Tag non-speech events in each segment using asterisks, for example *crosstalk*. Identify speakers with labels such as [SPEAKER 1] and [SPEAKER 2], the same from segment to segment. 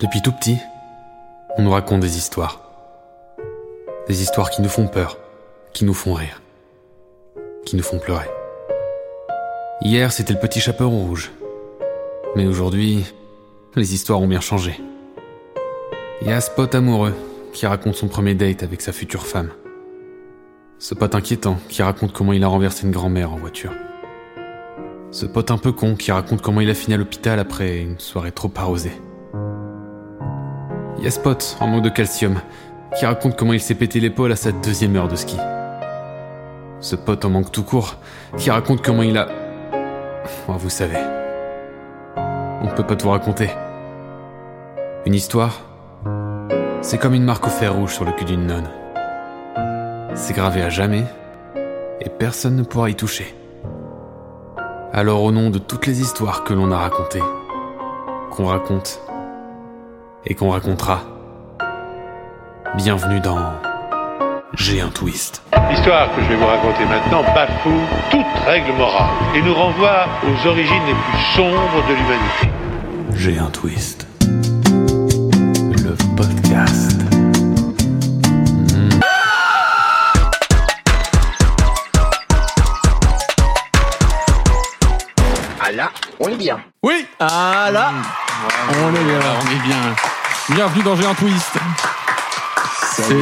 [SPEAKER 1] Depuis tout petit, on nous raconte des histoires. Des histoires qui nous font peur, qui nous font rire, qui nous font pleurer. Hier, c'était le petit chaperon rouge. Mais aujourd'hui, les histoires ont bien changé. Il y a ce pote amoureux qui raconte son premier date avec sa future femme. Ce pote inquiétant qui raconte comment il a renversé une grand-mère en voiture. Ce pote un peu con qui raconte comment il a fini à l'hôpital après une soirée trop arrosée. Il y a ce pote en manque de calcium qui raconte comment il s'est pété l'épaule à sa deuxième heure de ski. Ce pote en manque tout court qui raconte comment il a... Oh, vous savez. On ne peut pas tout raconter. Une histoire, c'est comme une marque au fer rouge sur le cul d'une nonne. C'est gravé à jamais et personne ne pourra y toucher. Alors au nom de toutes les histoires que l'on a racontées, qu'on raconte et qu'on racontera, bienvenue dans J'ai un twist.
[SPEAKER 2] L'histoire que je vais vous raconter maintenant bafoue toute règle morale et nous renvoie aux origines les plus sombres de l'humanité.
[SPEAKER 1] J'ai un twist. Le podcast.
[SPEAKER 3] Ah là, on est bien.
[SPEAKER 4] Oui Ah là On est bien
[SPEAKER 5] On est bien.
[SPEAKER 4] Bienvenue dans J'ai un twist C'est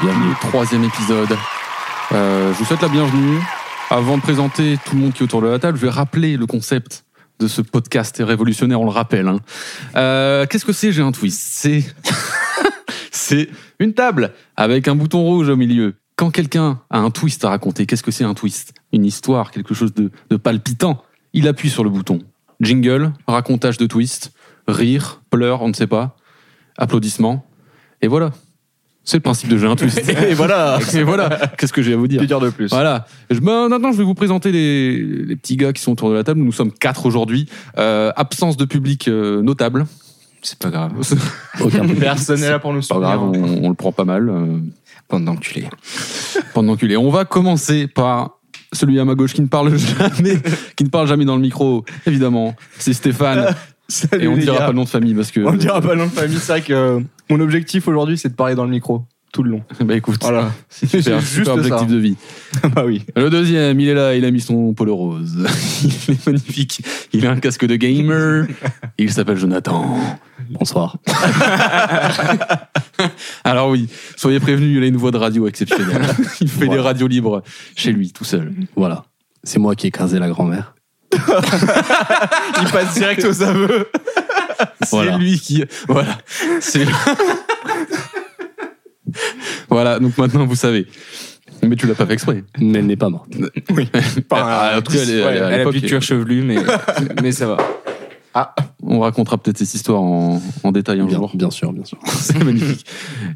[SPEAKER 4] bienvenue, troisième épisode. Euh, je vous souhaite la bienvenue. Avant de présenter tout le monde qui est autour de la table, je vais rappeler le concept de ce podcast révolutionnaire, on le rappelle. hein. Euh, Qu'est-ce que c'est J'ai un twist C'est... *laughs* c'est une table avec un bouton rouge au milieu. Quand quelqu'un a un twist à raconter, qu'est-ce que c'est un twist Une histoire, quelque chose de, de palpitant. Il appuie sur le bouton. Jingle, racontage de twist, rire, pleurs, on ne sait pas, applaudissements. Et voilà. C'est le principe de jeu un twist.
[SPEAKER 5] *laughs* Et voilà.
[SPEAKER 4] Et voilà. Qu'est-ce que j'ai à vous dire
[SPEAKER 5] Que dire de plus
[SPEAKER 4] voilà. Je- ben, maintenant, je vais vous présenter les, les petits gars qui sont autour de la table. Nous sommes quatre aujourd'hui. Euh, absence de public euh, notable.
[SPEAKER 5] C'est pas grave.
[SPEAKER 4] *laughs* Aucun public.
[SPEAKER 5] Personne n'est là pour nous
[SPEAKER 4] Pas grave, on, on le prend pas mal. euh,
[SPEAKER 5] Pendant d'enculé.
[SPEAKER 4] pendant qu'il est. On va commencer par celui à ma gauche qui ne parle *laughs* jamais, qui ne parle jamais dans le micro, évidemment. C'est Stéphane. *laughs*
[SPEAKER 6] Salut
[SPEAKER 4] Et on
[SPEAKER 6] les
[SPEAKER 4] dira
[SPEAKER 6] gars.
[SPEAKER 4] pas le nom de famille parce que.
[SPEAKER 6] On dira pas le nom de famille. C'est vrai que euh, mon objectif aujourd'hui, c'est de parler dans le micro tout le long.
[SPEAKER 4] Bah écoute,
[SPEAKER 6] Voilà.
[SPEAKER 4] *laughs* c'est super,
[SPEAKER 6] Juste
[SPEAKER 4] super objectif
[SPEAKER 6] ça.
[SPEAKER 4] de vie.
[SPEAKER 6] *laughs* bah oui.
[SPEAKER 4] *laughs* Le deuxième, il est là, il a mis son polo rose. *laughs* Il est magnifique. Il a un casque de
[SPEAKER 6] *laughs*
[SPEAKER 4] gamer. Il s'appelle Jonathan. Bonsoir. *laughs* Alors oui, soyez prévenus, il a une voix de radio exceptionnelle. *laughs* Il fait des radios libres chez lui, tout seul. Voilà.
[SPEAKER 5] C'est moi qui ai écrasé la grand-mère.
[SPEAKER 6] *laughs* Il passe direct
[SPEAKER 4] *laughs*
[SPEAKER 6] aux aveux.
[SPEAKER 4] C'est
[SPEAKER 5] Voilà.
[SPEAKER 4] lui qui... Voilà. C'est...
[SPEAKER 6] *laughs*
[SPEAKER 4] voilà, donc maintenant, vous savez. Mais tu l'as pas fait exprès.
[SPEAKER 5] Mais elle n'est pas morte.
[SPEAKER 6] hein. Bah,
[SPEAKER 4] Ah, en tout cas, elle est- elle est à l'époque-
[SPEAKER 6] chevelu, mais, *laughs* mais ça va.
[SPEAKER 4] On racontera peut-être cette histoire en, en détail un
[SPEAKER 5] Bien,
[SPEAKER 4] jour.
[SPEAKER 5] bien sûr, bien sûr.
[SPEAKER 4] *laughs* C'est magnifique.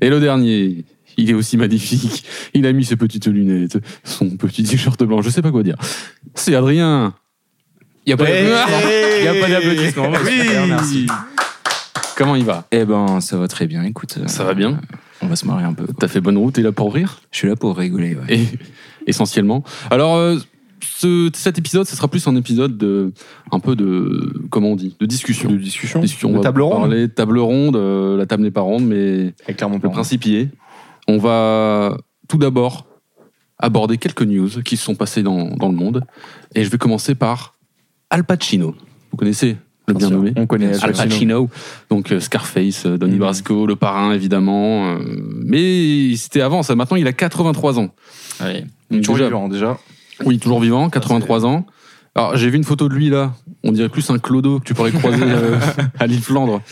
[SPEAKER 4] Et le dernier, il est aussi magnifique. Il a mis ses petites lunettes, son petit t-shirt blanc, je sais pas quoi dire. C'est Adrien. *laughs* Il n'y a pas
[SPEAKER 6] Il
[SPEAKER 4] y a pas
[SPEAKER 6] d'applaudissements.
[SPEAKER 4] d'applaudissements. Eh ben, Comment il va
[SPEAKER 7] Eh ben, ça va très bien, écoute. euh,
[SPEAKER 4] Ça va bien
[SPEAKER 7] On va se marrer un peu. quoi.
[SPEAKER 4] T'as fait bonne route, t'es là pour rire
[SPEAKER 7] Je suis là pour rigoler, ouais.
[SPEAKER 4] et, essentiellement. Alors, euh, ce- cet épisode, ce sera plus un épisode de, un peu de, comment on dit, de discussion.
[SPEAKER 6] De discussion.
[SPEAKER 4] Discussion.
[SPEAKER 6] De
[SPEAKER 4] On va
[SPEAKER 6] table ronde.
[SPEAKER 4] parler de table ronde. euh, la table n'est pas ronde, mais
[SPEAKER 6] Et clairement
[SPEAKER 4] le principe y est. On va tout d'abord aborder quelques news qui se sont passées dans, dans le monde. Et je vais commencer par Al Pacino. Vous connaissez le bien
[SPEAKER 7] sûr.
[SPEAKER 4] nommé
[SPEAKER 6] On connaît
[SPEAKER 4] Al Pacino. Donc euh, Scarface, euh, Donnie
[SPEAKER 7] Mhm.
[SPEAKER 4] Brasco, le parrain évidemment. euh, mais c'était avant ça. Maintenant, il a 83 ans.
[SPEAKER 7] Ouais.
[SPEAKER 6] Toujours
[SPEAKER 4] Déjà-
[SPEAKER 6] vivant, déjà.
[SPEAKER 4] Oui, toujours vivant, 83 ans. Alors, j'ai vu une photo de lui là. On dirait plus un clodo que tu pourrais croiser euh, à l'île Flandre.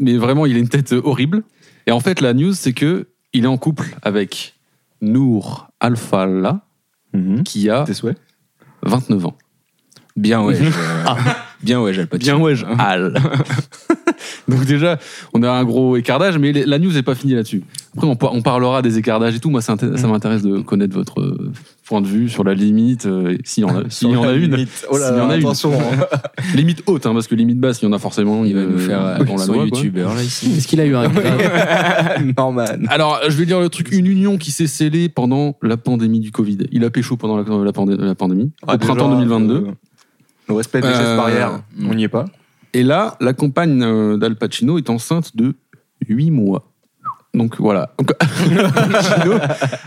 [SPEAKER 4] Mais vraiment, il a une tête euh, horrible. Et en fait, la news, c'est que il est en couple avec Nour Alfala, qui a
[SPEAKER 6] Tes souhaits
[SPEAKER 4] 29 ans.
[SPEAKER 7] Bien
[SPEAKER 4] *laughs*
[SPEAKER 7] ouais. je- euh, Bien ouais, j'ai le
[SPEAKER 4] Bien ouais, je- Al. *laughs* Donc déjà, on a un gros écartage, mais les- la news n'est pas finie là-dessus. Après, on, par- on parlera des écartages et tout. Moi, ça inté-
[SPEAKER 7] Mm.
[SPEAKER 4] ça m'intéresse de connaître votre euh, point de vue sur la limite, euh, s'il y
[SPEAKER 7] *laughs*
[SPEAKER 4] en a, s'il y en a une.
[SPEAKER 6] Oh là
[SPEAKER 4] S'il y en
[SPEAKER 6] là,
[SPEAKER 4] a une. *laughs*
[SPEAKER 6] attention. hein.
[SPEAKER 4] Limite haute, hein, parce que limite basse, il y en a forcément.
[SPEAKER 7] Il va nous faire
[SPEAKER 4] euh,
[SPEAKER 7] euh,
[SPEAKER 4] dans la
[SPEAKER 7] son
[SPEAKER 4] loi, quoi.
[SPEAKER 7] youtubeur, là, ici.
[SPEAKER 5] Est-ce qu'il a
[SPEAKER 4] *laughs*
[SPEAKER 5] eu un
[SPEAKER 6] Norman.
[SPEAKER 4] Alors, je vais dire le truc, une union qui s'est scellée pendant la pandémie du Covid. Il a pécho pendant la, la pandé- la pandémie,
[SPEAKER 7] euh,
[SPEAKER 4] au
[SPEAKER 6] Ah, déjà,
[SPEAKER 4] printemps 2022.
[SPEAKER 6] euh, Le respect des gestes
[SPEAKER 4] Euh,
[SPEAKER 6] barrières, on n'y est pas.
[SPEAKER 4] Et là, la compagne euh, d'Al Pacino est enceinte de 8 mois. Donc voilà. Donc, *laughs* Al Pacino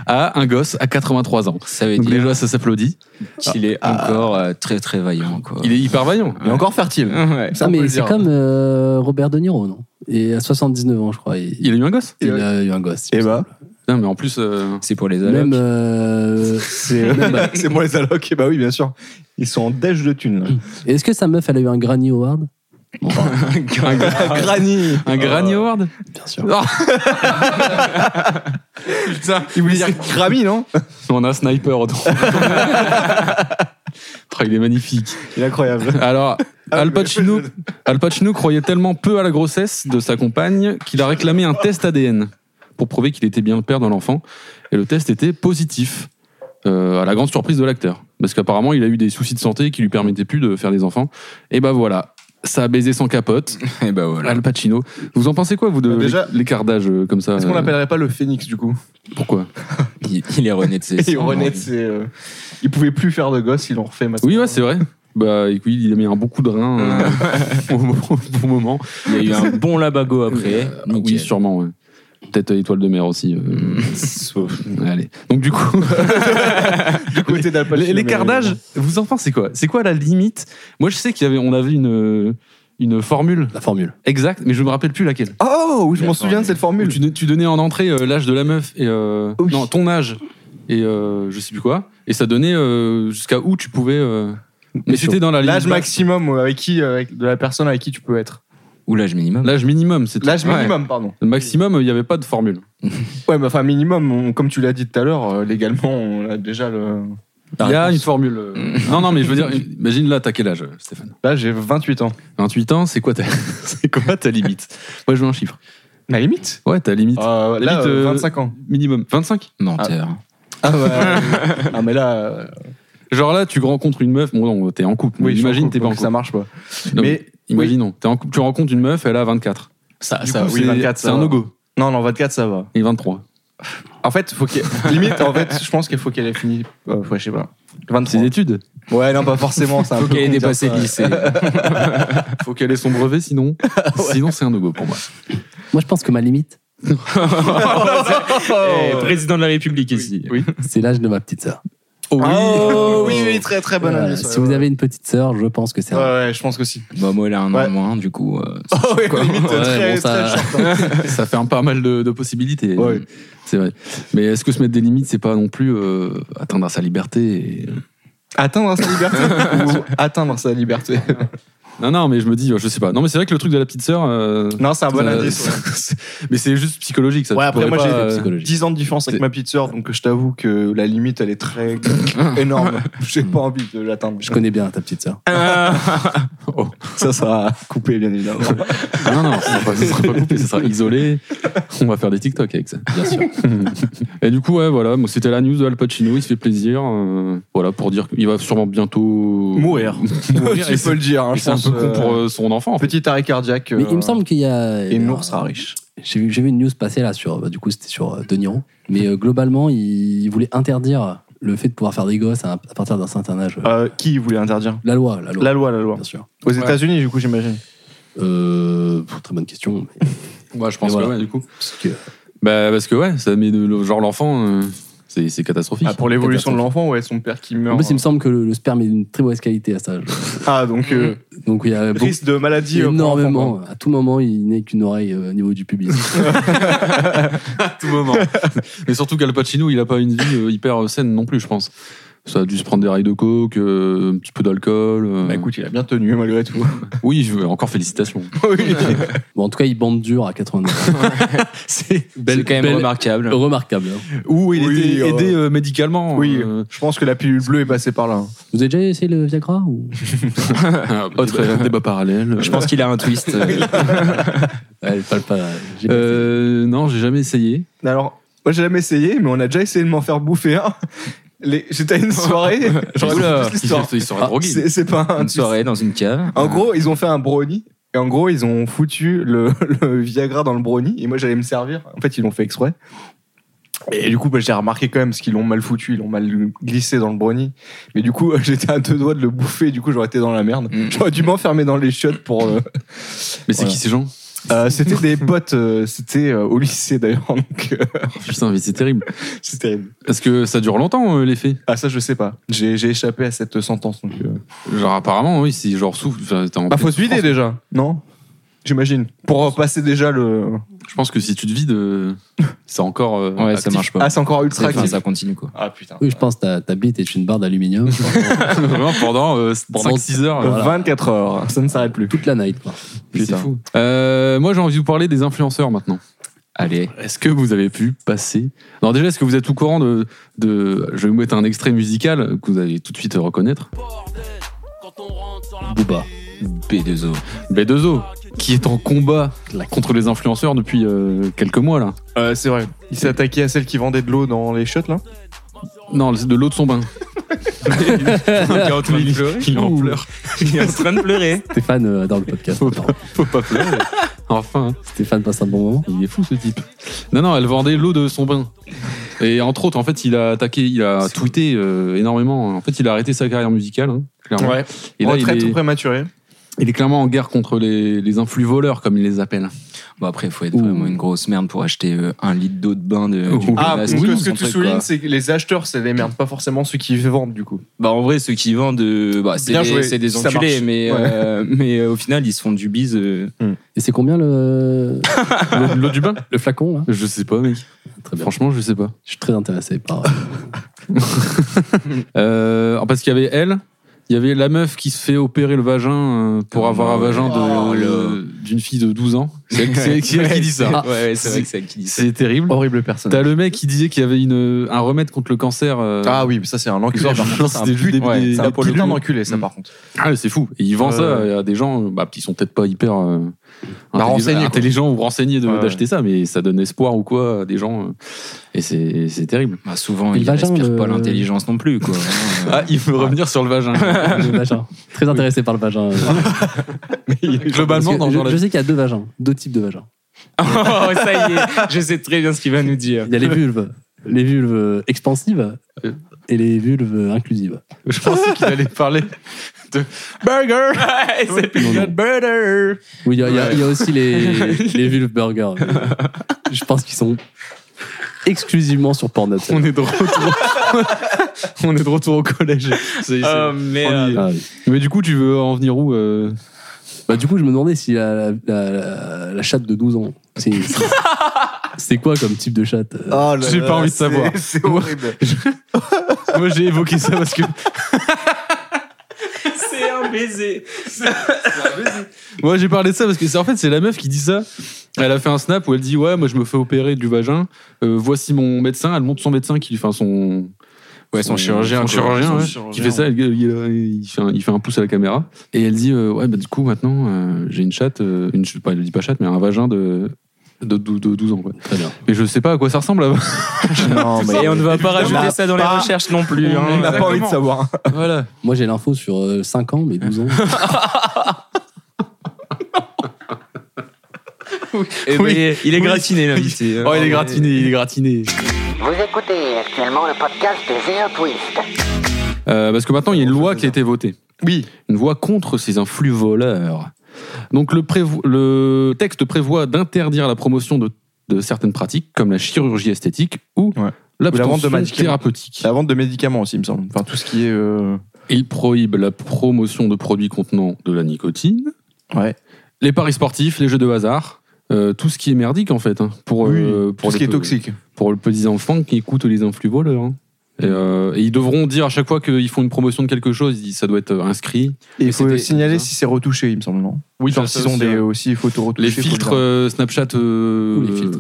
[SPEAKER 4] a un gosse à 83 ans.
[SPEAKER 7] Ça veut
[SPEAKER 4] Donc
[SPEAKER 7] dire
[SPEAKER 4] déjà, ça s'applaudit. Ah.
[SPEAKER 7] qu'il est encore euh, très très vaillant, quoi.
[SPEAKER 4] Il est hyper vaillant. Ah,
[SPEAKER 6] Il est encore fertile.
[SPEAKER 4] Ouais.
[SPEAKER 6] Ça,
[SPEAKER 5] Non,
[SPEAKER 6] on peut
[SPEAKER 5] Ah, mais
[SPEAKER 6] le
[SPEAKER 5] c'est
[SPEAKER 6] dire. hein.
[SPEAKER 5] comme euh, Robert De Niro, non Et à 79 ans, je crois. Il,
[SPEAKER 4] Il a eu un gosse
[SPEAKER 5] il a eu un gosse.
[SPEAKER 6] Eh
[SPEAKER 5] il me
[SPEAKER 6] bah.
[SPEAKER 5] semble.
[SPEAKER 4] Non, mais en plus. euh,
[SPEAKER 7] C'est pour les allocs.
[SPEAKER 5] Même.
[SPEAKER 6] *laughs*
[SPEAKER 5] euh,
[SPEAKER 6] C'est c'est pour les allocs. Et bah oui, bien sûr. Ils sont en déche de thunes. là.
[SPEAKER 5] Est-ce que sa meuf, elle a eu un Granny Award
[SPEAKER 4] un, gra-
[SPEAKER 6] Granny.
[SPEAKER 7] Oh.
[SPEAKER 4] un Granny Award Oh.
[SPEAKER 5] Bien sûr.
[SPEAKER 7] *laughs*
[SPEAKER 4] Putain,
[SPEAKER 6] Il voulait dire Grammy, non
[SPEAKER 4] on a un sniper
[SPEAKER 7] *laughs*
[SPEAKER 4] autour. Oh, il est magnifique.
[SPEAKER 6] Il est incroyable.
[SPEAKER 4] Alors,
[SPEAKER 6] Ah,
[SPEAKER 4] Al Pacino, Al Pacino croyait tellement peu à la grossesse de sa compagne qu'il a réclamé un test ADN pour prouver qu'il était bien le père de l'enfant. Et le test était positif, euh, à la grande surprise de l'acteur. Parce qu'apparemment, il a eu des soucis de santé qui lui permettaient plus de faire des enfants. Et bah voilà, ça a baisé sans capote,
[SPEAKER 7] *laughs* Et bah voilà.
[SPEAKER 4] Al Pacino. Vous en pensez quoi, vous, de
[SPEAKER 6] Bah, déjà-
[SPEAKER 4] l'éc- l'écart d'âge euh, comme ça
[SPEAKER 6] Est-ce qu'on
[SPEAKER 4] euh,
[SPEAKER 6] l'appellerait pas le phénix du coup
[SPEAKER 4] Pourquoi
[SPEAKER 7] Il, il est rené de ses
[SPEAKER 6] Et
[SPEAKER 7] cendres.
[SPEAKER 6] René, c'est. euh, Il pouvait plus faire de gosse, il en refait maintenant.
[SPEAKER 4] Oui, ouais, c'est vrai. Bah, écoute, il a mis un bon coup de rein euh, *laughs* au bon- au bon moment.
[SPEAKER 7] Il y a eu un bon labago après.
[SPEAKER 4] Euh,
[SPEAKER 7] Nickel.
[SPEAKER 4] oui, sûrement. ouais. Peut-être euh, étoile de mer aussi. euh.
[SPEAKER 7] Mm.
[SPEAKER 4] *laughs* Allez. Donc du coup,
[SPEAKER 6] du côté d'Al Pacino,
[SPEAKER 4] *laughs* les, les
[SPEAKER 6] mais-
[SPEAKER 4] cardages, vous en pensez quoi C'est quoi la limite Moi, je sais qu'il y avait, on avait une une formule
[SPEAKER 5] La formule.
[SPEAKER 4] exacte, mais je me rappelle plus laquelle.
[SPEAKER 6] Oh, oui, je m'en
[SPEAKER 7] La
[SPEAKER 6] souviens de cette
[SPEAKER 4] Où
[SPEAKER 6] formule.
[SPEAKER 4] tu, don- tu donnais en entrée euh, l'âge de la meuf et euh,
[SPEAKER 6] Oui.
[SPEAKER 4] non ton âge et euh, je sais plus quoi. Et ça donnait euh, jusqu'à où tu pouvais. euh, mais c'était dans la limite.
[SPEAKER 6] L'âge maximum avec qui, euh, avec- de la personne avec qui tu peux être.
[SPEAKER 7] Ou l'âge minimum.
[SPEAKER 4] L'âge minimum, c'était.
[SPEAKER 6] L'âge
[SPEAKER 4] Ouais.
[SPEAKER 6] minimum, pardon.
[SPEAKER 4] Le maximum, euh, il n'y avait pas de formule.
[SPEAKER 6] Ouais, mais enfin, minimum, on- comme tu l'as dit tout à l'heure, euh, légalement, on a déjà le.
[SPEAKER 4] Il y a une formule. euh,
[SPEAKER 6] Hmm.
[SPEAKER 4] non, non, mais je veux
[SPEAKER 6] *laughs*
[SPEAKER 4] dire, imagine là, t'as quel âge, Stéphane
[SPEAKER 6] Là, j'ai 28 ans.
[SPEAKER 4] 28 ans, c'est quoi ta, *laughs* c'est quoi ta limite Moi, je veux un chiffre.
[SPEAKER 6] La limite
[SPEAKER 4] Ouais, ta limite
[SPEAKER 6] euh, Là,
[SPEAKER 4] limite,
[SPEAKER 6] euh,
[SPEAKER 4] euh,
[SPEAKER 6] 25 ans.
[SPEAKER 4] minimum. 25
[SPEAKER 7] Menteur.
[SPEAKER 6] Ah, ouais. ah mais là. euh,
[SPEAKER 4] Genre là, tu rencontres une meuf, bon, non, t'es en couple. mais
[SPEAKER 6] je suis en
[SPEAKER 4] imagine,
[SPEAKER 6] couple,
[SPEAKER 4] t'es pas en
[SPEAKER 6] donc Ça
[SPEAKER 4] couple.
[SPEAKER 6] marche pas.
[SPEAKER 4] Non,
[SPEAKER 6] mais.
[SPEAKER 4] Imaginons, t'es en couple, tu rencontres une meuf, elle a 24.
[SPEAKER 6] Ça,
[SPEAKER 4] Du coup, c'est- c'est un no-go.
[SPEAKER 6] Non, non, 24, ça *laughs* va.
[SPEAKER 4] Et 23.
[SPEAKER 6] En fait, faut qu'il- limite, en fait, je pense qu'il faut qu'elle ait fini. euh, ouais, je sais pas. 23.
[SPEAKER 4] Ses études.
[SPEAKER 6] Ouais, non, pas forcément. c'est un
[SPEAKER 7] Faut
[SPEAKER 6] peu
[SPEAKER 7] qu'elle ait
[SPEAKER 6] con de dire
[SPEAKER 7] dépassé
[SPEAKER 6] ça,
[SPEAKER 7] le lycée.
[SPEAKER 4] Faut qu'elle ait son brevet,
[SPEAKER 6] *laughs*
[SPEAKER 4] sinon, sinon c'est un no-go pour moi.
[SPEAKER 5] Moi, je pense que ma limite,
[SPEAKER 7] Eh,
[SPEAKER 6] Eh, Oh.
[SPEAKER 7] président de la République ici.
[SPEAKER 4] Oui.
[SPEAKER 5] c'est l'âge de ma petite sœur.
[SPEAKER 4] Oh, oui.
[SPEAKER 6] Oh, oui, oui, très très bonne
[SPEAKER 5] Voilà,
[SPEAKER 6] année.
[SPEAKER 5] si vous avez une petite sœur, je pense que c'est.
[SPEAKER 6] Ouais,
[SPEAKER 5] un-
[SPEAKER 6] ouais, je pense que si.
[SPEAKER 7] Bah, moi, elle a un
[SPEAKER 6] Ouais.
[SPEAKER 7] an moins, du coup. euh,
[SPEAKER 6] *laughs* Oh,
[SPEAKER 4] *laughs*
[SPEAKER 6] ouais, limite,
[SPEAKER 5] Ouais,
[SPEAKER 6] très,
[SPEAKER 5] bon, ça-
[SPEAKER 6] très short, hein.
[SPEAKER 4] Ça fait un pas mal de, de possibilités.
[SPEAKER 6] Ouais.
[SPEAKER 4] C'est vrai. Mais est-ce que se mettre des limites, c'est pas non plus euh, atteindre à sa liberté et- euh,
[SPEAKER 6] Atteindre sa *laughs* liberté ou atteindre sa liberté
[SPEAKER 4] Non, non, mais je me dis, je sais pas. Non, mais c'est vrai que le truc de la petite sœur. euh,
[SPEAKER 6] Non, c'est un bon
[SPEAKER 4] Ça-
[SPEAKER 6] indice. ouais.
[SPEAKER 4] mais *laughs* c'est juste psychologique, ça.
[SPEAKER 6] Ah, Ouais,
[SPEAKER 4] Tu
[SPEAKER 6] après,
[SPEAKER 4] pourrais
[SPEAKER 6] moi, j'ai
[SPEAKER 4] pas,
[SPEAKER 6] été
[SPEAKER 4] euh,
[SPEAKER 5] psychologique.
[SPEAKER 6] 10 ans de différence avec
[SPEAKER 4] C'est-
[SPEAKER 6] ma petite sœur, donc je t'avoue que la limite, elle est *laughs* très énorme. J'ai pas envie de l'atteindre.
[SPEAKER 5] Je connais bien ta petite sœur.
[SPEAKER 6] Ça sera coupé, bien évidemment.
[SPEAKER 4] Ah non, non, ça sera, pas- ça sera pas coupé, ça sera isolé. On va faire des TikTok avec ça, bien sûr. *laughs* Et du coup, ouais, voilà, bon, c'était la news de Al Pacino, il se fait plaisir. euh, voilà, pour dire qu'il va sûrement bientôt
[SPEAKER 6] Mourir.
[SPEAKER 4] *laughs* Mourir, et
[SPEAKER 6] tu
[SPEAKER 4] c'est-
[SPEAKER 6] peux le dire. hein,
[SPEAKER 4] Et
[SPEAKER 6] *laughs* je
[SPEAKER 4] C'est un
[SPEAKER 6] pense,
[SPEAKER 4] peu con
[SPEAKER 6] euh,
[SPEAKER 4] pour euh, son enfant, en fait.
[SPEAKER 6] Petit arrêt cardiaque.
[SPEAKER 5] Mais il
[SPEAKER 6] euh,
[SPEAKER 5] me semble qu'il y a. euh,
[SPEAKER 6] Et Nour sera riche.
[SPEAKER 5] J'ai vu, j'ai vu une news passer là sur. bah, du coup, c'était sur euh, De Niro. Mais euh, globalement, il, il voulait interdire le fait de pouvoir faire des gosses à, à partir d'un certain âge.
[SPEAKER 6] Euh, qui voulait interdire
[SPEAKER 5] La loi, la loi.
[SPEAKER 6] La loi, la loi.
[SPEAKER 5] Bien sûr.
[SPEAKER 6] Aux États-Unis, du coup, j'imagine.
[SPEAKER 5] Euh, pff, très bonne question. mais-
[SPEAKER 4] Ouais, je pense
[SPEAKER 5] Et voilà.
[SPEAKER 4] que ouais, du coup.
[SPEAKER 5] parce que-
[SPEAKER 4] Bah, parce que ouais, ça met de- le- genre l'enfant, euh, c'est c'est catastrophique.
[SPEAKER 6] Ah, pour l'évolution de l'enfant, ouais, son père qui
[SPEAKER 5] En
[SPEAKER 6] meurt.
[SPEAKER 5] plus, il me semble que le, le sperme est d'une très mauvaise qualité à ça. âge.
[SPEAKER 6] Ah, donc, euh,
[SPEAKER 5] Mm. Donc il y a beaucoup-
[SPEAKER 6] risque de maladie. euh, pour l'enfant,
[SPEAKER 5] énormément. À tout moment, il n'est qu'une oreille euh, au niveau du pubis.
[SPEAKER 4] tout moment. *laughs* Mais surtout qu'Al Pacino, il a pas une vie euh, hyper euh, saine non plus, je pense. Ça a dû se prendre des rails de coke, euh, un petit peu d'alcool. euh.
[SPEAKER 6] quoi. Bah, écoute, il a bien tenu, malgré
[SPEAKER 5] *laughs*
[SPEAKER 6] tout.
[SPEAKER 4] oui, je veux- encore félicitations.
[SPEAKER 6] Oui.
[SPEAKER 5] Bon, en tout cas, il bande dur à 89.
[SPEAKER 4] *laughs* C'est
[SPEAKER 7] C'est quand même remarquable.
[SPEAKER 5] Remarquable. hein.
[SPEAKER 4] Ou il
[SPEAKER 6] Oui,
[SPEAKER 4] était
[SPEAKER 6] euh,
[SPEAKER 4] aidé euh, médicalement.
[SPEAKER 6] Oui,
[SPEAKER 4] *laughs* euh,
[SPEAKER 6] *laughs* je pense que la pilule bleue est passée par là. hein.
[SPEAKER 5] Vous avez déjà essayé le Viagra ou...
[SPEAKER 4] autre euh,
[SPEAKER 5] euh,
[SPEAKER 4] débat, parallèle.
[SPEAKER 7] Je pense qu'il a un twist. euh,
[SPEAKER 5] Ouais, parle pas. j'ai
[SPEAKER 4] *laughs*
[SPEAKER 5] pas essayé.
[SPEAKER 4] Euh, non, j'ai jamais essayé.
[SPEAKER 6] Alors, moi, j'ai jamais essayé, mais on a déjà essayé de m'en faire bouffer un. *laughs* Les- J'étais à
[SPEAKER 4] *laughs*
[SPEAKER 6] une soirée.
[SPEAKER 5] *laughs*
[SPEAKER 6] je raconte
[SPEAKER 4] Oula,
[SPEAKER 6] juste
[SPEAKER 4] il
[SPEAKER 6] l'histoire.
[SPEAKER 4] se- il sera drogué.
[SPEAKER 6] C'est c'est pas un
[SPEAKER 7] une soirée dans une cave.
[SPEAKER 4] Ah,
[SPEAKER 6] En gros, ils ont fait un brownie. Et en gros, ils ont *laughs* foutu le, le Viagra dans le brownie. Et moi, j'allais me servir. En fait, ils l'ont fait exprès. Et du coup, bah, j'ai remarqué quand même ce qu'ils l'ont mal foutu, ils l'ont mal glissé dans le brownie. Mais du coup, *laughs* euh, j'étais à deux doigts de le bouffer, du coup, j'aurais été dans la merde.
[SPEAKER 7] Mm.
[SPEAKER 6] J'aurais dû m'enfermer dans les chiottes pour. euh,
[SPEAKER 4] Mais c'est
[SPEAKER 6] Voilà.
[SPEAKER 4] qui ces gens
[SPEAKER 6] euh, c'était des potes, euh, c'était euh, au lycée d'ailleurs, *laughs* donc euh,
[SPEAKER 4] Putain, mais c'est terrible.
[SPEAKER 6] c'est terrible.
[SPEAKER 4] Est-ce que ça dure longtemps, euh, les faits
[SPEAKER 6] Ah, ça, je sais pas. J'ai j'ai échappé à cette sentence. Donc, euh.
[SPEAKER 4] Genre, apparemment, oui, si genre souffle. enfin, t'es en
[SPEAKER 6] Bah,
[SPEAKER 4] pleine
[SPEAKER 6] faut se vider
[SPEAKER 4] souffrance.
[SPEAKER 6] déjà, non J'imagine. Pour euh, passer déjà le.
[SPEAKER 4] Je pense que si tu te vides, euh, c'est encore. euh,
[SPEAKER 7] Ouais, ça
[SPEAKER 4] actif.
[SPEAKER 7] marche pas.
[SPEAKER 6] Ah, c'est encore ultra
[SPEAKER 7] C'est- enfin,
[SPEAKER 6] actif.
[SPEAKER 7] ça continue quoi.
[SPEAKER 6] Ah putain.
[SPEAKER 5] Oui, je pense que ta, ta bite est une barre d'aluminium
[SPEAKER 4] *laughs* Vraiment, pendant euh,
[SPEAKER 5] Pendant-
[SPEAKER 4] 5-6 heures.
[SPEAKER 5] Voilà.
[SPEAKER 6] 24 heures, ça ne s'arrête plus.
[SPEAKER 5] toute la night. Quoi.
[SPEAKER 4] C'est
[SPEAKER 6] Putain.
[SPEAKER 4] fou. Euh, moi, j'ai envie de vous parler des influenceurs maintenant.
[SPEAKER 7] Allez.
[SPEAKER 4] Est-ce que vous avez pu passer Alors déjà, est-ce que vous êtes au courant de, de... Je vais vous mettre un extrait musical que vous allez tout de suite reconnaître.
[SPEAKER 5] Booba.
[SPEAKER 7] B2O.
[SPEAKER 4] B2O, qui est en combat contre les influenceurs depuis euh, quelques mois là.
[SPEAKER 6] Euh, c'est vrai. Il s'est attaqué à celle qui vendait de l'eau dans les chiottes là.
[SPEAKER 4] Non, de l'eau de son *laughs* bain.
[SPEAKER 7] train de pleurer.
[SPEAKER 4] Il est en
[SPEAKER 5] Ouh.
[SPEAKER 4] pleurs.
[SPEAKER 7] Il est en train de pleurer.
[SPEAKER 5] Stéphane euh, adore le podcast.
[SPEAKER 4] Faut pas, faut pas *laughs* pleurer. Enfin,
[SPEAKER 5] Stéphane passe un bon moment.
[SPEAKER 4] il est fou ce type. Non, non, elle vendait l'eau de son bain. Et entre autres, en fait, il a attaqué, il a tweeté euh, énormément. En fait, il a arrêté sa carrière musicale, hein, clairement. Et là, il
[SPEAKER 6] Retraite
[SPEAKER 4] est,
[SPEAKER 6] prématurée.
[SPEAKER 4] il est clairement en guerre contre les, les influx voleurs, comme il les appelle.
[SPEAKER 7] Bon, après, il faut être
[SPEAKER 5] Ouh.
[SPEAKER 7] vraiment une grosse merde pour acheter euh, un litre d'eau de bain de.
[SPEAKER 4] Ouh.
[SPEAKER 7] du
[SPEAKER 6] Ah, parce
[SPEAKER 7] Blast
[SPEAKER 6] que
[SPEAKER 7] ou
[SPEAKER 6] ce que
[SPEAKER 7] son
[SPEAKER 6] tu
[SPEAKER 7] truc,
[SPEAKER 6] soulignes,
[SPEAKER 7] quoi.
[SPEAKER 6] c'est que les acheteurs, c'est les merdes, pas forcément ceux qui vendent du coup.
[SPEAKER 7] Bah, en vrai, ceux qui vendent, euh, bah, c'est
[SPEAKER 6] Bien joué,
[SPEAKER 7] des, c'est des
[SPEAKER 6] ça
[SPEAKER 7] enculés,
[SPEAKER 6] marche.
[SPEAKER 7] mais, euh, mais euh, au final, ils se font du bise. euh,
[SPEAKER 5] Et c'est combien le,
[SPEAKER 4] *laughs* L'eau- L'eau du bain Ah,
[SPEAKER 5] le flacon là
[SPEAKER 4] Je sais pas, mec.
[SPEAKER 5] Très bien.
[SPEAKER 4] Franchement, je sais pas.
[SPEAKER 5] Je suis très intéressé par.
[SPEAKER 4] Euh, parce qu'il y avait elle, il y avait la meuf qui se fait opérer le vagin euh, pour
[SPEAKER 7] Oh,
[SPEAKER 4] avoir un
[SPEAKER 7] ouais.
[SPEAKER 4] vagin
[SPEAKER 7] Oh,
[SPEAKER 4] de-
[SPEAKER 7] le-
[SPEAKER 4] d'une fille de 12 ans. C'est elle, c'est elle qui- elle qui dit ça.
[SPEAKER 7] Ouais, ouais, c'est
[SPEAKER 4] c'est-
[SPEAKER 7] vrai que c'est elle qui dit ça.
[SPEAKER 4] C'est terrible.
[SPEAKER 6] Horrible personne.
[SPEAKER 4] T'as le mec qui disait qu'il y avait une, un remède contre le cancer. euh,
[SPEAKER 6] Ah oui, mais ça c'est un enculé.
[SPEAKER 4] Genre,
[SPEAKER 6] par
[SPEAKER 4] genre,
[SPEAKER 6] contre.
[SPEAKER 4] c'est
[SPEAKER 6] C'est un
[SPEAKER 4] des- des-
[SPEAKER 6] pute- ouais,
[SPEAKER 4] des-
[SPEAKER 6] c'est
[SPEAKER 4] des
[SPEAKER 6] un
[SPEAKER 4] produits.
[SPEAKER 6] putain d'enculé, ça
[SPEAKER 4] Mm.
[SPEAKER 6] par contre.
[SPEAKER 4] ah, c'est fou. Et ils vendent ça
[SPEAKER 6] Euh.
[SPEAKER 4] à des gens bah, qui sont peut-être pas hyper euh,
[SPEAKER 6] Bah,
[SPEAKER 4] intelligents-
[SPEAKER 6] renseignés, quoi.
[SPEAKER 4] intelligents ou renseignés de-
[SPEAKER 6] Ouais.
[SPEAKER 4] d'acheter ça, mais ça donne espoir ou quoi à des gens. euh, et c'est c'est terrible.
[SPEAKER 7] Bah, souvent,
[SPEAKER 5] Et le
[SPEAKER 7] ils
[SPEAKER 5] vagin,
[SPEAKER 7] respirent
[SPEAKER 5] le-
[SPEAKER 7] pas l'intelligence non plus, quoi. Vraiment, euh,
[SPEAKER 4] Ah, il faut revenir sur le *laughs* vagin.
[SPEAKER 5] *laughs* le vagin. Très intéressé par le
[SPEAKER 6] *laughs*
[SPEAKER 5] vagin. Parce
[SPEAKER 4] *laughs* Globalement,
[SPEAKER 5] que
[SPEAKER 4] dans,
[SPEAKER 5] je,
[SPEAKER 4] dans la-
[SPEAKER 5] je sais qu'il y a deux vagins, deux types de vagins.
[SPEAKER 7] oh, ça y est, je sais très bien ce qu'il va nous dire.
[SPEAKER 5] Il y a les vulves, les vulves expansives et les vulves inclusives.
[SPEAKER 4] je pensais qu'il allait parler
[SPEAKER 6] *laughs*
[SPEAKER 4] de *laughs* burger.
[SPEAKER 7] c'est
[SPEAKER 5] Non, non.
[SPEAKER 7] butter.
[SPEAKER 5] Oui, il y, a- il y a-
[SPEAKER 4] Ouais.
[SPEAKER 5] il y a aussi les, les vulves burgers. Je pense qu'ils sont exclusivement sur Pornhub.
[SPEAKER 4] On est de retour. On est de retour au *laughs* collège. C'est- c'est-
[SPEAKER 6] Euh,
[SPEAKER 7] merde.
[SPEAKER 4] on y est.
[SPEAKER 5] Ah oui.
[SPEAKER 4] Mais du coup, tu veux en venir où euh
[SPEAKER 5] Bah, du coup, je me demandais si la, la- la- la chatte de 12 ans,
[SPEAKER 4] *laughs*
[SPEAKER 5] c'est c'est- c'est quoi comme type de chatte euh,
[SPEAKER 4] J'ai pas envie de savoir.
[SPEAKER 6] Oh *laughs* C'est horrible.
[SPEAKER 4] Moi, j'ai évoqué ça parce que
[SPEAKER 7] *laughs* C'est un baiser.
[SPEAKER 4] Moi j'ai parlé de ça parce que c'est en fait c'est la meuf qui dit ça. Elle a fait un snap où elle dit ouais moi je me fais opérer du vagin. Euh, voici mon médecin. Elle montre son médecin qui enfin son
[SPEAKER 7] Ouais, son chirurgien.
[SPEAKER 4] son
[SPEAKER 7] quoi.
[SPEAKER 4] chirurgien, ouais,
[SPEAKER 6] chirurgien,
[SPEAKER 4] qui fait ça. elle- il, il fait un, il fait un pouce à la caméra et elle dit euh, ouais bah du coup maintenant euh, j'ai une chatte euh, une ch- pas elle dit pas chatte mais un vagin de de, dou- de 12 ans quoi.
[SPEAKER 5] Très bien.
[SPEAKER 4] Mais je sais pas à quoi ça ressemble. là.
[SPEAKER 6] Non,
[SPEAKER 7] Et on ne va pas
[SPEAKER 6] n'a
[SPEAKER 7] rajouter ça dans les
[SPEAKER 6] pas-
[SPEAKER 7] recherches non plus. hein.
[SPEAKER 6] on n'a pas envie de savoir.
[SPEAKER 4] voilà.
[SPEAKER 5] Moi, j'ai l'info sur 5 ans,
[SPEAKER 4] *laughs*
[SPEAKER 5] mais 12 ans.
[SPEAKER 7] Eh ben,
[SPEAKER 4] Oui.
[SPEAKER 7] Il est
[SPEAKER 4] Oui.
[SPEAKER 7] gratiné, l'invité.
[SPEAKER 4] Oh il est gratiné il est gratiné.
[SPEAKER 8] Vous écoutez actuellement le podcast de Zéro Twist.
[SPEAKER 4] Euh, parce que maintenant, il y a une loi qui a été votée. Oui. Une loi contre ces influx voleurs. Donc, le, prévo- le texte prévoit d'interdire la promotion de, de certaines pratiques, comme la chirurgie esthétique ou
[SPEAKER 6] Ouais. Ou la vente de Ah.
[SPEAKER 4] l'abstention
[SPEAKER 6] médicaments.
[SPEAKER 4] thérapeutique.
[SPEAKER 6] La vente de médicaments aussi, il me semble. Enfin, tout ce qui est. euh,
[SPEAKER 4] Il prohibe la promotion de produits contenant de la nicotine,
[SPEAKER 6] Ouais.
[SPEAKER 4] les paris sportifs, les jeux de hasard, euh, tout ce qui est merdique, en fait, hein, pour, euh, pour
[SPEAKER 6] Tout ce
[SPEAKER 4] les
[SPEAKER 6] qui est
[SPEAKER 4] pe-
[SPEAKER 6] toxique.
[SPEAKER 4] pour le petit enfant qui écoute les influx voleurs. hein. Et, euh, et ils devront dire à chaque fois qu'ils font une promotion de quelque chose, ils disent, ça doit être euh, inscrit.
[SPEAKER 6] Et il
[SPEAKER 4] Mais
[SPEAKER 6] faut
[SPEAKER 4] c'était-
[SPEAKER 6] signaler si c'est retouché, il me semble, non
[SPEAKER 4] Oui,
[SPEAKER 6] Genre,
[SPEAKER 4] ça, ça
[SPEAKER 6] s'ils ont
[SPEAKER 4] aussi,
[SPEAKER 6] des
[SPEAKER 4] ouais.
[SPEAKER 6] aussi photos retouchées.
[SPEAKER 4] les
[SPEAKER 6] faut le
[SPEAKER 4] filtres
[SPEAKER 6] dire.
[SPEAKER 4] euh, Snapchat euh,
[SPEAKER 5] Ou les filtres.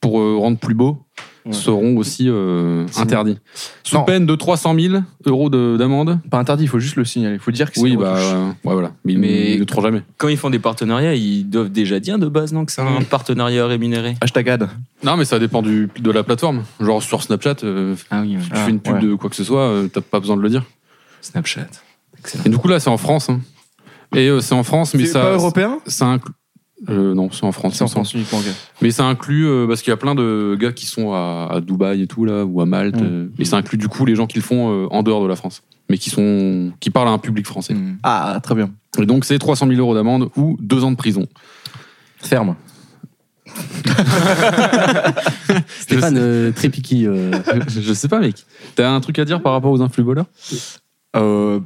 [SPEAKER 4] pour euh, rendre plus beau
[SPEAKER 6] Ouais.
[SPEAKER 4] seront aussi euh,
[SPEAKER 6] C'est-
[SPEAKER 4] interdits. Sous
[SPEAKER 6] Non.
[SPEAKER 4] peine de 300 000 euros de- d'amende.
[SPEAKER 6] Pas interdit, il faut juste le signaler. Il faut dire que c'est.
[SPEAKER 4] Oui,
[SPEAKER 6] une
[SPEAKER 4] bah
[SPEAKER 6] retouche.
[SPEAKER 4] ouais, ouais, voilà. Mais,
[SPEAKER 7] Mais-
[SPEAKER 4] ils ne trop jamais.
[SPEAKER 7] Quand ils font des partenariats, ils doivent déjà dire de base non que c'est un partenariat rémunéré.
[SPEAKER 6] Hashtag ad.
[SPEAKER 4] Non, mais ça dépend du, de la plateforme. Genre sur Snapchat, euh,
[SPEAKER 7] Ah oui,
[SPEAKER 4] tu
[SPEAKER 6] Ah,
[SPEAKER 4] fais une pub
[SPEAKER 6] ouais.
[SPEAKER 4] de quoi que ce soit, euh, t'as pas besoin de le dire.
[SPEAKER 7] Snapchat. Excellent.
[SPEAKER 4] Et du coup, là, c'est en France. hein. Et euh, c'est en France, mais
[SPEAKER 6] C'est
[SPEAKER 4] ça.
[SPEAKER 6] pas européen
[SPEAKER 4] ça inclut- Euh, non, c'est en français.
[SPEAKER 6] C'est en France uniquement. ok.
[SPEAKER 4] Mais ça inclut, euh, parce qu'il y a plein de gars qui sont à, à Dubaï et tout, là, ou à Malte.
[SPEAKER 6] Mm.
[SPEAKER 4] euh, mais ça inclut du coup les gens qui le font euh, en dehors de la France, mais qui, sont, qui parlent à un public français.
[SPEAKER 6] Ah, très bien.
[SPEAKER 4] Et donc c'est 300 000 euros d'amende ou deux ans de
[SPEAKER 6] *laughs*
[SPEAKER 4] prison.
[SPEAKER 6] Ferme.
[SPEAKER 5] Stéphane euh, Trépiqui, euh,
[SPEAKER 4] Je sais pas, mec. T'as un truc à dire par rapport aux influboleurs
[SPEAKER 6] Euh,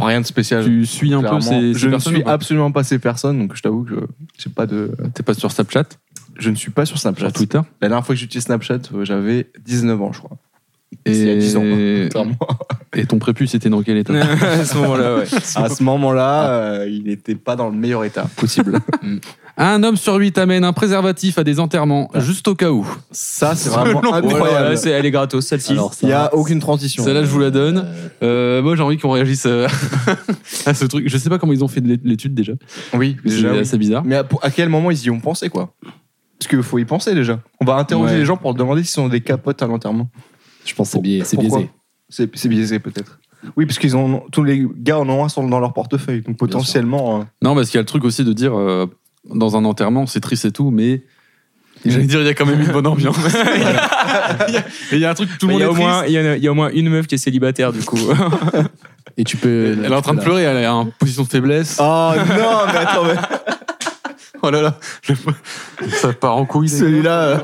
[SPEAKER 6] rien de spécial.
[SPEAKER 4] Tu suis un peu
[SPEAKER 6] Euh, Clairement,
[SPEAKER 4] ces, ces
[SPEAKER 6] je ne
[SPEAKER 4] personnes
[SPEAKER 6] suis
[SPEAKER 4] ou pas
[SPEAKER 6] absolument pas ces personnes, donc je t'avoue que j'ai pas de.
[SPEAKER 4] T'es pas sur Snapchat,
[SPEAKER 6] Je ne suis pas sur
[SPEAKER 4] sur
[SPEAKER 6] Snapchat.
[SPEAKER 4] Twitter
[SPEAKER 6] La dernière fois que j'utilisais Snapchat, euh, j'avais 19 ans, je crois. C'est il y a 10 ans, hein,
[SPEAKER 4] *laughs* et...
[SPEAKER 6] Clairement.
[SPEAKER 4] et ton prépuce était dans quel état
[SPEAKER 7] à ce moment-là, ouais.
[SPEAKER 6] À ce
[SPEAKER 4] Ah.
[SPEAKER 6] moment-là, euh, il n'était pas dans le meilleur état possible.
[SPEAKER 4] Un homme sur huit amène un préservatif à des enterrements, juste au cas où.
[SPEAKER 6] Ça, c'est
[SPEAKER 4] *laughs*
[SPEAKER 6] vraiment
[SPEAKER 4] Oh,
[SPEAKER 6] incroyable.
[SPEAKER 7] Voilà, c'est- elle est gratos, celle-ci.
[SPEAKER 5] alors ça,
[SPEAKER 6] il n'y a aucune transition.
[SPEAKER 4] Celle-là, je vous la *laughs* donne.
[SPEAKER 5] euh,
[SPEAKER 4] Euh, moi, j'ai envie qu'on réagisse *laughs* euh, à ce truc. Je sais pas comment ils ont fait de l'é- l'étude déjà.
[SPEAKER 6] Oui,
[SPEAKER 4] C'est
[SPEAKER 6] déjà. oui.
[SPEAKER 4] assez bizarre.
[SPEAKER 6] Mais à, pour- à quel moment ils y ont pensé, quoi Parce qu'il faut y penser déjà. On va interroger
[SPEAKER 4] Ouais.
[SPEAKER 6] les gens pour leur demander s'ils ont des capotes à l'enterrement.
[SPEAKER 5] je pense que c'est biais- c'est
[SPEAKER 6] Pourquoi
[SPEAKER 5] biaisé.
[SPEAKER 6] C'est c'est biaisé, peut-être. Oui, parce qu'ils ont tous les gars en ont un sur- dans leur portefeuille, donc potentiellement. euh,
[SPEAKER 4] Non, parce qu'il y a le truc aussi de dire euh, dans un enterrement, c'est triste et tout, mais. J'allais dire, *laughs* il y a quand même une bonne ambiance. Et Il y a un truc, tout le
[SPEAKER 7] Mais il
[SPEAKER 4] monde
[SPEAKER 7] y
[SPEAKER 4] est
[SPEAKER 7] a au
[SPEAKER 4] triste.
[SPEAKER 7] moins- Il y en a- il y a au moins une meuf qui est célibataire, du coup.
[SPEAKER 5] Et tu peux.
[SPEAKER 4] *laughs* Elle est Ah. en train de
[SPEAKER 5] tu peux
[SPEAKER 4] pleurer, elle est en position de faiblesse.
[SPEAKER 6] Oh non, mais attends, mais
[SPEAKER 4] Oh là là, je- ça part en couille. les gars. *laughs*
[SPEAKER 6] celui-là. euh,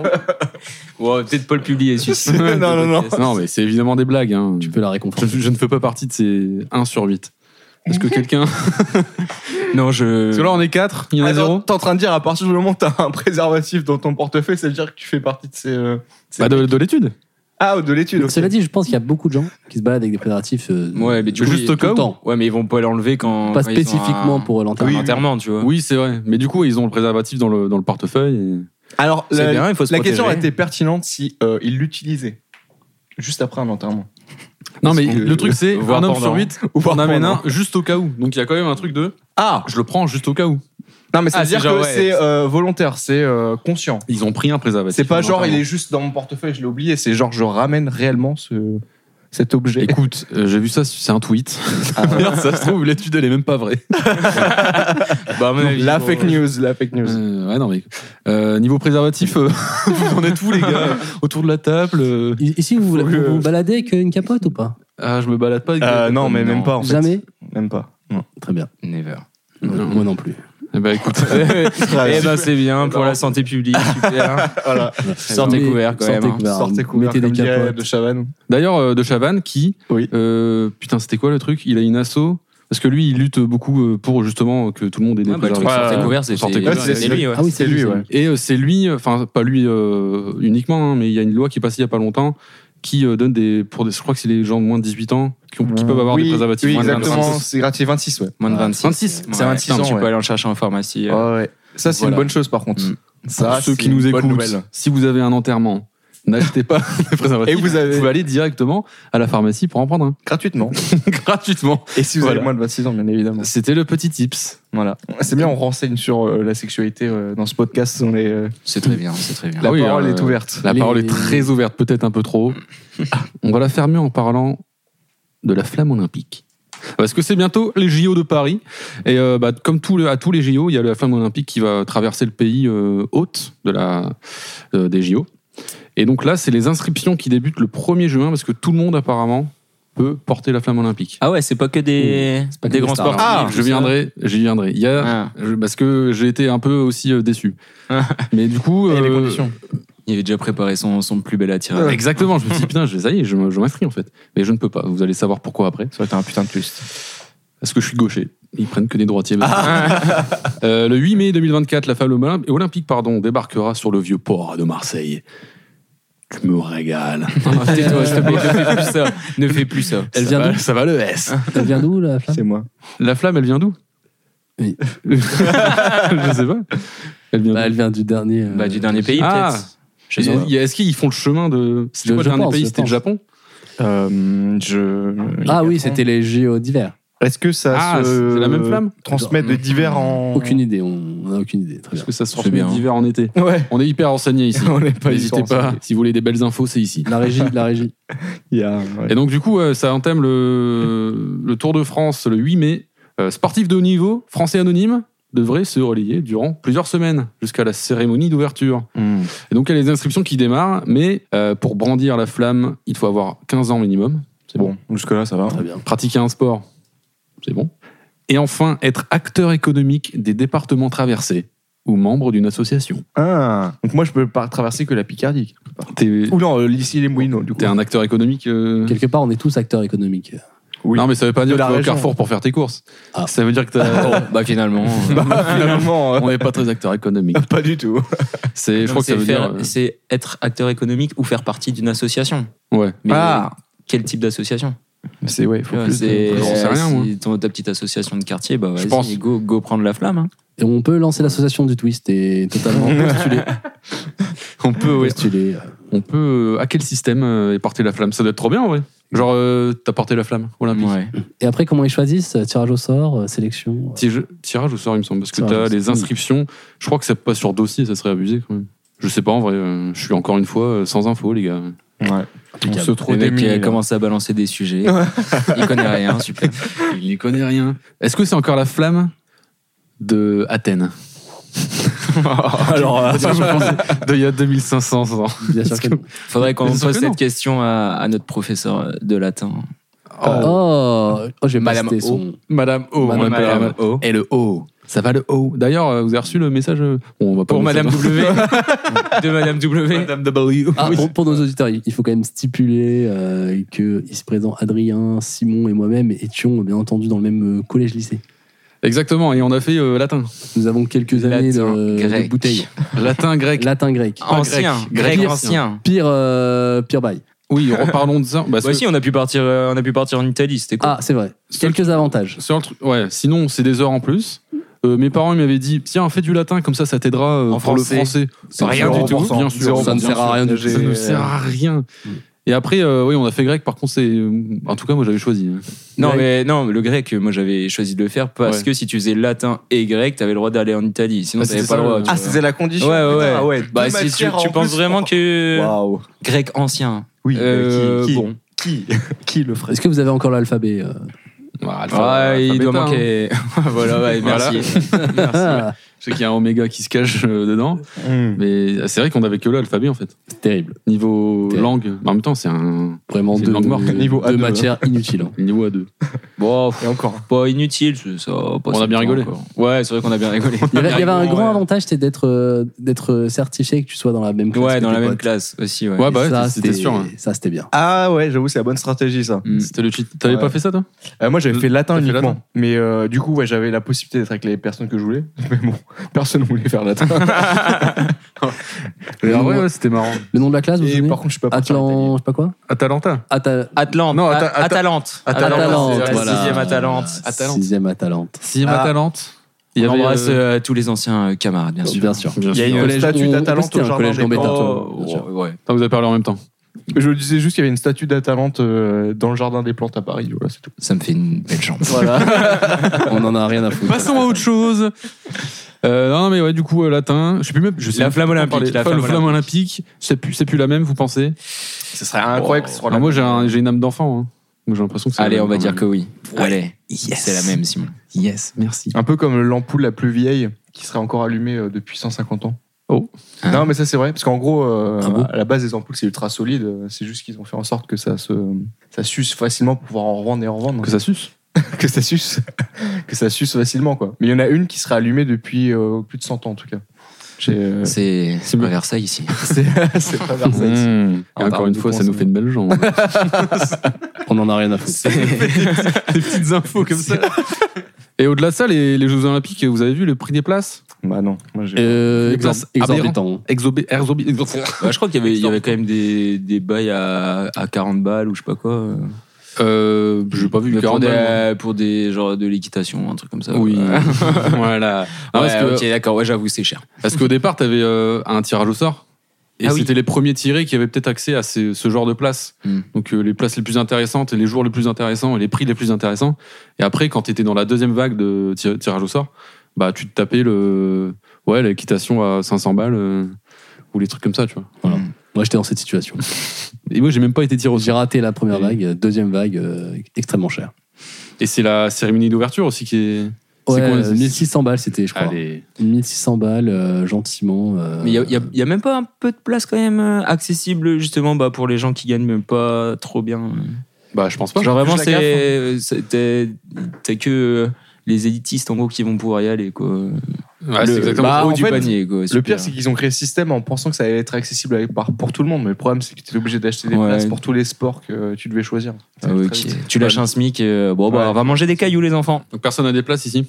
[SPEAKER 7] Ouais, peut-être pas le publier, celui-ci.
[SPEAKER 6] Non, non, non.
[SPEAKER 4] Non, mais c'est évidemment des blagues. hein.
[SPEAKER 5] la- Tu peux la
[SPEAKER 4] Je,
[SPEAKER 5] réconforter.
[SPEAKER 4] je ne fais pas partie de ces 1 sur 8. Est-ce
[SPEAKER 6] *laughs*
[SPEAKER 4] que quelqu'un.
[SPEAKER 7] *laughs* Non, je.
[SPEAKER 4] Parce que là, on est 4, il y en a
[SPEAKER 6] attends,
[SPEAKER 4] 0.
[SPEAKER 6] T'es en train de dire à partir du moment où t'as un préservatif dans ton portefeuille, ça veut dire que tu fais partie de ces. euh, ces-
[SPEAKER 4] Bah, de, de l'étude.
[SPEAKER 6] Ah, de l'étude. ok.
[SPEAKER 5] Cela dit, je pense qu'il y a beaucoup de gens qui se baladent avec des préservatifs. euh,
[SPEAKER 7] Ouais, mais du coup,
[SPEAKER 4] Juste
[SPEAKER 7] ils-
[SPEAKER 4] au
[SPEAKER 7] tout
[SPEAKER 4] cas
[SPEAKER 7] le
[SPEAKER 4] où.
[SPEAKER 7] temps. Ouais, mais ils vont pas l'enlever quand.
[SPEAKER 5] Pas
[SPEAKER 7] quand ils ont
[SPEAKER 5] spécifiquement
[SPEAKER 7] un-
[SPEAKER 5] pour
[SPEAKER 7] un
[SPEAKER 5] l'enterrement.
[SPEAKER 7] enterrement, tu vois.
[SPEAKER 4] Oui, c'est vrai. Mais du coup, ils ont le préservatif dans le, dans le portefeuille. et-
[SPEAKER 6] Alors,
[SPEAKER 7] C'est
[SPEAKER 6] la,
[SPEAKER 7] bien, il faut se
[SPEAKER 6] la question
[SPEAKER 7] protéger.
[SPEAKER 6] était pertinente si euh, ils l'utilisaient juste après un enterrement.
[SPEAKER 4] Non, mais
[SPEAKER 6] Parce que-
[SPEAKER 4] le truc,
[SPEAKER 6] *laughs*
[SPEAKER 4] c'est
[SPEAKER 7] Voire
[SPEAKER 4] un homme
[SPEAKER 7] pendant.
[SPEAKER 4] sur 8,
[SPEAKER 6] Ou
[SPEAKER 4] on amène
[SPEAKER 6] pendant.
[SPEAKER 4] un juste au cas où. Donc, il y a quand même un truc de.
[SPEAKER 6] Ah
[SPEAKER 4] Je le prends juste au cas où.
[SPEAKER 6] Non, mais ça
[SPEAKER 7] Ah,
[SPEAKER 6] veut
[SPEAKER 7] c'est
[SPEAKER 6] dire
[SPEAKER 7] genre,
[SPEAKER 6] que
[SPEAKER 7] ouais.
[SPEAKER 6] c'est euh, volontaire, c'est euh, conscient.
[SPEAKER 4] Ils ont pris un préservatif.
[SPEAKER 6] C'est pas genre il
[SPEAKER 4] volontairement.
[SPEAKER 6] est juste dans mon portefeuille, je l'ai oublié, c'est genre je ramène réellement ce, cet objet.
[SPEAKER 4] Écoute, euh, j'ai vu ça, c'est un tweet.
[SPEAKER 6] Ah.
[SPEAKER 4] *laughs* Merde, ça se trouve, l'étude, elle est même pas vraie.
[SPEAKER 7] Bah,
[SPEAKER 6] *laughs*
[SPEAKER 7] à mon avis,
[SPEAKER 6] la
[SPEAKER 7] bon,
[SPEAKER 6] fake
[SPEAKER 7] ouais.
[SPEAKER 6] news, la
[SPEAKER 4] *laughs*
[SPEAKER 6] fake news.
[SPEAKER 4] Euh, ouais, non, mais. euh, niveau préservatif, euh, *laughs* vous en êtes tous, les
[SPEAKER 6] *laughs*
[SPEAKER 4] gars, autour de la table. euh,
[SPEAKER 5] Et et si vous vous,
[SPEAKER 6] que-
[SPEAKER 5] vous baladez avec une capote ou pas
[SPEAKER 4] Ah, je me balade pas. avec
[SPEAKER 6] Euh,
[SPEAKER 4] des-
[SPEAKER 6] non, mais même pas en fait.
[SPEAKER 5] Jamais
[SPEAKER 6] Même *laughs* pas. Non.
[SPEAKER 5] Très bien.
[SPEAKER 7] Never.
[SPEAKER 5] Non,
[SPEAKER 4] Non.
[SPEAKER 5] Moi non plus.
[SPEAKER 4] Eh ben, écoute.
[SPEAKER 7] *laughs* Eh ben, c'est
[SPEAKER 4] *laughs*
[SPEAKER 7] bien pour la santé publique, super. Sortez
[SPEAKER 5] Mais-
[SPEAKER 7] couverts, quand
[SPEAKER 5] sortez
[SPEAKER 7] même, hein.
[SPEAKER 5] couverts.
[SPEAKER 6] Sortez couvert,
[SPEAKER 5] Bah, Mettez
[SPEAKER 6] comme
[SPEAKER 5] des
[SPEAKER 6] dirait
[SPEAKER 5] capotes.
[SPEAKER 6] de Chavannes.
[SPEAKER 4] D'ailleurs, euh, De Chavannes, qui.
[SPEAKER 6] Oui.
[SPEAKER 4] euh, putain, c'était quoi le truc Il a une asso. Parce que lui, il lutte beaucoup euh, pour justement que tout le monde ait des
[SPEAKER 7] Ouais, bah, le truc
[SPEAKER 4] préservatifs.
[SPEAKER 7] sortez
[SPEAKER 6] ouais.
[SPEAKER 7] couverts, c'est
[SPEAKER 4] Sortez
[SPEAKER 7] c'est-
[SPEAKER 4] couverts,
[SPEAKER 7] c'est
[SPEAKER 6] c'est-
[SPEAKER 7] lui, ouais.
[SPEAKER 5] Ah oui,
[SPEAKER 6] C'est lui, ouais.
[SPEAKER 4] Et euh, c'est lui, euh, enfin pas lui euh, uniquement, hein, mais il y a une loi qui est passée il y a pas longtemps qui euh, donne des pour des, je crois que c'est les gens de moins de 18 ans qui, ont-
[SPEAKER 7] Mmh.
[SPEAKER 4] qui peuvent avoir
[SPEAKER 6] oui,
[SPEAKER 4] des préservatifs.
[SPEAKER 6] Oui,
[SPEAKER 4] moins de
[SPEAKER 6] exactement,
[SPEAKER 4] 26.
[SPEAKER 6] c'est gratuit 26, ouais.
[SPEAKER 7] Moins de
[SPEAKER 5] Ah,
[SPEAKER 7] 26.
[SPEAKER 4] 26,
[SPEAKER 7] Ouais,
[SPEAKER 6] c'est 26
[SPEAKER 7] putain,
[SPEAKER 6] ans,
[SPEAKER 7] Tu
[SPEAKER 6] ouais.
[SPEAKER 7] peux aller en chercher en pharmacie. euh.
[SPEAKER 6] Ouais, ouais. Ça, c'est
[SPEAKER 7] Voilà.
[SPEAKER 6] une bonne chose par contre.
[SPEAKER 7] Mm.
[SPEAKER 6] Ça,
[SPEAKER 4] Pour ceux
[SPEAKER 6] c'est
[SPEAKER 4] qui nous
[SPEAKER 6] une bonne
[SPEAKER 4] écoutent,
[SPEAKER 6] nouvelle.
[SPEAKER 4] si vous avez un
[SPEAKER 6] *laughs*
[SPEAKER 4] enterrement, n'achetez *laughs* pas des préservatifs.
[SPEAKER 6] Et vous avez-
[SPEAKER 4] pouvez aller directement à la pharmacie pour en prendre
[SPEAKER 6] *laughs*
[SPEAKER 4] un
[SPEAKER 6] Gratuitement.
[SPEAKER 4] gratuitement.
[SPEAKER 6] Et si vous
[SPEAKER 4] Voilà.
[SPEAKER 6] avez moins de 26 ans, bien évidemment.
[SPEAKER 4] C'était le petit tips.
[SPEAKER 6] Voilà. C'est bien, on renseigne sur euh, la sexualité euh, dans ce podcast. On est, euh,
[SPEAKER 7] C'est très bien, c'est très bien.
[SPEAKER 6] la
[SPEAKER 4] oui,
[SPEAKER 6] parole
[SPEAKER 4] euh,
[SPEAKER 6] est ouverte.
[SPEAKER 4] La
[SPEAKER 5] Les-
[SPEAKER 4] parole est très ouverte, peut-être un peu
[SPEAKER 5] *laughs*
[SPEAKER 4] trop. Ah, On va la fermer en parlant de la flamme olympique. Parce que c'est bientôt les JO de Paris. Et euh, bah, comme tout le- à tous les JO, il y a la flamme olympique qui va traverser le pays euh, hôte de la, euh, des JO. Et donc là, c'est les inscriptions qui débutent le 1er juin parce que tout le monde apparemment peut porter la flamme olympique.
[SPEAKER 7] Ah ouais, c'est pas que des,
[SPEAKER 5] pas que
[SPEAKER 7] des
[SPEAKER 5] des
[SPEAKER 7] grands
[SPEAKER 5] stars.
[SPEAKER 7] sportifs.
[SPEAKER 6] Ah,
[SPEAKER 7] tout
[SPEAKER 4] hein. je
[SPEAKER 7] ça.
[SPEAKER 4] viendrai, j'y viendrai. Il y a-
[SPEAKER 7] Ah.
[SPEAKER 4] je- parce que j'ai été un peu aussi euh, déçu.
[SPEAKER 7] Ah.
[SPEAKER 4] Mais du coup,
[SPEAKER 6] Et les
[SPEAKER 4] euh,
[SPEAKER 6] conditions.
[SPEAKER 7] Il avait déjà préparé son, son plus bel attirage.
[SPEAKER 4] Exactement, je me suis dit, putain, je- ça y est, je, m- je m'inscris en fait. Mais je ne peux pas, vous allez savoir pourquoi après.
[SPEAKER 6] Ça aurait été un putain de twist.
[SPEAKER 4] Parce que je suis gaucher. Ils prennent que des droitiers.
[SPEAKER 7] Ah.
[SPEAKER 4] *laughs* Euh, le 8 mai 2024, la femme olymp- olympique pardon, débarquera sur le vieux port de Marseille. Tu me régales.
[SPEAKER 7] *laughs* Ah, Tais-toi, s'il te plaît, ne fais plus ça. Ne fais plus ça.
[SPEAKER 5] Elle
[SPEAKER 4] ça,
[SPEAKER 5] vient
[SPEAKER 4] va,
[SPEAKER 5] d'où
[SPEAKER 4] ça va le S.
[SPEAKER 5] *laughs* Elle vient d'où la flamme
[SPEAKER 6] C'est moi.
[SPEAKER 4] La flamme, elle vient d'où *laughs*
[SPEAKER 5] Oui.
[SPEAKER 4] Je sais pas. Elle vient
[SPEAKER 5] Bah, Elle
[SPEAKER 4] d'où
[SPEAKER 5] vient du dernier. euh,
[SPEAKER 7] Bah, du dernier pays,
[SPEAKER 4] Ah.
[SPEAKER 7] peut-être. Je
[SPEAKER 4] Il
[SPEAKER 7] sais
[SPEAKER 4] y a-
[SPEAKER 7] pas.
[SPEAKER 4] il y a- Est-ce qu'ils font le chemin de. C'était
[SPEAKER 5] Je-
[SPEAKER 4] quoi le
[SPEAKER 5] je
[SPEAKER 4] dernier
[SPEAKER 5] pense,
[SPEAKER 4] pays
[SPEAKER 5] je
[SPEAKER 4] C'était le
[SPEAKER 5] pense.
[SPEAKER 4] Japon
[SPEAKER 6] Euh, je...
[SPEAKER 5] Ah oui, c'était les JO d'hiver.
[SPEAKER 6] Est-ce que ça
[SPEAKER 4] Ah,
[SPEAKER 6] se
[SPEAKER 4] c'est la même flamme
[SPEAKER 6] transmet de divers en
[SPEAKER 5] Aucune idée, on n'a aucune idée. Très
[SPEAKER 4] Parce
[SPEAKER 5] bien.
[SPEAKER 4] que ça se
[SPEAKER 7] C'est
[SPEAKER 4] transmet
[SPEAKER 7] bien.
[SPEAKER 4] d'hiver en été.
[SPEAKER 6] *laughs* Ouais.
[SPEAKER 4] On est hyper renseigné ici.
[SPEAKER 6] *laughs* On n'est pas
[SPEAKER 4] N'hésitez pas. Si vous voulez des belles infos, c'est ici.
[SPEAKER 5] La régie, la régie.
[SPEAKER 6] Il y a. ouais.
[SPEAKER 4] Et donc, du coup, euh, ça entame le, le Tour de France le 8 mai. Euh, sportif de haut niveau, français anonyme, devraient se relayer durant plusieurs semaines, jusqu'à la cérémonie d'ouverture.
[SPEAKER 6] Hmm,
[SPEAKER 4] Et donc, il y a les inscriptions qui démarrent, mais euh, pour brandir la flamme, il faut avoir 15 ans minimum.
[SPEAKER 6] C'est bon, jusque-là, ça va.
[SPEAKER 5] Très bien.
[SPEAKER 4] Pratiquer un sport, c'est bon. Et enfin, être acteur économique des départements traversés ou membre d'une association.
[SPEAKER 6] Ah, donc moi, je peux pas traverser que la Picardie. quelque part.
[SPEAKER 4] T'es
[SPEAKER 6] Ou non, euh, ici les Moulineaux, du coup.
[SPEAKER 4] t'es un acteur économique. euh,
[SPEAKER 5] Quelque part, on est tous acteurs économiques.
[SPEAKER 6] Oui.
[SPEAKER 4] Non, mais ça veut pas dire que tu
[SPEAKER 6] la
[SPEAKER 4] vas au
[SPEAKER 6] région.
[SPEAKER 4] Carrefour pour faire tes courses.
[SPEAKER 5] Ah.
[SPEAKER 4] Ça veut dire que t'as.
[SPEAKER 7] bah
[SPEAKER 4] *laughs*
[SPEAKER 7] finalement.
[SPEAKER 6] Bah, finalement, euh,
[SPEAKER 4] on n'est pas très acteur économique.
[SPEAKER 6] *laughs* pas du tout.
[SPEAKER 4] C'est, je crois que ça
[SPEAKER 7] c'est
[SPEAKER 4] veut
[SPEAKER 7] faire-
[SPEAKER 4] dire. euh,
[SPEAKER 7] c'est être acteur économique ou faire partie d'une association.
[SPEAKER 4] Ouais.
[SPEAKER 7] Mais
[SPEAKER 6] Ah.
[SPEAKER 7] quel type d'association
[SPEAKER 6] C'est ouais, il
[SPEAKER 7] Tu
[SPEAKER 6] faut
[SPEAKER 7] vois,
[SPEAKER 6] plus.
[SPEAKER 7] c'est-
[SPEAKER 4] de- j'en sais rien,
[SPEAKER 7] si
[SPEAKER 4] moi.
[SPEAKER 7] ton- ta petite association de quartier, bah
[SPEAKER 4] Je
[SPEAKER 7] vas-y,
[SPEAKER 4] pense.
[SPEAKER 7] go, go prendre la flamme. hein.
[SPEAKER 5] Et on peut lancer l'association du twist et
[SPEAKER 6] *laughs*
[SPEAKER 5] totalement postuler.
[SPEAKER 4] euh, On peut, ouais.
[SPEAKER 5] postuler.
[SPEAKER 4] On peut euh, hacker le système euh, et porter la flamme. Ça doit être trop bien, en vrai. Genre, euh, t'as porté la flamme olympique.
[SPEAKER 5] Et après, comment ils choisissent Tirage au sort,
[SPEAKER 4] *laughs*
[SPEAKER 5] euh, sélection
[SPEAKER 4] Ti- tirage au sort, il me semble, parce que
[SPEAKER 5] Tirage au
[SPEAKER 4] t'as
[SPEAKER 5] sort.
[SPEAKER 4] les inscriptions. Je crois que ça passe sur dossier, ça serait abusé quand même. Je sais pas, en vrai. euh, je suis encore une fois euh, sans info, les gars.
[SPEAKER 6] Ouais. On se
[SPEAKER 7] Le
[SPEAKER 6] trouve
[SPEAKER 7] mec
[SPEAKER 6] démunis,
[SPEAKER 7] qui a
[SPEAKER 6] là.
[SPEAKER 7] commencé euh, à balancer des sujets. il connaît rien, super.
[SPEAKER 4] Il n'y connaît rien. Est-ce que c'est encore la flamme de Athènes
[SPEAKER 6] *laughs*
[SPEAKER 4] Alors, euh, je pense d'il y a 2500 ans.
[SPEAKER 5] Bien sûr que non.
[SPEAKER 7] Faudrait qu'on
[SPEAKER 4] Mais c'est
[SPEAKER 7] pose
[SPEAKER 4] sûr que non.
[SPEAKER 7] cette question à, à notre professeur de latin.
[SPEAKER 5] Oh, oh, j'ai pas
[SPEAKER 7] Madame
[SPEAKER 5] cité
[SPEAKER 7] O.
[SPEAKER 5] son.
[SPEAKER 4] Madame O, on
[SPEAKER 5] Madame
[SPEAKER 4] l'appelle.
[SPEAKER 7] O.
[SPEAKER 4] Et le O. Ça va le O. D'ailleurs, euh, vous avez reçu le message euh, bon, on va pas
[SPEAKER 7] Pour
[SPEAKER 4] le mettre
[SPEAKER 7] Madame
[SPEAKER 4] dans-
[SPEAKER 7] W.
[SPEAKER 4] *laughs*
[SPEAKER 7] de Madame W. Madame W.
[SPEAKER 5] Ah,
[SPEAKER 4] oh,
[SPEAKER 5] pour, pour nos auditeurs, il il faut quand même stipuler euh, que il se présente Adrien, Simon et moi-même et étions bien entendu dans le même euh, collège-lycée.
[SPEAKER 4] Exactement, et on a fait euh, latin.
[SPEAKER 5] Nous avons quelques années
[SPEAKER 7] Latin,
[SPEAKER 5] de, de
[SPEAKER 7] grec.
[SPEAKER 5] bouteilles.
[SPEAKER 4] Latin, grec.
[SPEAKER 5] Latin-grec.
[SPEAKER 7] Ancien.
[SPEAKER 4] grec.
[SPEAKER 7] Grec,
[SPEAKER 4] Grec
[SPEAKER 7] ancien.
[SPEAKER 5] Pire, euh, pire bail.
[SPEAKER 4] Oui, reparlons de ça. Bah,
[SPEAKER 7] Bah
[SPEAKER 4] c'est-
[SPEAKER 7] si, on a pu partir, euh, on a pu partir en Italie, c'était cool.
[SPEAKER 5] Ah, c'est vrai.
[SPEAKER 4] Seul-
[SPEAKER 5] Quelques avantages.
[SPEAKER 4] c'est un truc- ouais, sinon, c'est des heures en plus. Euh, mes parents ils m'avaient dit tiens fais du latin comme ça ça t'aidera euh,
[SPEAKER 7] En
[SPEAKER 4] pour le
[SPEAKER 7] français.
[SPEAKER 4] français
[SPEAKER 7] C'est
[SPEAKER 4] rien du tout, bien sûr.
[SPEAKER 5] Ça ne sert à Mm. rien du
[SPEAKER 4] ça ne sert à rien et après euh, oui on a fait grec par contre c'est en tout cas moi j'avais choisi hein.
[SPEAKER 7] Non,
[SPEAKER 5] Grec.
[SPEAKER 7] mais non, le grec, euh, moi j'avais choisi de le faire parce
[SPEAKER 4] Ouais.
[SPEAKER 7] que si tu faisais latin et grec, t'avais le droit d'aller en Italie. Sinon,
[SPEAKER 4] Ah,
[SPEAKER 7] t'avais
[SPEAKER 4] c'était
[SPEAKER 7] pas
[SPEAKER 4] ça, Ah
[SPEAKER 7] le droit.
[SPEAKER 4] le-
[SPEAKER 7] tu
[SPEAKER 6] Ah,
[SPEAKER 7] vois.
[SPEAKER 6] c'était la condition.
[SPEAKER 7] Ouais, ouais,
[SPEAKER 6] putain,
[SPEAKER 7] ouais.
[SPEAKER 6] deux
[SPEAKER 7] Bah, si tu,
[SPEAKER 6] matières
[SPEAKER 7] tu
[SPEAKER 6] en
[SPEAKER 7] penses
[SPEAKER 6] plus.
[SPEAKER 4] oh.
[SPEAKER 7] vraiment
[SPEAKER 4] Euh,
[SPEAKER 7] que.
[SPEAKER 6] Waouh.
[SPEAKER 7] Grec ancien.
[SPEAKER 6] Oui,
[SPEAKER 7] Euh,
[SPEAKER 6] euh, qui, qui,
[SPEAKER 7] bon.
[SPEAKER 4] *laughs*
[SPEAKER 6] qui, qui le ferait
[SPEAKER 5] Est-ce que vous avez encore l'alphabet euh
[SPEAKER 4] Ah, alpha- alpha,
[SPEAKER 7] Ouais, il doit
[SPEAKER 4] beta, hein.
[SPEAKER 7] manquer. voilà, *laughs*
[SPEAKER 4] *laughs*
[SPEAKER 7] ouais,
[SPEAKER 4] Voilà.
[SPEAKER 7] merci.
[SPEAKER 4] Merci, ouais.
[SPEAKER 5] Ah,
[SPEAKER 4] Je sais qu'il y a un oméga qui se cache euh, dedans,
[SPEAKER 6] Hmm.
[SPEAKER 4] mais c'est vrai qu'on avait que l'alphabet en fait.
[SPEAKER 5] C'est terrible.
[SPEAKER 4] Niveau
[SPEAKER 5] Terrible.
[SPEAKER 4] langue, mais en même temps c'est un
[SPEAKER 5] Vraiment
[SPEAKER 4] C'est
[SPEAKER 5] deux,
[SPEAKER 4] une langue morte.
[SPEAKER 6] Niveau
[SPEAKER 5] deux
[SPEAKER 6] A2,
[SPEAKER 5] matières inutiles. hein.
[SPEAKER 4] niveau A2.
[SPEAKER 7] *laughs* Bon, pff,
[SPEAKER 6] Et encore.
[SPEAKER 7] pas inutile, c'est- ça. va pas si
[SPEAKER 4] On a bien
[SPEAKER 7] longtemps
[SPEAKER 4] rigolé.
[SPEAKER 7] encore. Ouais, c'est vrai qu'on a bien rigolé.
[SPEAKER 5] Il y avait, il y avait un
[SPEAKER 6] Directement,
[SPEAKER 5] grand
[SPEAKER 6] ouais.
[SPEAKER 5] avantage, c'était d'être euh, d'être certifié et que tu sois dans la même classe.
[SPEAKER 7] ouais,
[SPEAKER 5] que
[SPEAKER 7] dans
[SPEAKER 5] tes
[SPEAKER 7] la même
[SPEAKER 5] potes.
[SPEAKER 7] classe aussi. Ouais.
[SPEAKER 4] Ouais,
[SPEAKER 5] Et
[SPEAKER 4] bah
[SPEAKER 5] ça,
[SPEAKER 4] c'était sûr. hein.
[SPEAKER 5] Ça, c'était bien.
[SPEAKER 6] Ah ouais, j'avoue, c'est la bonne stratégie ça.
[SPEAKER 7] Mm.
[SPEAKER 4] C'était le cheat. T'avais
[SPEAKER 6] Ouais.
[SPEAKER 4] pas fait ça toi
[SPEAKER 6] Euh, moi j'avais fait latin
[SPEAKER 4] Hmm. T'as fait
[SPEAKER 6] uniquement,
[SPEAKER 4] latin.
[SPEAKER 6] mais euh, du coup ouais, j'avais la possibilité d'être avec les personnes que je voulais. *laughs* Mais bon, personne ne voulait faire
[SPEAKER 4] *laughs*
[SPEAKER 6] latin.
[SPEAKER 5] Mais
[SPEAKER 4] Ah
[SPEAKER 5] non.
[SPEAKER 4] ouais, ouais, c'était marrant.
[SPEAKER 5] Le nom de la classe, vous vous
[SPEAKER 6] Et
[SPEAKER 5] souvenez
[SPEAKER 6] par contre, je suis pas parti en Italie.
[SPEAKER 5] Atlan, je sais pas quoi
[SPEAKER 4] Atalanta.
[SPEAKER 5] Atal...
[SPEAKER 7] Atlante.
[SPEAKER 4] Non,
[SPEAKER 7] A-
[SPEAKER 4] Ata- Ata-
[SPEAKER 7] Atalante.
[SPEAKER 4] Atalante,
[SPEAKER 7] Atalante,
[SPEAKER 5] Atalante,
[SPEAKER 7] c'est la
[SPEAKER 5] voilà.
[SPEAKER 7] Sixième Atalante.
[SPEAKER 4] Atalante.
[SPEAKER 5] Sixième Atalante.
[SPEAKER 4] Si
[SPEAKER 6] Ah.
[SPEAKER 4] Atalante.
[SPEAKER 7] Il
[SPEAKER 4] y avait,
[SPEAKER 7] embrasse
[SPEAKER 4] euh,
[SPEAKER 7] euh, tous les anciens euh, camarades, bien sûr.
[SPEAKER 5] Bien sûr.
[SPEAKER 4] bien
[SPEAKER 6] Il y a
[SPEAKER 4] sûr.
[SPEAKER 6] une
[SPEAKER 5] Collège-
[SPEAKER 6] statue
[SPEAKER 5] on-
[SPEAKER 6] d'Atalante
[SPEAKER 5] c'était
[SPEAKER 6] au
[SPEAKER 5] un
[SPEAKER 6] jardin
[SPEAKER 5] collège
[SPEAKER 6] des
[SPEAKER 5] Gambetta,
[SPEAKER 6] plantes.
[SPEAKER 5] toi.
[SPEAKER 7] Oh,
[SPEAKER 5] Bien sûr.
[SPEAKER 7] ouais.
[SPEAKER 4] Attends, vous avez parlé en même temps.
[SPEAKER 6] Je disais juste qu'il y avait une statue d'Atalante euh, dans le jardin des plantes à Paris. Voilà, c'est tout.
[SPEAKER 7] Ça me fait une belle chance.
[SPEAKER 5] *laughs* On en a rien à foutre.
[SPEAKER 4] Passons à autre chose. Euh, non, non, mais ouais, du coup, euh, latin. Je sais plus même. Je sais
[SPEAKER 7] La
[SPEAKER 4] même
[SPEAKER 7] flamme
[SPEAKER 4] plus
[SPEAKER 7] olympique,
[SPEAKER 4] parler.
[SPEAKER 7] la
[SPEAKER 4] Enfin, le
[SPEAKER 7] flamme
[SPEAKER 4] flamme olympique. C'est plus, c'est plus la même, vous pensez
[SPEAKER 6] Ce serait incroyable que ce soit
[SPEAKER 4] Alors, Moi, j'ai un- j'ai une âme d'enfant. hein. Moi, j'ai l'impression que c'est la
[SPEAKER 7] Allez,
[SPEAKER 4] même hein.
[SPEAKER 7] on va
[SPEAKER 4] quand
[SPEAKER 7] dire
[SPEAKER 4] même.
[SPEAKER 7] que oui. Allez, c'est la même, Simon.
[SPEAKER 4] Yes, merci.
[SPEAKER 6] un peu comme l'ampoule la plus vieille qui serait encore allumée euh, depuis 150 ans. Ah.
[SPEAKER 4] Oh.
[SPEAKER 7] Hein
[SPEAKER 6] Non, mais ça c'est vrai, parce qu'en gros, euh,
[SPEAKER 5] Ah bon
[SPEAKER 6] à la base, les ampoules c'est ultra solide. euh, C'est juste qu'ils ont fait en sorte que ça se ça suce facilement pour pouvoir en revendre et en revendre.
[SPEAKER 4] Que ça suce.
[SPEAKER 6] *laughs* que ça suce que ça suce facilement quoi. Mais il y en a une qui serait allumée depuis euh, plus de 100 ans en tout cas. J'ai, euh,
[SPEAKER 7] C'est c'est *laughs*
[SPEAKER 4] mieux.
[SPEAKER 7] pas Versailles ici.
[SPEAKER 6] C'est c'est pas Versailles.
[SPEAKER 4] Mmh. Et
[SPEAKER 6] En
[SPEAKER 4] encore
[SPEAKER 6] termes
[SPEAKER 4] une
[SPEAKER 6] de
[SPEAKER 4] fois, ça
[SPEAKER 6] points,
[SPEAKER 4] nous fait une belle jambe.
[SPEAKER 5] On en a rien à foutre.
[SPEAKER 7] *laughs*
[SPEAKER 4] des petites infos comme ça. Et au-delà de ça, les, les Jeux Olympiques, vous avez vu le prix des places
[SPEAKER 6] Bah non, moi j'ai.
[SPEAKER 5] Euh,
[SPEAKER 4] Des classes
[SPEAKER 5] exor- Exorbitant.
[SPEAKER 4] Exobé, exobé, exobé-
[SPEAKER 7] Bah, je crois qu'il y avait, il y avait quand même des, des bails à, à 40 balles ou je sais pas quoi. euh.
[SPEAKER 4] Euh, J'ai pas vu
[SPEAKER 7] Mais pour,
[SPEAKER 4] 40
[SPEAKER 7] des,
[SPEAKER 4] balles.
[SPEAKER 7] euh, pour des genre de l'équitation, un truc comme ça. *laughs*
[SPEAKER 4] Oui,
[SPEAKER 7] Ouais, Ah,
[SPEAKER 4] voilà. Non, parce, que,
[SPEAKER 7] ok, d'accord, ouais, j'avoue, c'est cher.
[SPEAKER 4] parce qu'au départ, t'avais euh, un tirage au sort. Et
[SPEAKER 7] Ah oui.
[SPEAKER 4] c'était les premiers tirés qui avaient peut-être accès à ces- ce genre de places.
[SPEAKER 7] Hmm.
[SPEAKER 4] Donc euh, les places les plus intéressantes, et les jours les plus intéressants, et les prix les plus intéressants. Et après, quand t'étais dans la deuxième vague de tir- tirage au sort, bah tu te tapais le ouais l'équitation à 500 balles euh, ou les trucs comme ça, tu vois.
[SPEAKER 5] Moi, j'étais dans cette situation.
[SPEAKER 4] Et moi, j'ai même pas été tiré au sort.
[SPEAKER 5] J'ai raté la première
[SPEAKER 4] Et-
[SPEAKER 5] vague, euh, deuxième vague, euh, extrêmement chère.
[SPEAKER 4] Et c'est la cérémonie d'ouverture aussi qui est. C'est
[SPEAKER 5] Ouais,
[SPEAKER 4] quoi,
[SPEAKER 5] euh,
[SPEAKER 4] c'est 1000?
[SPEAKER 5] 600 balles, c'était, je crois.
[SPEAKER 4] Allez.
[SPEAKER 5] 1600 balles, euh, gentiment. euh,
[SPEAKER 7] Mais il n'y a, y a même pas un peu de place quand même euh, accessible justement bah, pour les gens qui gagnent même pas trop bien.
[SPEAKER 4] Bah, je pense pas.
[SPEAKER 7] Genre vraiment,
[SPEAKER 4] Je la gaffe,
[SPEAKER 7] c'est
[SPEAKER 4] hein.
[SPEAKER 7] c'est- t'es- t'as que euh, les élitistes en gros qui vont pouvoir y aller quoi.
[SPEAKER 4] hein. Ouais, c'est
[SPEAKER 7] le
[SPEAKER 4] exactement
[SPEAKER 7] le
[SPEAKER 4] ça.
[SPEAKER 7] haut
[SPEAKER 6] en
[SPEAKER 7] du
[SPEAKER 6] fait,
[SPEAKER 7] panier quoi.
[SPEAKER 6] Le
[SPEAKER 7] super.
[SPEAKER 6] pire, c'est qu'ils ont créé ce système en pensant que ça allait être accessible avec- par- pour tout le monde. Mais le problème, c'est que tu étais obligé d'acheter des
[SPEAKER 7] Ouais.
[SPEAKER 6] places pour tous les sports que tu devais choisir.
[SPEAKER 7] Ah ouais, ok. Tu lâches un smic, euh, bon bah
[SPEAKER 6] Ouais.
[SPEAKER 7] on va manger des cailloux les enfants.
[SPEAKER 4] Donc personne n'a des places ici.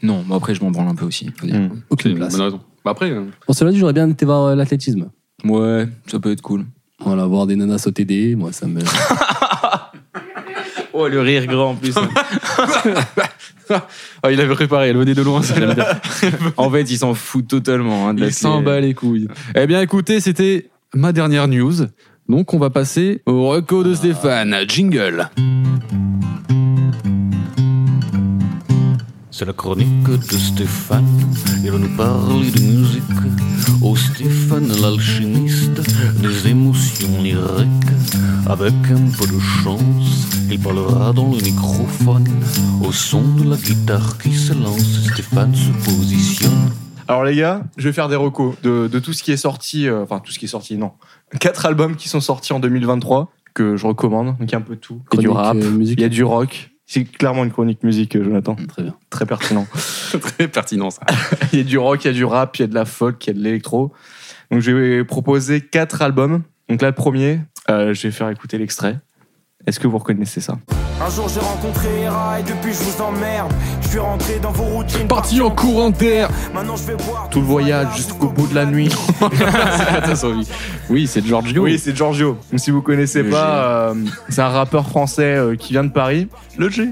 [SPEAKER 7] Non, bah après je m'en branle un peu aussi. faut dire.
[SPEAKER 6] Mm.
[SPEAKER 5] aucune
[SPEAKER 4] C'est une
[SPEAKER 5] place.
[SPEAKER 4] Bonne raison. Bah après, euh,
[SPEAKER 7] *laughs*
[SPEAKER 5] Bon, cela dit, j'aurais bien été voir euh, l'athlétisme.
[SPEAKER 7] Ouais, ça peut être cool.
[SPEAKER 5] Voilà, voir des nanas sauter des, moi, ça me.
[SPEAKER 7] Oh le rire grand en plus.
[SPEAKER 4] ah, il avait préparé. Elle venait de loin.
[SPEAKER 6] *laughs*
[SPEAKER 4] ça, j'aime bien. *laughs*
[SPEAKER 7] en fait ils s'en foutent totalement. Hein, de la
[SPEAKER 4] Il s'en
[SPEAKER 7] clé.
[SPEAKER 4] bat les couilles. Eh bien, écoutez, c'était ma dernière news. Donc, on va passer au reco
[SPEAKER 6] Ah.
[SPEAKER 4] de Stéphane. Jingle.
[SPEAKER 9] C'est la chronique de Stéphane, il va nous parler de musique. Oh Stéphane l'alchimiste, des émotions lyriques. Avec un peu de chance, il parlera dans le microphone. Au son de la guitare qui se lance, Stéphane se positionne.
[SPEAKER 6] Alors les gars, je vais faire des recos de, de tout ce qui est sorti, euh, enfin tout ce qui est sorti, non. Quatre albums qui sont sortis en 2023 que je recommande, donc il y a un peu de tout. Il y a du
[SPEAKER 5] Chronique,
[SPEAKER 6] rap,
[SPEAKER 5] euh,
[SPEAKER 6] il
[SPEAKER 5] musique.
[SPEAKER 6] y a du rock. C'est clairement une chronique musique, euh, Jonathan.
[SPEAKER 5] Très bien.
[SPEAKER 6] Très pertinent.
[SPEAKER 4] Très pertinent, ça.
[SPEAKER 6] il y a du rock, il y a du rap, il y a de la folk, il y a de l'électro. Donc je vais proposer quatre albums. Donc là, le premier, euh, je vais faire écouter l'extrait. Est-ce que vous reconnaissez ça
[SPEAKER 10] Un jour j'ai rencontré Hera et depuis je vous emmerde. Je suis rentré dans vos routines.
[SPEAKER 4] Parti en courant d'air.
[SPEAKER 10] Maintenant je vais voir
[SPEAKER 6] Tout le voyage jusqu'au bout de la nuit.
[SPEAKER 4] Oui, c'est Giorgio.
[SPEAKER 6] *laughs* Oui, c'est Giorgio. Donc, si vous connaissez
[SPEAKER 7] Le
[SPEAKER 6] pas, euh, c'est un rappeur français euh, qui vient de Paris. Le G.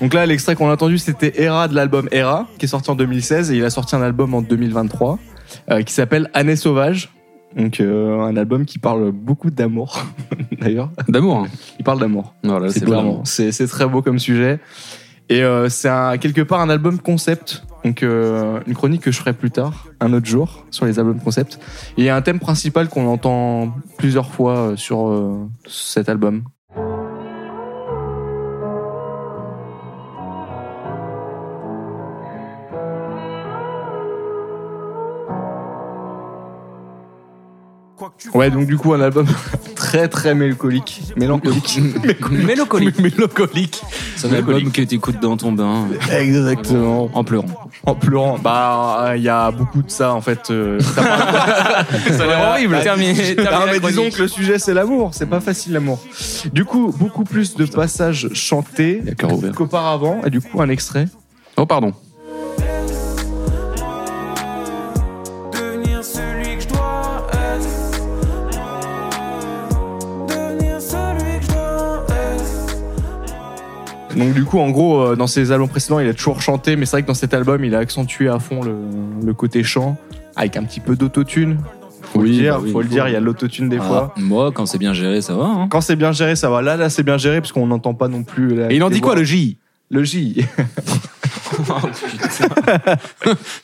[SPEAKER 6] Donc là, l'extrait qu'on a entendu, c'était Era de l'album Era, qui est sorti en 2016 et il a sorti un album en 2023 euh, qui s'appelle Année sauvage. Donc euh, un album qui parle beaucoup d'amour. *laughs* D'ailleurs,
[SPEAKER 4] D'amour. hein.
[SPEAKER 6] il parle d'amour.
[SPEAKER 4] Voilà,
[SPEAKER 6] C'est
[SPEAKER 4] c'est
[SPEAKER 6] beau,
[SPEAKER 4] vraiment.
[SPEAKER 6] vraiment- C'est c'est très beau comme sujet. Et euh, c'est un- quelque part un album concept. Donc euh, une chronique que je ferai plus tard, un autre jour, sur les albums concept. Et il y a un thème principal qu'on entend plusieurs fois euh, sur euh, cet album. Ouais, donc du coup un album *laughs* très très mélancolique, mélancolique,
[SPEAKER 7] *laughs* Mélancolique.
[SPEAKER 6] mélancolique.
[SPEAKER 7] C'est un album que t'écoutes dans ton bain
[SPEAKER 6] *laughs* Exactement.
[SPEAKER 7] en pleurant.
[SPEAKER 6] En pleurant. Bah, il y a beaucoup de ça en fait. euh, ça
[SPEAKER 7] Ça a l'air horrible. Terminé. terminé la
[SPEAKER 6] Ah, mais
[SPEAKER 7] chronique.
[SPEAKER 6] disons que le sujet c'est l'amour, c'est pas facile l'amour. Du coup, beaucoup plus de passages chantés
[SPEAKER 4] Il y a cœur ouvert.
[SPEAKER 6] qu'auparavant. Et du coup, un extrait.
[SPEAKER 4] Oh, pardon.
[SPEAKER 10] Devenir celui que je dois être. Devenir celui que je dois être.
[SPEAKER 6] Donc du coup, en gros, euh, dans ses albums précédents, il a toujours chanté, mais c'est vrai que dans cet album, il a accentué à fond le, le côté chant, avec un petit peu d'autotune. Faut le
[SPEAKER 4] Oui,
[SPEAKER 6] dire,
[SPEAKER 4] bah oui,
[SPEAKER 6] faut le
[SPEAKER 4] faut.
[SPEAKER 6] dire, il y a de l'autotune des
[SPEAKER 7] Ah,
[SPEAKER 6] fois.
[SPEAKER 7] Moi, quand c'est bien géré, ça va. hein.
[SPEAKER 6] Quand c'est bien géré, ça va. Là, là, c'est bien géré parce qu'on n'entend pas non plus. la-
[SPEAKER 4] Et il en
[SPEAKER 6] les
[SPEAKER 4] dit quoi,
[SPEAKER 6] voix.
[SPEAKER 4] le J
[SPEAKER 6] le J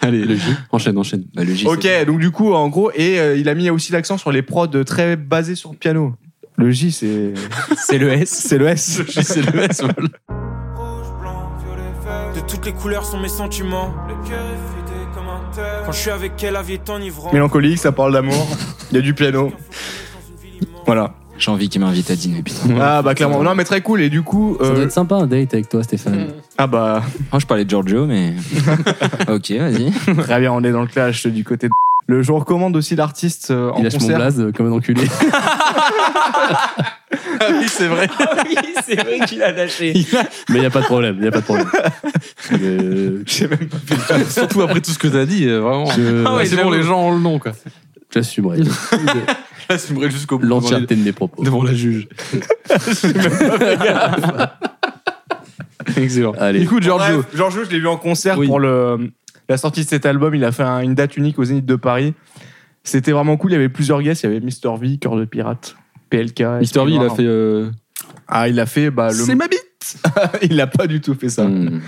[SPEAKER 4] Allez, le
[SPEAKER 11] *laughs*
[SPEAKER 4] J. Enchaîne, enchaîne.
[SPEAKER 7] Bah, le J,
[SPEAKER 6] Ok, donc du coup, en gros, et euh, il a mis aussi l'accent sur les prods très basés sur le piano. Le J, c'est
[SPEAKER 7] c'est- c'est le S.
[SPEAKER 6] c'est le S. c'est le S.
[SPEAKER 10] Rouge, blanc, violet, vert. De toutes les couleurs sont mes sentiments. Le cœur est fidé comme un terre. Quand je suis avec elle, la vie est enivrante.
[SPEAKER 6] Mélancolique, ça parle d'amour. Il y a du piano. Voilà.
[SPEAKER 7] J'ai envie qu'il m'invite à dîner,
[SPEAKER 11] *laughs*
[SPEAKER 7] putain.
[SPEAKER 6] Ah bah clairement. Non mais très cool. Et du coup,
[SPEAKER 5] Ça doit
[SPEAKER 6] euh,
[SPEAKER 5] être sympa un date avec toi,
[SPEAKER 4] Mm.
[SPEAKER 5] Stéphane.
[SPEAKER 6] ah bah *laughs*
[SPEAKER 7] Oh, je parlais de Giorgio,
[SPEAKER 11] *laughs*
[SPEAKER 7] mais. ok, vas-y.
[SPEAKER 6] très bien, on est dans le clash du côté. De... Le je vous recommande aussi l'artiste euh, en
[SPEAKER 5] Il lâche mon
[SPEAKER 6] concert.
[SPEAKER 5] blaze euh, comme un
[SPEAKER 4] *laughs*
[SPEAKER 6] *laughs*
[SPEAKER 5] enculé.
[SPEAKER 6] oui, c'est vrai.
[SPEAKER 7] oui, c'est vrai qu'il a lâché.
[SPEAKER 5] Mais il n'y a pas de problème, il n'y a pas de *laughs* problème. Euh,
[SPEAKER 6] J'ai même pas-
[SPEAKER 4] Surtout après tout ce que t'as dit, euh, vraiment. *laughs*
[SPEAKER 5] je-
[SPEAKER 4] Ouais, c'est bon, les gens ont le nom, quoi.
[SPEAKER 5] J'assumerai
[SPEAKER 4] *laughs* J'assumerai jusqu'au bout. devant
[SPEAKER 5] l'entièreté de mes propos.
[SPEAKER 4] les- Devant la
[SPEAKER 5] *laughs*
[SPEAKER 4] juge. Excellent.
[SPEAKER 5] Allez.
[SPEAKER 6] Du coup, Giorgio,
[SPEAKER 4] Bref,
[SPEAKER 6] Giorgio, je l'ai vu en concert
[SPEAKER 4] Oui.
[SPEAKER 6] pour le, la sortie de cet album. Il a fait un- une date unique au Zénith de Paris. C'était vraiment cool. Il y avait plusieurs guests. Il y avait Mr V, Cœur de Pirate, PLK.
[SPEAKER 4] Mister V, il a
[SPEAKER 6] Noir.
[SPEAKER 4] fait. euh,
[SPEAKER 6] Ah, il a fait. Bah, le...
[SPEAKER 4] ma bite
[SPEAKER 6] *laughs* il a pas du tout fait ça.
[SPEAKER 4] Hmm.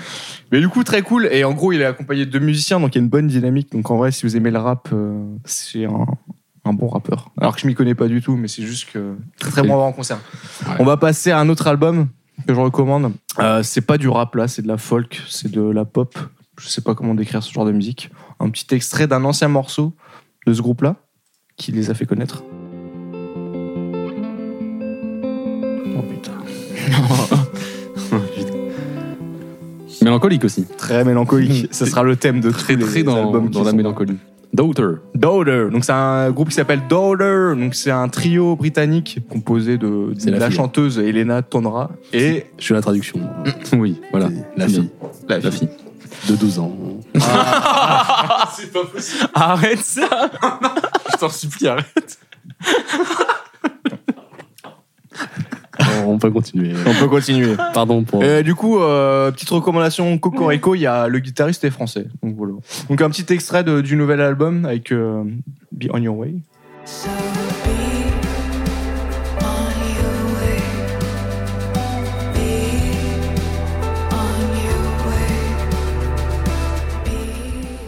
[SPEAKER 6] Mais du coup, très cool. Et en gros, il est accompagné de deux musiciens, donc il y a une bonne dynamique. Donc en vrai, si vous aimez le rap, euh, c'est un, un bon rappeur. Alors que je m'y connais pas du tout, mais c'est juste que très très bon à voir en concert.
[SPEAKER 4] Ouais.
[SPEAKER 6] On va passer à un autre album que je recommande. Euh, c'est pas du rap là, c'est de la folk, c'est de la pop. Je sais pas comment décrire ce genre de musique. Un petit extrait d'un ancien morceau de ce groupe là qui les a fait connaître. Oh putain.
[SPEAKER 4] *laughs* Mélancolique aussi. Hmm.
[SPEAKER 6] très mélancolique. Ce sera le thème de
[SPEAKER 4] Très,
[SPEAKER 6] tous
[SPEAKER 4] très
[SPEAKER 6] les
[SPEAKER 4] dans,
[SPEAKER 6] albums qui
[SPEAKER 4] dans la
[SPEAKER 6] sont-
[SPEAKER 4] mélancolie. Daughter.
[SPEAKER 6] Daughter. Donc c'est un groupe qui s'appelle Daughter. Donc c'est un trio britannique composé de,
[SPEAKER 5] C'est
[SPEAKER 6] de
[SPEAKER 5] la
[SPEAKER 6] la
[SPEAKER 5] fille.
[SPEAKER 6] chanteuse Elena Tonra et
[SPEAKER 5] Je fais la traduction.
[SPEAKER 4] Oui, voilà.
[SPEAKER 5] La
[SPEAKER 4] Bien.
[SPEAKER 5] fille
[SPEAKER 4] La fille.
[SPEAKER 5] de 12 ans.
[SPEAKER 4] Ah. *laughs*
[SPEAKER 7] Arrête ça Je t'en supplie, arrête.
[SPEAKER 5] On peut continuer.
[SPEAKER 6] on peut continuer.
[SPEAKER 5] Pardon pour.
[SPEAKER 6] Euh, du coup, euh, petite recommandation Cocorico, il y a le guitariste est français. Donc voilà. Donc un petit extrait de- du nouvel album avec euh, Be On Your Way.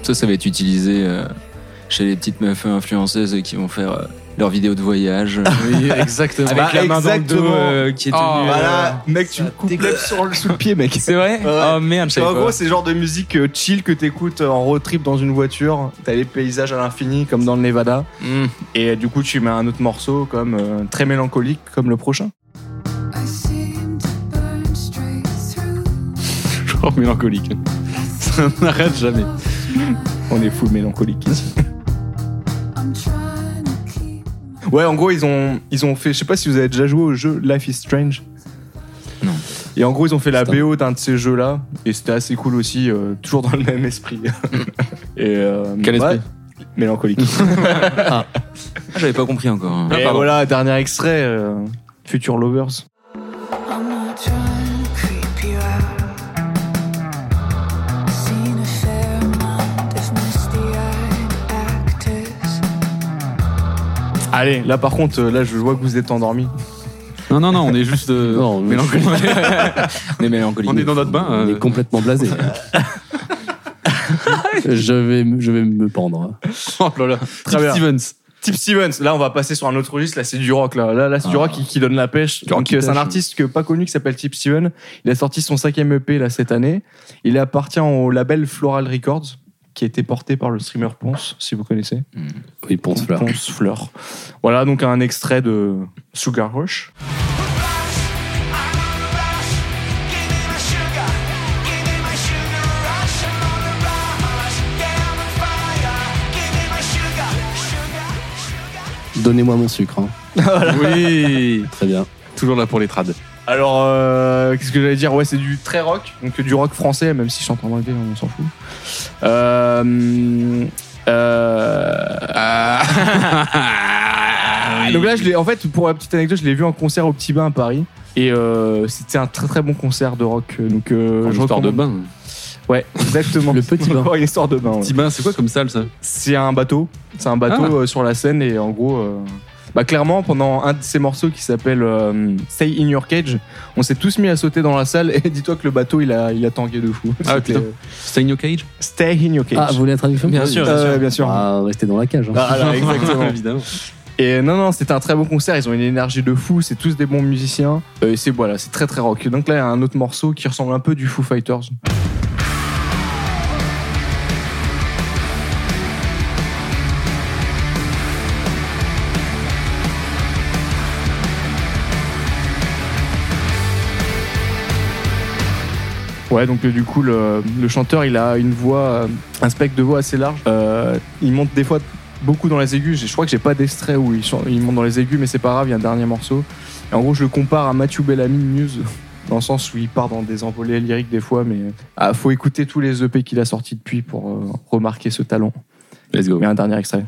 [SPEAKER 11] Ça, ça va être utilisé euh, chez les petites meufs influenceuses qui vont faire euh, leurs vidéos de voyage.
[SPEAKER 5] Ah.
[SPEAKER 4] Oui, exactement.
[SPEAKER 11] Avec
[SPEAKER 6] Bah,
[SPEAKER 11] la main dans le dos,
[SPEAKER 6] exactement.
[SPEAKER 11] euh, qui est tenue.
[SPEAKER 6] Ah,
[SPEAKER 11] euh,
[SPEAKER 6] voilà, mec, tu me coupes l'œuf sur le sous le pied, mec.
[SPEAKER 11] *laughs* C'est vrai
[SPEAKER 6] Ouais.
[SPEAKER 11] Oh merde, je savais
[SPEAKER 6] En
[SPEAKER 11] pas.
[SPEAKER 6] gros, c'est le genre de musique euh, chill que t'écoutes euh, en road trip dans une voiture. T'as les paysages à l'infini, comme dans le Nevada.
[SPEAKER 11] Mm.
[SPEAKER 6] Et euh, du coup, tu mets un autre morceau, comme euh, très mélancolique, comme le prochain.
[SPEAKER 4] Genre mélancolique. Ça n'arrête jamais.
[SPEAKER 6] On est full mélancolique ici. Ouais, en gros, ils ont, ils ont fait. Je sais pas si vous avez déjà joué au jeu Life is Strange.
[SPEAKER 11] Non.
[SPEAKER 6] Et en gros, ils ont fait la
[SPEAKER 5] C'est un-
[SPEAKER 6] BO d'un de ces jeux-là. Et c'était assez cool aussi, euh, toujours dans le même esprit.
[SPEAKER 4] *laughs*
[SPEAKER 6] et euh,
[SPEAKER 4] Quel esprit
[SPEAKER 6] Mélancolique.
[SPEAKER 11] Ah, J'avais pas compris encore.
[SPEAKER 4] Eh,
[SPEAKER 11] hein.
[SPEAKER 6] et voilà, dernier extrait euh, Future Lovers. Allez, là par contre, euh, là je vois que vous êtes endormi.
[SPEAKER 4] Non, non, non, on est juste. euh,
[SPEAKER 5] *laughs* Non, mais-
[SPEAKER 4] mélancolique.
[SPEAKER 11] *laughs* On est mélancolique.
[SPEAKER 4] on est dans notre bain.
[SPEAKER 5] On
[SPEAKER 4] euh,
[SPEAKER 5] est complètement
[SPEAKER 4] *laughs*
[SPEAKER 5] blasé. je, vais, me- je vais me pendre. hein.
[SPEAKER 4] Oh là là.
[SPEAKER 6] Très
[SPEAKER 4] Tip
[SPEAKER 6] bien.
[SPEAKER 4] Stevens.
[SPEAKER 6] Tip Stevens, là on va passer sur un autre registre, là c'est du rock là, là, là, c'est du
[SPEAKER 5] Ah.
[SPEAKER 6] rock qui, qui donne la pêche.
[SPEAKER 4] rock
[SPEAKER 6] Donc,
[SPEAKER 4] qui
[SPEAKER 6] euh, C'est un
[SPEAKER 4] pêche.
[SPEAKER 6] artiste que, pas connu qui s'appelle Tip Stevens, il a sorti son cinquième EP là cette année, il appartient au label Floral Records qui a été porté par le streamer Ponce, si vous connaissez.
[SPEAKER 5] Oui, ponce fleur.
[SPEAKER 6] Ponce Fleur. Voilà donc un extrait de Sugar Rush.
[SPEAKER 5] Donnez-moi mon sucre. *laughs* hein.
[SPEAKER 4] Oui.
[SPEAKER 5] Très bien.
[SPEAKER 4] Toujours là pour les trades.
[SPEAKER 6] Alors, euh, qu'est-ce que j'allais dire Ouais, c'est du très rock, donc du rock français, même si je chante en anglais, on s'en fout. Euh, euh, *laughs* Donc là, je l'ai, en fait, pour la petite anecdote, je l'ai vu en concert au Petit Bain à Paris. Et euh, c'était un très très bon concert de rock. Donc, euh, je
[SPEAKER 4] je de
[SPEAKER 6] recommande-
[SPEAKER 4] bain.
[SPEAKER 6] Ouais, exactement.
[SPEAKER 5] Le Petit Bain.
[SPEAKER 6] Encore une histoire de bain. ouais.
[SPEAKER 4] Petit bain, c'est quoi comme salle ça Ah.
[SPEAKER 6] C'est un bateau. C'est un bateau euh, sur la scène et en gros. euh, Bah clairement, pendant un de ces morceaux qui s'appelle euh, Stay in Your Cage, on s'est tous mis à sauter dans la salle et *laughs* dis-toi que le bateau il a, il a tangué de fou.
[SPEAKER 4] Ah,
[SPEAKER 6] C'était,
[SPEAKER 4] putain.
[SPEAKER 6] euh,
[SPEAKER 4] Stay in your cage
[SPEAKER 6] Stay in Your Cage.
[SPEAKER 5] Ah, vous voulez la traduction
[SPEAKER 11] Bien sûr.
[SPEAKER 6] Euh, bien sûr.
[SPEAKER 5] Ah, restez dans la cage. hein.
[SPEAKER 6] Voilà,
[SPEAKER 4] *laughs*
[SPEAKER 6] *laughs*
[SPEAKER 11] *laughs*
[SPEAKER 6] exactement.
[SPEAKER 4] Évidemment.
[SPEAKER 6] Et non, non, c'était un très bon concert. Ils ont une énergie de fou. C'est tous des bons musiciens. Euh, et c'est voilà, c'est très très rock. Donc là, il y a un autre morceau qui ressemble un peu du Foo Fighters. Ouais, donc euh, du coup, le, le chanteur, il a une voix, euh, un spectre de voix assez large. Euh, il monte des fois beaucoup dans les aigus. Je crois que j'ai pas d'extrait où il, chan- il monte dans les aigus, mais c'est pas grave, il y a un dernier morceau. Et en gros, je le compare à Mathieu Bellamy de Muse, *laughs* dans le sens où il part dans des envolées lyriques des fois, mais ah, faut écouter tous les EP qu'il a sortis depuis pour euh, remarquer ce talent.
[SPEAKER 4] Let's go.
[SPEAKER 6] Mais un dernier extrait.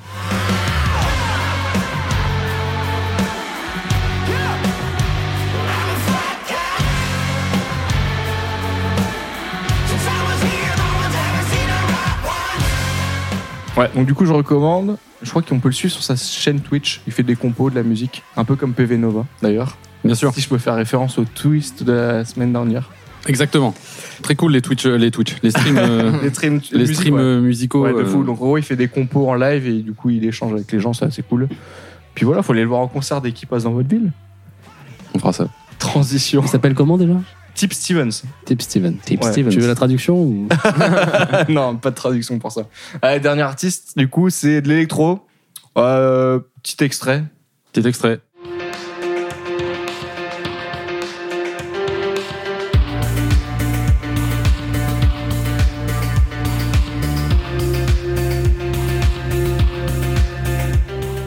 [SPEAKER 6] Ouais, donc du coup, je recommande. Je crois qu'on peut le suivre sur sa chaîne Twitch. Il fait des compos, de la musique, un peu comme PV Nova d'ailleurs.
[SPEAKER 4] Bien sûr.
[SPEAKER 6] Si je peux faire référence au twist de la semaine dernière.
[SPEAKER 4] Exactement. Très cool les Twitch, euh, les Twitch, les streams, euh,
[SPEAKER 6] Les streams,
[SPEAKER 4] les
[SPEAKER 6] musique,
[SPEAKER 4] streams
[SPEAKER 6] ouais.
[SPEAKER 4] euh, musicaux.
[SPEAKER 6] Ouais, de
[SPEAKER 4] euh,
[SPEAKER 6] fou. Donc en gros, il fait des compos en live et du coup, il échange avec les gens, c'est assez cool.
[SPEAKER 4] *laughs*
[SPEAKER 6] Puis voilà, faut aller le voir en concert dès qu'il passe dans votre ville.
[SPEAKER 4] on fera ça.
[SPEAKER 6] Transition.
[SPEAKER 5] Il s'appelle comment déjà
[SPEAKER 6] Tip Stevens.
[SPEAKER 5] Tip Steven.
[SPEAKER 6] Tip
[SPEAKER 5] Ouais.
[SPEAKER 6] Stevens.
[SPEAKER 5] Tu veux la traduction *laughs* ou...
[SPEAKER 6] *laughs* non, pas de traduction pour ça. Allez, dernier artiste, du coup, c'est de l'électro. Euh, petit extrait.
[SPEAKER 4] Petit extrait.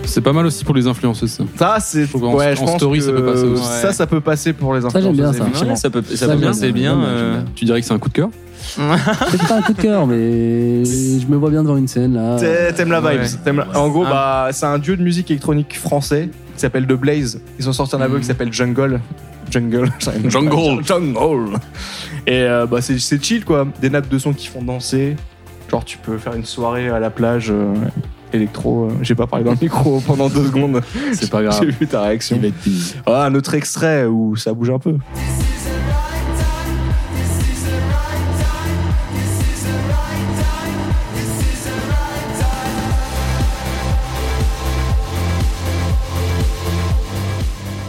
[SPEAKER 4] C'est pas mal aussi pour les influenceuses. Ça,
[SPEAKER 6] Ça, c'est.
[SPEAKER 4] en-
[SPEAKER 6] ouais, je
[SPEAKER 4] en
[SPEAKER 6] pense
[SPEAKER 4] story,
[SPEAKER 6] que
[SPEAKER 4] ça peut passer aussi.
[SPEAKER 6] Ça, ça peut passer pour les
[SPEAKER 5] Ça, j'aime bien,
[SPEAKER 6] influenceurs.
[SPEAKER 5] ça.
[SPEAKER 6] effectivement.
[SPEAKER 5] Ouais,
[SPEAKER 11] ça peut,
[SPEAKER 5] Ça,
[SPEAKER 11] ça peut
[SPEAKER 5] bien,
[SPEAKER 11] passer
[SPEAKER 5] bien,
[SPEAKER 11] bien.
[SPEAKER 5] bien,
[SPEAKER 11] euh,
[SPEAKER 4] Tu dirais que c'est un coup de cœur
[SPEAKER 5] C'est pas un coup de cœur, mais je me vois bien devant une scène là.
[SPEAKER 6] T'aimes t'aimes la vibe.
[SPEAKER 11] Ouais.
[SPEAKER 6] Ah. t'aimes la- En gros,
[SPEAKER 4] Ah.
[SPEAKER 6] bah, c'est un duo de musique électronique français qui s'appelle The Blaze. Ils ont sorti un
[SPEAKER 4] Mm.
[SPEAKER 6] album qui s'appelle Jungle. Jungle. *laughs* j'arrive pas à
[SPEAKER 11] Jungle.
[SPEAKER 6] dire. Jungle. Et euh, bah, c'est c'est chill, quoi. Des nappes de son qui font danser. Genre, tu peux faire une soirée à la plage euh, électro. euh, J'ai pas parlé dans le micro *laughs* pendant deux secondes.
[SPEAKER 4] C'est pas grave.
[SPEAKER 6] *laughs* J'ai vu ta réaction.
[SPEAKER 4] Il va être puni.
[SPEAKER 6] Ah, un autre extrait où ça bouge un peu.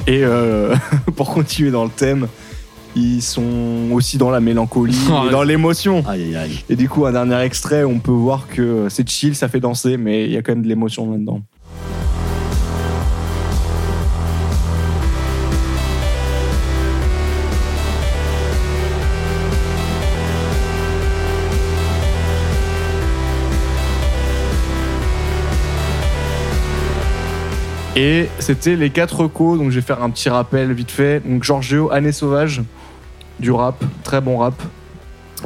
[SPEAKER 6] Et euh, *laughs* pour continuer dans le thème, ils sont aussi dans la mélancolie
[SPEAKER 11] Oh,
[SPEAKER 6] et
[SPEAKER 11] ouais.
[SPEAKER 6] dans l'émotion.
[SPEAKER 5] Aïe aïe aïe.
[SPEAKER 6] Et du coup, un dernier extrait, on peut voir que c'est chill, ça fait danser, mais il y a quand même de l'émotion là-dedans. Et c'était les quatre recos, donc je vais faire un petit rappel vite fait. Donc Giorgio, Année Sauvage, du rap, très bon rap.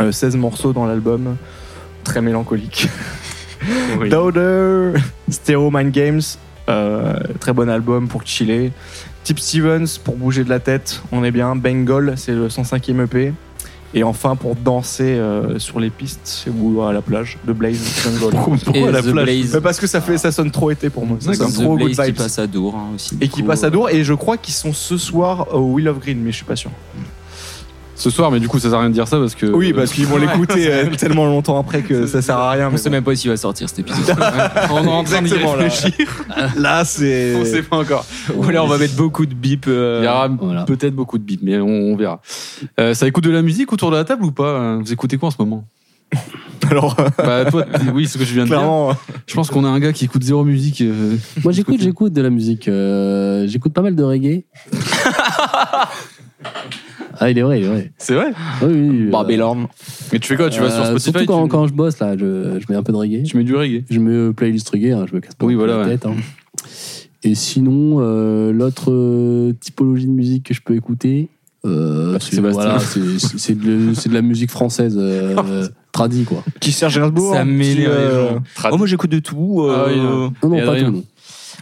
[SPEAKER 6] Euh, 16 morceaux dans l'album, très
[SPEAKER 11] *laughs*
[SPEAKER 6] mélancolique. Daughter, Stereo Mind Games, euh, très bon album pour chiller. Tip Stevens pour bouger de la tête, on est bien. Bengal, c'est le 105e EP. Et enfin, pour danser euh, sur les pistes ou à la plage, de Blaze
[SPEAKER 11] *laughs*
[SPEAKER 6] Bengal.
[SPEAKER 11] Et The Blaze.
[SPEAKER 6] Euh, Parce que ça, fait, ça sonne trop été pour moi. Ça sonne
[SPEAKER 11] The
[SPEAKER 6] trop
[SPEAKER 11] Blaze
[SPEAKER 6] good
[SPEAKER 11] qui
[SPEAKER 6] vibes.
[SPEAKER 11] passe à Dour hein, aussi.
[SPEAKER 6] Et qui passe à Dour. Et je crois qu'ils sont ce soir au Wheel of Green, mais je suis pas sûr.
[SPEAKER 4] Ce soir, mais du coup, ça sert à rien de dire ça parce que.
[SPEAKER 6] Oui, parce qu'ils vont l'écouter euh, tellement longtemps après que ça sert à rien.
[SPEAKER 11] On
[SPEAKER 6] mais
[SPEAKER 11] sait
[SPEAKER 6] bon.
[SPEAKER 11] même pas s'il va sortir cet épisode.
[SPEAKER 4] On est en train d'y
[SPEAKER 6] Exactement, là.
[SPEAKER 4] réfléchir.
[SPEAKER 6] *laughs* Là, c'est.
[SPEAKER 11] On sait pas encore. Ou alors on va mettre beaucoup de bip. euh,
[SPEAKER 4] Il y aura
[SPEAKER 5] Voilà.
[SPEAKER 4] peut-être beaucoup de bips, mais on, on verra. Euh, ça écoute de la musique autour de la table ou pas hein Vous écoutez quoi en ce moment
[SPEAKER 6] Alors, euh,
[SPEAKER 4] Bah toi, oui, ce que je viens de dire.
[SPEAKER 6] clairement,
[SPEAKER 4] Je pense qu'on a un gars qui écoute zéro musique. euh,
[SPEAKER 5] Moi j'écoute, j'écoute de la musique. euh, j'écoute pas mal
[SPEAKER 4] *laughs*
[SPEAKER 5] de reggae. ah, il est vrai, il est vrai.
[SPEAKER 4] C'est vrai.
[SPEAKER 5] Oui, oui, oui.
[SPEAKER 6] Barbelorn.
[SPEAKER 4] Mais tu fais quoi Tu vas sur
[SPEAKER 5] Euh,
[SPEAKER 4] Spotify
[SPEAKER 5] Surtout quand,
[SPEAKER 4] tu,
[SPEAKER 5] quand je bosse là, je, je mets un peu de reggae.
[SPEAKER 4] tu mets du reggae.
[SPEAKER 5] Je mets playlist reggae, hein, je me casse pas
[SPEAKER 4] Oui,
[SPEAKER 5] beaucoup
[SPEAKER 4] voilà,
[SPEAKER 5] la
[SPEAKER 4] ouais.
[SPEAKER 5] tête. hein. Et sinon, euh, l'autre euh, typologie de musique que je peux écouter, euh,
[SPEAKER 4] Patrick
[SPEAKER 5] c'est
[SPEAKER 4] Sébastien.
[SPEAKER 5] voilà, c'est- c'est- c'est de, c'est de la musique française *laughs* euh, tradie quoi.
[SPEAKER 6] Qui sert Gainsbourg.
[SPEAKER 11] Ça
[SPEAKER 6] qui,
[SPEAKER 11] m'énerve,
[SPEAKER 6] euh,
[SPEAKER 11] les gens. Oh, moi j'écoute de tout. euh,
[SPEAKER 4] Ah oui, euh,
[SPEAKER 5] Non, non,
[SPEAKER 4] Et
[SPEAKER 5] pas
[SPEAKER 4] Adrien
[SPEAKER 5] tout. non.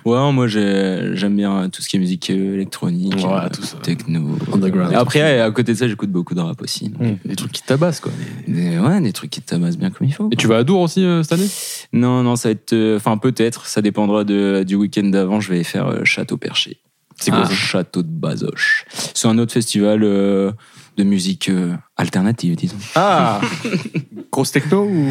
[SPEAKER 11] Ouais, moi j'ai- j'aime bien tout ce qui est musique euh, électronique,
[SPEAKER 4] Voilà,
[SPEAKER 11] euh,
[SPEAKER 4] tout ça.
[SPEAKER 11] techno.
[SPEAKER 5] Underground.
[SPEAKER 11] Et après, à côté de ça, j'écoute beaucoup de rap aussi.
[SPEAKER 6] Hmm.
[SPEAKER 11] donc,
[SPEAKER 4] Des trucs qui tabassent quoi.
[SPEAKER 11] des- ouais, des trucs qui te tabassent bien comme il faut.
[SPEAKER 4] Et tu vas à Dour aussi euh, cette année
[SPEAKER 11] Non, non, ça va être. euh, Enfin, peut-être, ça dépendra de, du week-end d'avant. Je vais faire euh, Château Perché. C'est
[SPEAKER 4] quoi
[SPEAKER 11] un
[SPEAKER 4] ça
[SPEAKER 11] Château de Bazoche. C'est un autre festival euh, de musique euh, alternative, disons.
[SPEAKER 6] Ah Grosse techno ou.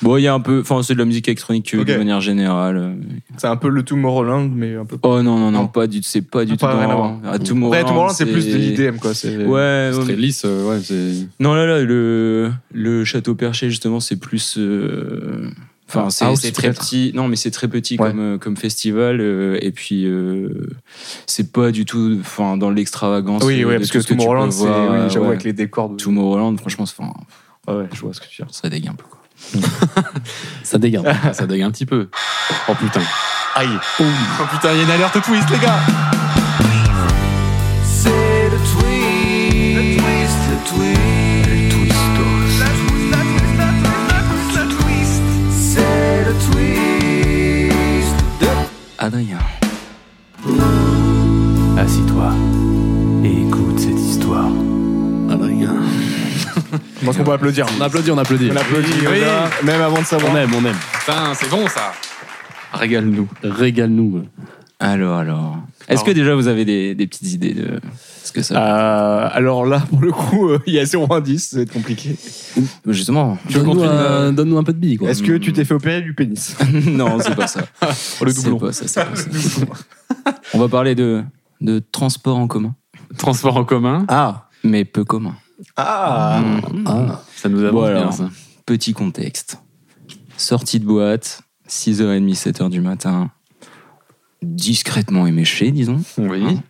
[SPEAKER 11] Bon, il y a un peu. Enfin, c'est de la musique électronique euh,
[SPEAKER 6] Ok.
[SPEAKER 11] de manière générale. euh.
[SPEAKER 6] C'est un peu le Tomorrowland, mais un peu.
[SPEAKER 11] Oh non, non, non,
[SPEAKER 6] Non.
[SPEAKER 11] pas du tout. C'est pas du
[SPEAKER 6] Pas
[SPEAKER 11] tout.
[SPEAKER 6] rien à
[SPEAKER 11] dans-
[SPEAKER 6] voir.
[SPEAKER 11] à tout
[SPEAKER 6] Après, Tomorrowland, c'est plus de l'IDM, quoi. c'est-
[SPEAKER 11] Ouais,
[SPEAKER 4] C'est
[SPEAKER 11] ouais,
[SPEAKER 4] très lisse. euh, ouais, c'est.
[SPEAKER 11] Non, là, là, le, le château perché, justement, c'est plus. euh, Enfin,
[SPEAKER 6] Ah,
[SPEAKER 11] c'est-
[SPEAKER 6] house,
[SPEAKER 11] c'est très
[SPEAKER 6] peut-être.
[SPEAKER 11] petit. Non, mais c'est très petit
[SPEAKER 6] Ouais.
[SPEAKER 11] comme, euh, comme festival. euh, et puis, euh, c'est pas du tout enfin, dans l'extravagance.
[SPEAKER 6] Oui,
[SPEAKER 11] euh,
[SPEAKER 6] ouais,
[SPEAKER 11] de
[SPEAKER 6] parce
[SPEAKER 11] tout
[SPEAKER 6] que
[SPEAKER 11] ce tu
[SPEAKER 6] Tomorrowland,
[SPEAKER 11] peux
[SPEAKER 6] c'est.
[SPEAKER 11] voir, euh,
[SPEAKER 6] Oui, j'avoue,
[SPEAKER 11] ouais.
[SPEAKER 6] avec les décors de.
[SPEAKER 11] Tomorrowland, franchement, c'est- enfin,
[SPEAKER 6] Ah ouais, je vois ce que tu veux dire.
[SPEAKER 11] ça dégue un peu. Quoi.
[SPEAKER 6] *laughs*
[SPEAKER 5] Ça dégaine.
[SPEAKER 4] ça dégue un petit peu. Oh putain.
[SPEAKER 6] Aïe
[SPEAKER 4] Oh putain, il y a une alerte twist les gars.
[SPEAKER 9] C'est le twist, le twist, le twist. C'est le twist de
[SPEAKER 11] Adrien.
[SPEAKER 1] Assis-toi et écoute cette histoire.
[SPEAKER 5] Adrien.
[SPEAKER 6] Je pense qu'on peut applaudir.
[SPEAKER 5] On applaudit, on applaudit.
[SPEAKER 6] On applaudit,
[SPEAKER 4] Oui,
[SPEAKER 6] on
[SPEAKER 4] oui.
[SPEAKER 6] a- même avant de savoir.
[SPEAKER 5] On aime, on aime.
[SPEAKER 4] Putain, c'est bon ça. Régale-nous.
[SPEAKER 5] Régale-nous.
[SPEAKER 11] Alors, alors. Est-ce que déjà vous avez des, des petites idées de ce que ça.
[SPEAKER 6] Euh, alors là, pour le coup, euh, il y a 0 indice, ça va être compliqué.
[SPEAKER 11] Justement.
[SPEAKER 5] Donne-nous un, donne-nous un peu de billes quoi.
[SPEAKER 6] Est-ce que tu t'es fait opérer du pénis
[SPEAKER 11] *laughs* non, c'est pas ça.
[SPEAKER 4] *laughs* Oh, le
[SPEAKER 11] C'est
[SPEAKER 4] doublon.
[SPEAKER 11] pas ça, c'est
[SPEAKER 4] *laughs*
[SPEAKER 11] pas ça. On va parler de, de transport en commun.
[SPEAKER 4] Transport en commun.
[SPEAKER 11] Ah mais peu commun.
[SPEAKER 6] Ah,
[SPEAKER 11] Ça nous avance bien, ça. Petit contexte. Sortie de boîte, 6h30, 7h du matin, discrètement éméché, disons. Hein.
[SPEAKER 6] Oui. Mm.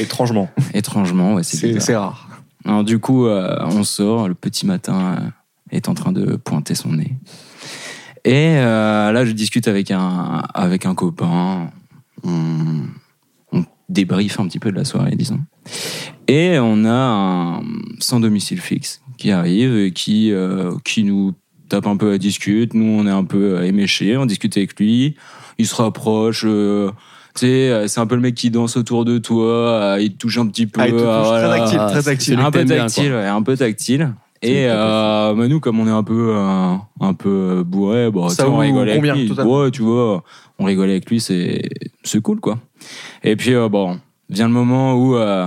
[SPEAKER 6] Étrangement.
[SPEAKER 11] Étrangement, ouais, c'est
[SPEAKER 6] C'est
[SPEAKER 11] bizarre.
[SPEAKER 6] c'est rare.
[SPEAKER 11] Alors du coup, euh, on sort, le petit matin euh, est en train de pointer son nez. Et euh, là, je discute avec un, avec un copain, on, on débriefe un petit peu de la soirée, disons. Et on a un sans domicile fixe qui arrive, et qui, euh, qui nous tape un peu à discute, nous on est un peu éméchés, on discute avec lui, il se rapproche... euh, tu sais, euh, c'est un peu le mec qui danse autour de toi, euh, il te touche un petit peu.
[SPEAKER 6] Ah, il te touche, très
[SPEAKER 11] voilà.
[SPEAKER 6] tactile,
[SPEAKER 11] Ah,
[SPEAKER 6] très tactile.
[SPEAKER 11] un peu
[SPEAKER 6] T'aimes bien,
[SPEAKER 11] tactile, ouais, un peu tactile.
[SPEAKER 6] C'est
[SPEAKER 11] Et
[SPEAKER 6] une tapette.
[SPEAKER 11] euh, bah, nous, comme on est un peu euh, un peu bourré, bon,
[SPEAKER 6] Ça
[SPEAKER 11] tu vois, on
[SPEAKER 6] vous
[SPEAKER 11] rigole avec
[SPEAKER 6] convient,
[SPEAKER 11] lui.
[SPEAKER 6] totalement.
[SPEAKER 11] Ouais, tu vois, on rigole avec lui, c'est c'est cool quoi. Et puis euh, bon, vient le moment où euh,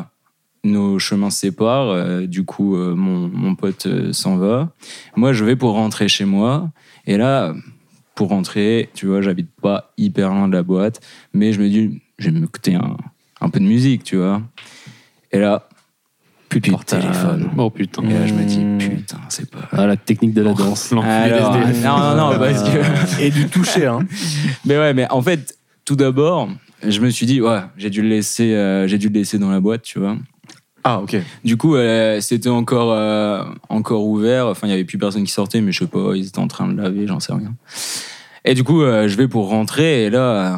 [SPEAKER 11] nos chemins se séparent. euh, du coup, euh, mon mon pote euh, s'en va. Moi, je vais pour rentrer chez moi. Et là, pour rentrer, tu vois, j'habite pas hyper loin de la boîte, mais je me dis, je vais m'écouter un un peu de musique, tu vois. Et là, plus de téléphone.
[SPEAKER 5] Oh putain.
[SPEAKER 6] Euh,
[SPEAKER 11] Et là, je me dis, putain, c'est pas.
[SPEAKER 5] Ah, la technique de la danse.
[SPEAKER 11] Alors, ah,
[SPEAKER 6] *laughs*
[SPEAKER 11] non, non, non, parce que.
[SPEAKER 6] Et du toucher, hein.
[SPEAKER 11] *laughs* mais ouais, mais en fait, tout d'abord, je me suis dit, ouais, j'ai dû le laisser, euh, j'ai dû le laisser dans la boîte, tu vois.
[SPEAKER 6] Ah, ok.
[SPEAKER 11] Du coup, euh, c'était encore, euh, encore ouvert. Enfin, il y avait plus personne qui sortait, mais je sais pas, ils étaient en train de laver, j'en sais rien. Et du coup, euh, je vais pour rentrer, et là, euh,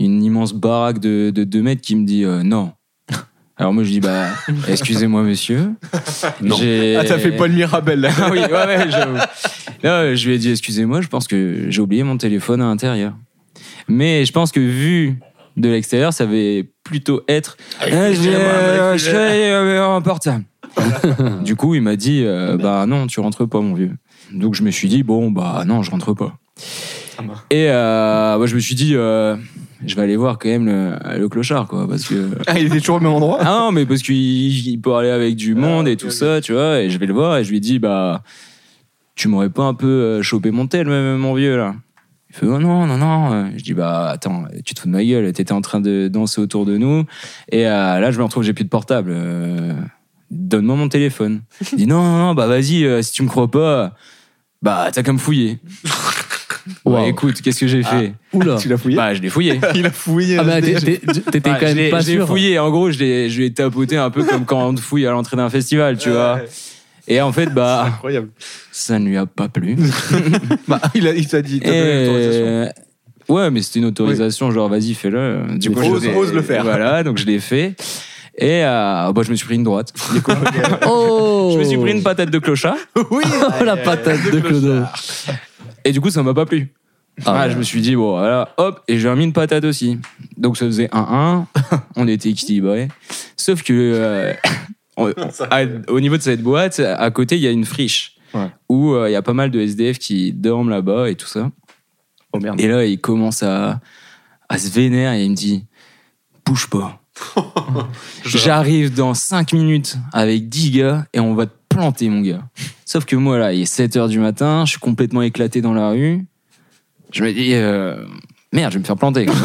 [SPEAKER 11] une immense baraque de, de 2 mètres qui me dit euh, non. *laughs* Alors moi, je dis, *laughs* bah, excusez-moi, monsieur.
[SPEAKER 1] Non.
[SPEAKER 11] J'ai-
[SPEAKER 6] Ah, t'as fait Paul Mirabel, là.
[SPEAKER 11] ah oui, ouais, ouais, j'avoue. Là, euh, je lui ai dit, excusez-moi, je pense que j'ai oublié mon téléphone à l'intérieur. Mais je pense que vu de l'extérieur, ça va plutôt être. Ah, j'ai euh, j'ai, euh, un *laughs* portable. du coup, il m'a dit, euh, bah non, tu rentres pas, mon vieux. Donc je me suis dit, bon, bah non, je rentre pas. Ah, Et euh, bah, je me suis dit, euh, je vais aller voir quand même le, le clochard, quoi, parce que.
[SPEAKER 6] Ah, il était toujours au même endroit
[SPEAKER 11] Ah non, mais parce qu'il il peut aller avec du monde et tout ça, tu vois. Et je vais le voir et je lui dis, bah, tu m'aurais pas un peu euh, chopé mon tel, euh, mon vieux, là. Il fait, oh non, non, non. Je dis, bah, attends, tu te fous de ma gueule. T'étais en train de danser autour de nous. Et euh, là, je me retrouve, j'ai plus de portable. Euh, Donne-moi mon téléphone. Il dit, non, non, non, bah, vas-y, euh, si tu me crois pas, bah, t'as qu'à me fouiller. Ouais,
[SPEAKER 5] Wow.
[SPEAKER 11] écoute, qu'est-ce que j'ai fait
[SPEAKER 5] Oula.
[SPEAKER 6] Tu l'as fouillé
[SPEAKER 11] Bah, je l'ai fouillé.
[SPEAKER 6] Il a fouillé.
[SPEAKER 5] Ah, bah, t'es-
[SPEAKER 6] SDF.
[SPEAKER 5] t'es- t'étais
[SPEAKER 11] Ouais,
[SPEAKER 5] quand
[SPEAKER 11] Ah, je l'ai-
[SPEAKER 5] même pas
[SPEAKER 11] je l'ai
[SPEAKER 5] sûr.
[SPEAKER 11] fouillé. En gros, je l'ai, je l'ai tapoté un peu comme quand on te fouille à l'entrée d'un festival, tu vois. Et en fait, bah,
[SPEAKER 6] Incroyable.
[SPEAKER 11] ça ne lui a pas
[SPEAKER 6] *laughs*
[SPEAKER 11] plu.
[SPEAKER 6] Bah, il, a- il t'a dit. t'as donné l'autorisation.
[SPEAKER 11] Et- Ouais, mais c'était une autorisation, genre vas-y, fais-le. Du
[SPEAKER 6] Ose-
[SPEAKER 11] je l'ai-
[SPEAKER 6] ose le faire.
[SPEAKER 11] Voilà, donc je l'ai fait. Et euh, bah, je me suis pris une droite. Du coup,
[SPEAKER 5] Oh
[SPEAKER 11] je me suis pris une patate de clochard.
[SPEAKER 5] Oh, la patate
[SPEAKER 11] *laughs*
[SPEAKER 5] de Clodo.
[SPEAKER 11] Et du coup, ça m'a pas plu.
[SPEAKER 5] Ah,
[SPEAKER 11] Ah, je me suis dit, bon, voilà, hop, et j'ai remis une patate aussi. Donc ça faisait 1-1, on était équilibrés. Sauf que euh, on- on- à- au niveau de cette boîte, à côté, il y a une friche
[SPEAKER 6] Ouais.
[SPEAKER 11] où euh, il y a pas mal de SDF qui dorment là-bas et tout ça.
[SPEAKER 6] Oh merde.
[SPEAKER 11] Et là, il commence à, à se vénérer et il me dit Bouge pas. J'arrive dans 5 minutes avec 10 gars et on va te planter, mon gars. Sauf que moi, là, il est 7 h du matin, je suis complètement éclaté dans la rue. Je me dis euh, Merde, je vais me faire planter. quoi.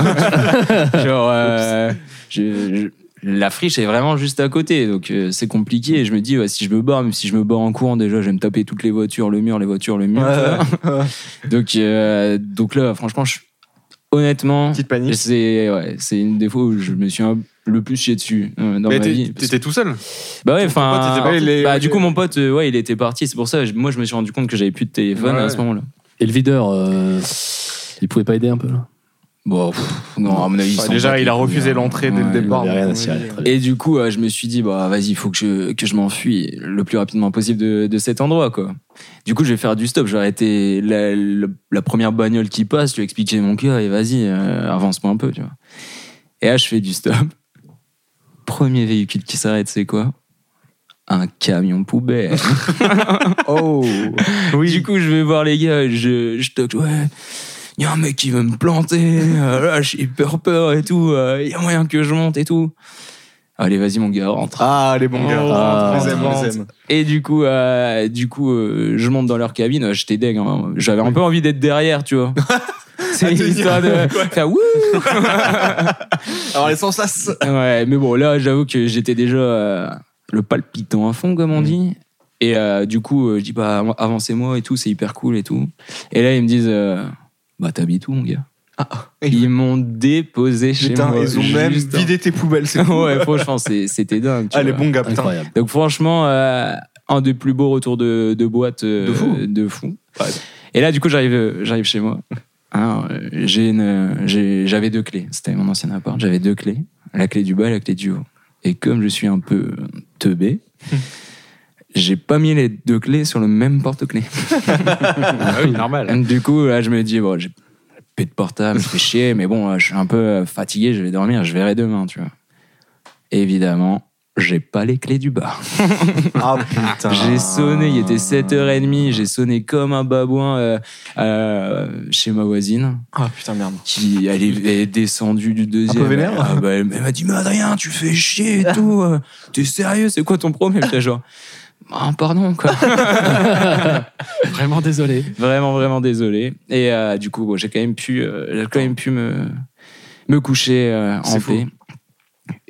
[SPEAKER 11] Genre, euh, je- je- la friche est vraiment juste à côté, donc euh, c'est compliqué. Et je me dis ouais, Si je me barre, même si je me barre en courant, déjà, je vais me taper toutes les voitures, le mur, les voitures, le mur. tu vois. Donc, euh, donc là, franchement, je- honnêtement,
[SPEAKER 6] Petite panique.
[SPEAKER 11] c'est ouais, c'est une des fois où je me suis un- le plus chié dessus euh, dans
[SPEAKER 1] Mais
[SPEAKER 11] ma
[SPEAKER 1] t'es-
[SPEAKER 11] vie. Parce-
[SPEAKER 1] t'étais tout seul
[SPEAKER 11] Bah ouais,
[SPEAKER 1] pote
[SPEAKER 11] enfin,
[SPEAKER 1] était
[SPEAKER 6] parti. Ouais, il est-
[SPEAKER 11] bah,
[SPEAKER 6] ouais,
[SPEAKER 11] du
[SPEAKER 6] il-
[SPEAKER 11] coup, mon pote, euh, ouais, il était parti. C'est pour ça, je- moi, je me suis rendu compte que j'avais plus de téléphone
[SPEAKER 1] Ouais,
[SPEAKER 11] à
[SPEAKER 1] ouais.
[SPEAKER 11] ce moment-là.
[SPEAKER 5] Et le videur, euh, il pouvait pas aider un peu là
[SPEAKER 11] Bon, pff, non, à mon avis, ils
[SPEAKER 6] Enfin,
[SPEAKER 11] s'en
[SPEAKER 6] déjà, il
[SPEAKER 11] battent
[SPEAKER 6] a
[SPEAKER 11] les couilles,
[SPEAKER 6] refusé
[SPEAKER 11] hein.
[SPEAKER 6] l'entrée dès
[SPEAKER 11] Ouais.
[SPEAKER 6] le départ.
[SPEAKER 5] Il avait rien à
[SPEAKER 6] donc,
[SPEAKER 5] cirer, très bien.
[SPEAKER 11] Et du coup, euh, je me suis dit, bah vas-y, il faut que je, que je m'enfuis le plus rapidement possible de, de cet endroit, quoi. Du coup, je vais faire du stop, je vais arrêter la, la- la première bagnole qui passe, je vais expliquer mon cœur, et vas-y, euh, avance-moi un peu, tu vois. Et là, je fais du stop. Premier véhicule qui s'arrête, c'est quoi Un camion poubelle.
[SPEAKER 6] Oh Oui.
[SPEAKER 11] Du coup, je vais voir les gars, et je, je toque, ouais. Il y a un mec qui veut me planter, euh, là, j'ai hyper peur et tout, il y a moyen que je monte et tout. Allez, vas-y, mon gars, rentre.
[SPEAKER 6] Ah, les bons
[SPEAKER 11] Oh,
[SPEAKER 6] gars.
[SPEAKER 5] Ah.
[SPEAKER 6] on les aime, on les aime.
[SPEAKER 11] Et du coup, euh, du coup euh, je monte dans leur cabine, euh, j'étais deg. hein. J'avais un peu envie d'être derrière, tu vois. C'est
[SPEAKER 6] tenir.
[SPEAKER 11] histoire de faire wouh
[SPEAKER 6] Alors, les sens
[SPEAKER 11] Ouais, mais bon, là, j'avoue que j'étais déjà euh, le palpitant à fond, comme on dit. Et euh, du coup, euh, je dis, bah, av- avancez-moi et tout, c'est hyper cool et tout. Et là, ils me disent, euh, bah, t'habites où, mon gars Ils m'ont déposé chez
[SPEAKER 6] Putain,
[SPEAKER 11] moi.
[SPEAKER 6] ils ont même
[SPEAKER 11] juste-
[SPEAKER 6] *laughs* vidé tes poubelles, c'est fou.
[SPEAKER 11] *laughs* ouais, franchement, c'est- c'était dingue. tu
[SPEAKER 6] Ah, les
[SPEAKER 11] vois.
[SPEAKER 6] bons gars, putain.
[SPEAKER 5] Incroyable.
[SPEAKER 11] Donc franchement, euh, un des plus beaux retours de, de boîte euh,
[SPEAKER 6] De fou.
[SPEAKER 11] fou.
[SPEAKER 6] Ouais.
[SPEAKER 11] Et là, du coup, j'arrive, euh, j'arrive chez moi. Alors, euh, j'ai une, euh, j'ai- j'avais deux clés. C'était mon ancien appart. J'avais deux clés. La clé du bas et la clé du haut. Et comme je suis un peu euh, teubé,
[SPEAKER 6] Hum.
[SPEAKER 11] j'ai pas mis les deux clés sur le même porte-clés.
[SPEAKER 1] normal.
[SPEAKER 11] Du coup, là, je me dis, bon, j'ai paix de portable, je fais chier, mais bon, là, je suis un peu euh, fatigué, je vais dormir, je verrai demain, tu vois. Évidemment, j'ai pas les clés du bar.
[SPEAKER 6] *laughs* Ah putain.
[SPEAKER 11] J'ai sonné, il était 7h30, j'ai sonné comme un babouin euh, euh, chez ma voisine.
[SPEAKER 6] Ah putain, merde.
[SPEAKER 11] Qui, elle, est, elle est descendue du deuxième.
[SPEAKER 6] Un peu vénère. hein.
[SPEAKER 11] Ah, bah, elle m'a dit Mais Adrien, tu fais chier et
[SPEAKER 6] *laughs*
[SPEAKER 11] tout. euh, T'es sérieux C'est quoi ton problème J'étais genre Ah,
[SPEAKER 6] *laughs*
[SPEAKER 11] Pardon, quoi.
[SPEAKER 5] Vraiment désolé.
[SPEAKER 11] vraiment vraiment désolé et euh, du coup bon, j'ai quand même pu euh, j'ai quand même pu me me coucher euh, en
[SPEAKER 6] C'est fou.
[SPEAKER 11] paix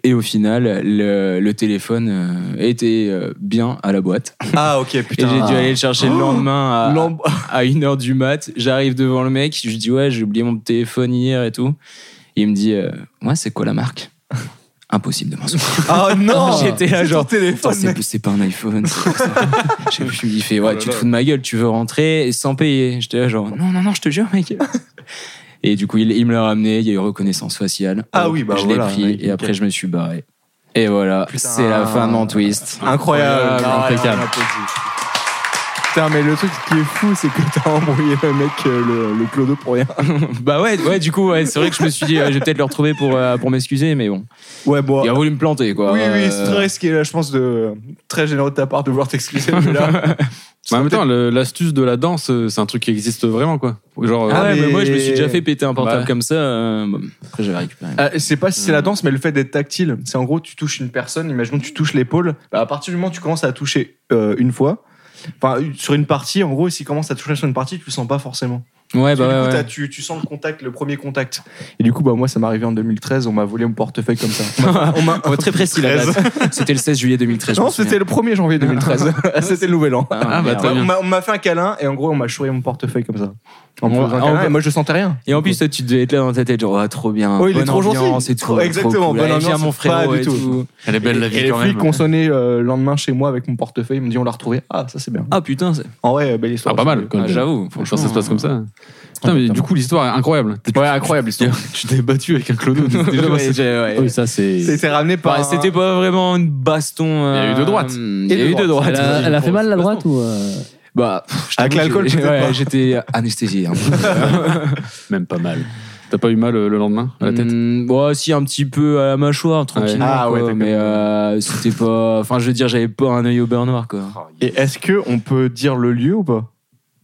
[SPEAKER 11] et au final le, le téléphone euh, était euh, bien à la boîte
[SPEAKER 6] Ah ok,
[SPEAKER 11] et
[SPEAKER 6] putain. Oh Ah,
[SPEAKER 11] j'ai dû aller le chercher le lendemain à,
[SPEAKER 6] Lamb-
[SPEAKER 11] à 1h du mat j'arrive devant le mec je lui dis ouais j'ai oublié mon téléphone hier et tout il me dit euh, ouais c'est quoi la marque impossible de m'en souvenir
[SPEAKER 6] Ah non
[SPEAKER 11] *laughs* J'étais là,
[SPEAKER 6] C'est
[SPEAKER 11] genre,
[SPEAKER 6] ton *laughs* téléphone.
[SPEAKER 11] Attends, c'est
[SPEAKER 6] Oh, mec. Oh
[SPEAKER 11] c'est pas un iPhone.
[SPEAKER 6] *laughs*
[SPEAKER 11] c'est quoi ça Je me suis dit, il fait, ouais, tu te fous de ma gueule, tu veux rentrer et sans payer. J'étais là, genre, non, non, non, je te jure,
[SPEAKER 6] *laughs*
[SPEAKER 11] mec. Et du coup, il, il me l'a ramené, il y a eu reconnaissance faciale.
[SPEAKER 6] Ah oui, bah
[SPEAKER 11] Je
[SPEAKER 6] voilà,
[SPEAKER 11] l'ai pris
[SPEAKER 6] mec,
[SPEAKER 11] et
[SPEAKER 6] nickel.
[SPEAKER 11] après, je me suis barré. Et voilà,
[SPEAKER 6] Putain.
[SPEAKER 11] c'est la fin de mon twist.
[SPEAKER 6] Incroyable.
[SPEAKER 11] Incroyable,
[SPEAKER 6] Ah,
[SPEAKER 11] impeccable.
[SPEAKER 6] on applaudit. Putain, mais le truc qui est fou, c'est que t'as embrouillé le mec, euh, le, le clodo pour rien.
[SPEAKER 11] bah ouais, ouais, du coup, ouais, c'est vrai que je me suis dit, euh, je vais peut-être le retrouver pour, euh, pour m'excuser, mais bon.
[SPEAKER 6] Ouais, bon.
[SPEAKER 11] Il a voulu me planter, quoi.
[SPEAKER 6] Oui, oui, c'est
[SPEAKER 11] Euh,
[SPEAKER 6] très risqué, là, je pense, de très généreux de ta part de vouloir t'excuser. mais
[SPEAKER 11] *laughs* Bah,
[SPEAKER 6] là,
[SPEAKER 4] Mais en même temps, le- l'astuce de la danse, euh, c'est un truc qui existe vraiment, quoi. Genre, euh,
[SPEAKER 11] Ah
[SPEAKER 4] Bah,
[SPEAKER 11] ouais,
[SPEAKER 6] mais-
[SPEAKER 11] mais moi, je me suis déjà fait péter un portable
[SPEAKER 4] Ouais.
[SPEAKER 11] comme ça. euh, bon, après, j'avais récupéré.
[SPEAKER 6] Ah, je sais pas si c'est
[SPEAKER 11] Mhm.
[SPEAKER 6] la danse, mais le fait d'être tactile, c'est en gros, tu touches une personne, imaginons que tu touches l'épaule, bah, à partir du moment où tu commences à toucher euh, une fois, enfin, une- sur une partie, en gros, s'il commence à toucher sur une partie, tu le sens pas forcément.
[SPEAKER 11] Ouais,
[SPEAKER 6] Parce
[SPEAKER 11] bah
[SPEAKER 6] que du
[SPEAKER 11] ouais,
[SPEAKER 6] coup,
[SPEAKER 11] ouais.
[SPEAKER 6] t'as- tu, tu sens le contact, le premier contact. Et du coup, bah, moi, ça m'est arrivé en 2013, on m'a volé mon portefeuille comme
[SPEAKER 11] *laughs*
[SPEAKER 6] ça. On m'a- on m'a-
[SPEAKER 11] Oh, très précis la date. C'était le 16 juillet 2013.
[SPEAKER 6] *laughs*
[SPEAKER 11] je
[SPEAKER 6] Non,
[SPEAKER 11] me souviens.
[SPEAKER 6] c'était le 1er janvier
[SPEAKER 11] *laughs*
[SPEAKER 6] 2013. c'était le nouvel an.
[SPEAKER 11] Ah, bah,
[SPEAKER 6] Ouais,
[SPEAKER 11] très bien.
[SPEAKER 6] on m'a- on m'a fait un câlin et en gros, on m'a chouré mon portefeuille comme ça. On me
[SPEAKER 11] Ouais,
[SPEAKER 6] faisait un
[SPEAKER 11] en
[SPEAKER 6] câlin
[SPEAKER 11] vrai-
[SPEAKER 6] et moi, je sentais rien.
[SPEAKER 11] ah, Et en plus, toi, tu devais être là dans ta tête, genre, Ah, trop bien.
[SPEAKER 6] Oh, il est
[SPEAKER 11] bonne
[SPEAKER 6] trop
[SPEAKER 11] ambiance
[SPEAKER 6] gentil.
[SPEAKER 11] et
[SPEAKER 6] Trop-
[SPEAKER 11] tout.
[SPEAKER 6] exactement,
[SPEAKER 11] cool.
[SPEAKER 6] bonne
[SPEAKER 11] Allez, viens,
[SPEAKER 6] ambiance,
[SPEAKER 11] mon frère.
[SPEAKER 6] pas du tout.
[SPEAKER 1] Elle est belle la
[SPEAKER 6] et
[SPEAKER 1] vie
[SPEAKER 6] les
[SPEAKER 1] quand
[SPEAKER 6] flics
[SPEAKER 1] même.
[SPEAKER 6] ont sonné euh, le lendemain chez moi avec mon portefeuille. Ils me dit on l'a retrouvé. Ah, ça c'est bien.
[SPEAKER 11] Ah putain, c'est-
[SPEAKER 6] En vrai, belle
[SPEAKER 4] ah,
[SPEAKER 6] histoire.
[SPEAKER 4] pas mal, quand
[SPEAKER 11] ah,
[SPEAKER 4] même.
[SPEAKER 11] j'avoue.
[SPEAKER 4] Quand ça se passe
[SPEAKER 11] *laughs*
[SPEAKER 4] comme ça. Putain, mais
[SPEAKER 5] Exactement.
[SPEAKER 4] du coup, l'histoire est incroyable.
[SPEAKER 6] Ouais, incroyable
[SPEAKER 4] Tu
[SPEAKER 6] histoire.
[SPEAKER 4] *laughs* tu t'es battu avec un clodo. donc déjà,
[SPEAKER 11] Ouais,
[SPEAKER 4] c'est-
[SPEAKER 11] j'ai- ouais.
[SPEAKER 5] Ah Oui, ça, c'est.
[SPEAKER 6] C'est c'est ramené par.
[SPEAKER 11] Bah, C'était pas vraiment une baston. euh, hum,
[SPEAKER 4] Il y a eu deux droites.
[SPEAKER 11] Il
[SPEAKER 6] Et
[SPEAKER 11] y a
[SPEAKER 6] deux
[SPEAKER 11] eu deux droites.
[SPEAKER 5] Elle a, elle a fait mal la droite ou. euh,
[SPEAKER 11] Bah, pff, je
[SPEAKER 6] Avec
[SPEAKER 11] t'avoue,
[SPEAKER 6] l'alcool,
[SPEAKER 11] j'ai-
[SPEAKER 6] peut-être
[SPEAKER 11] ouais,
[SPEAKER 6] pas.
[SPEAKER 11] j'étais anesthésié. hein.
[SPEAKER 4] Même pas mal. T'as pas eu mal euh, le lendemain à la tête
[SPEAKER 11] Hmm, ouais, si, un petit peu à la mâchoire, tranquillement.
[SPEAKER 6] Ah, ouais,
[SPEAKER 11] quoi,
[SPEAKER 6] d'accord.
[SPEAKER 11] mais euh, c'était pas. Enfin, je veux dire, j'avais pas un œil au beurre noir, quoi.
[SPEAKER 6] Et est-ce que on peut dire le lieu ou pas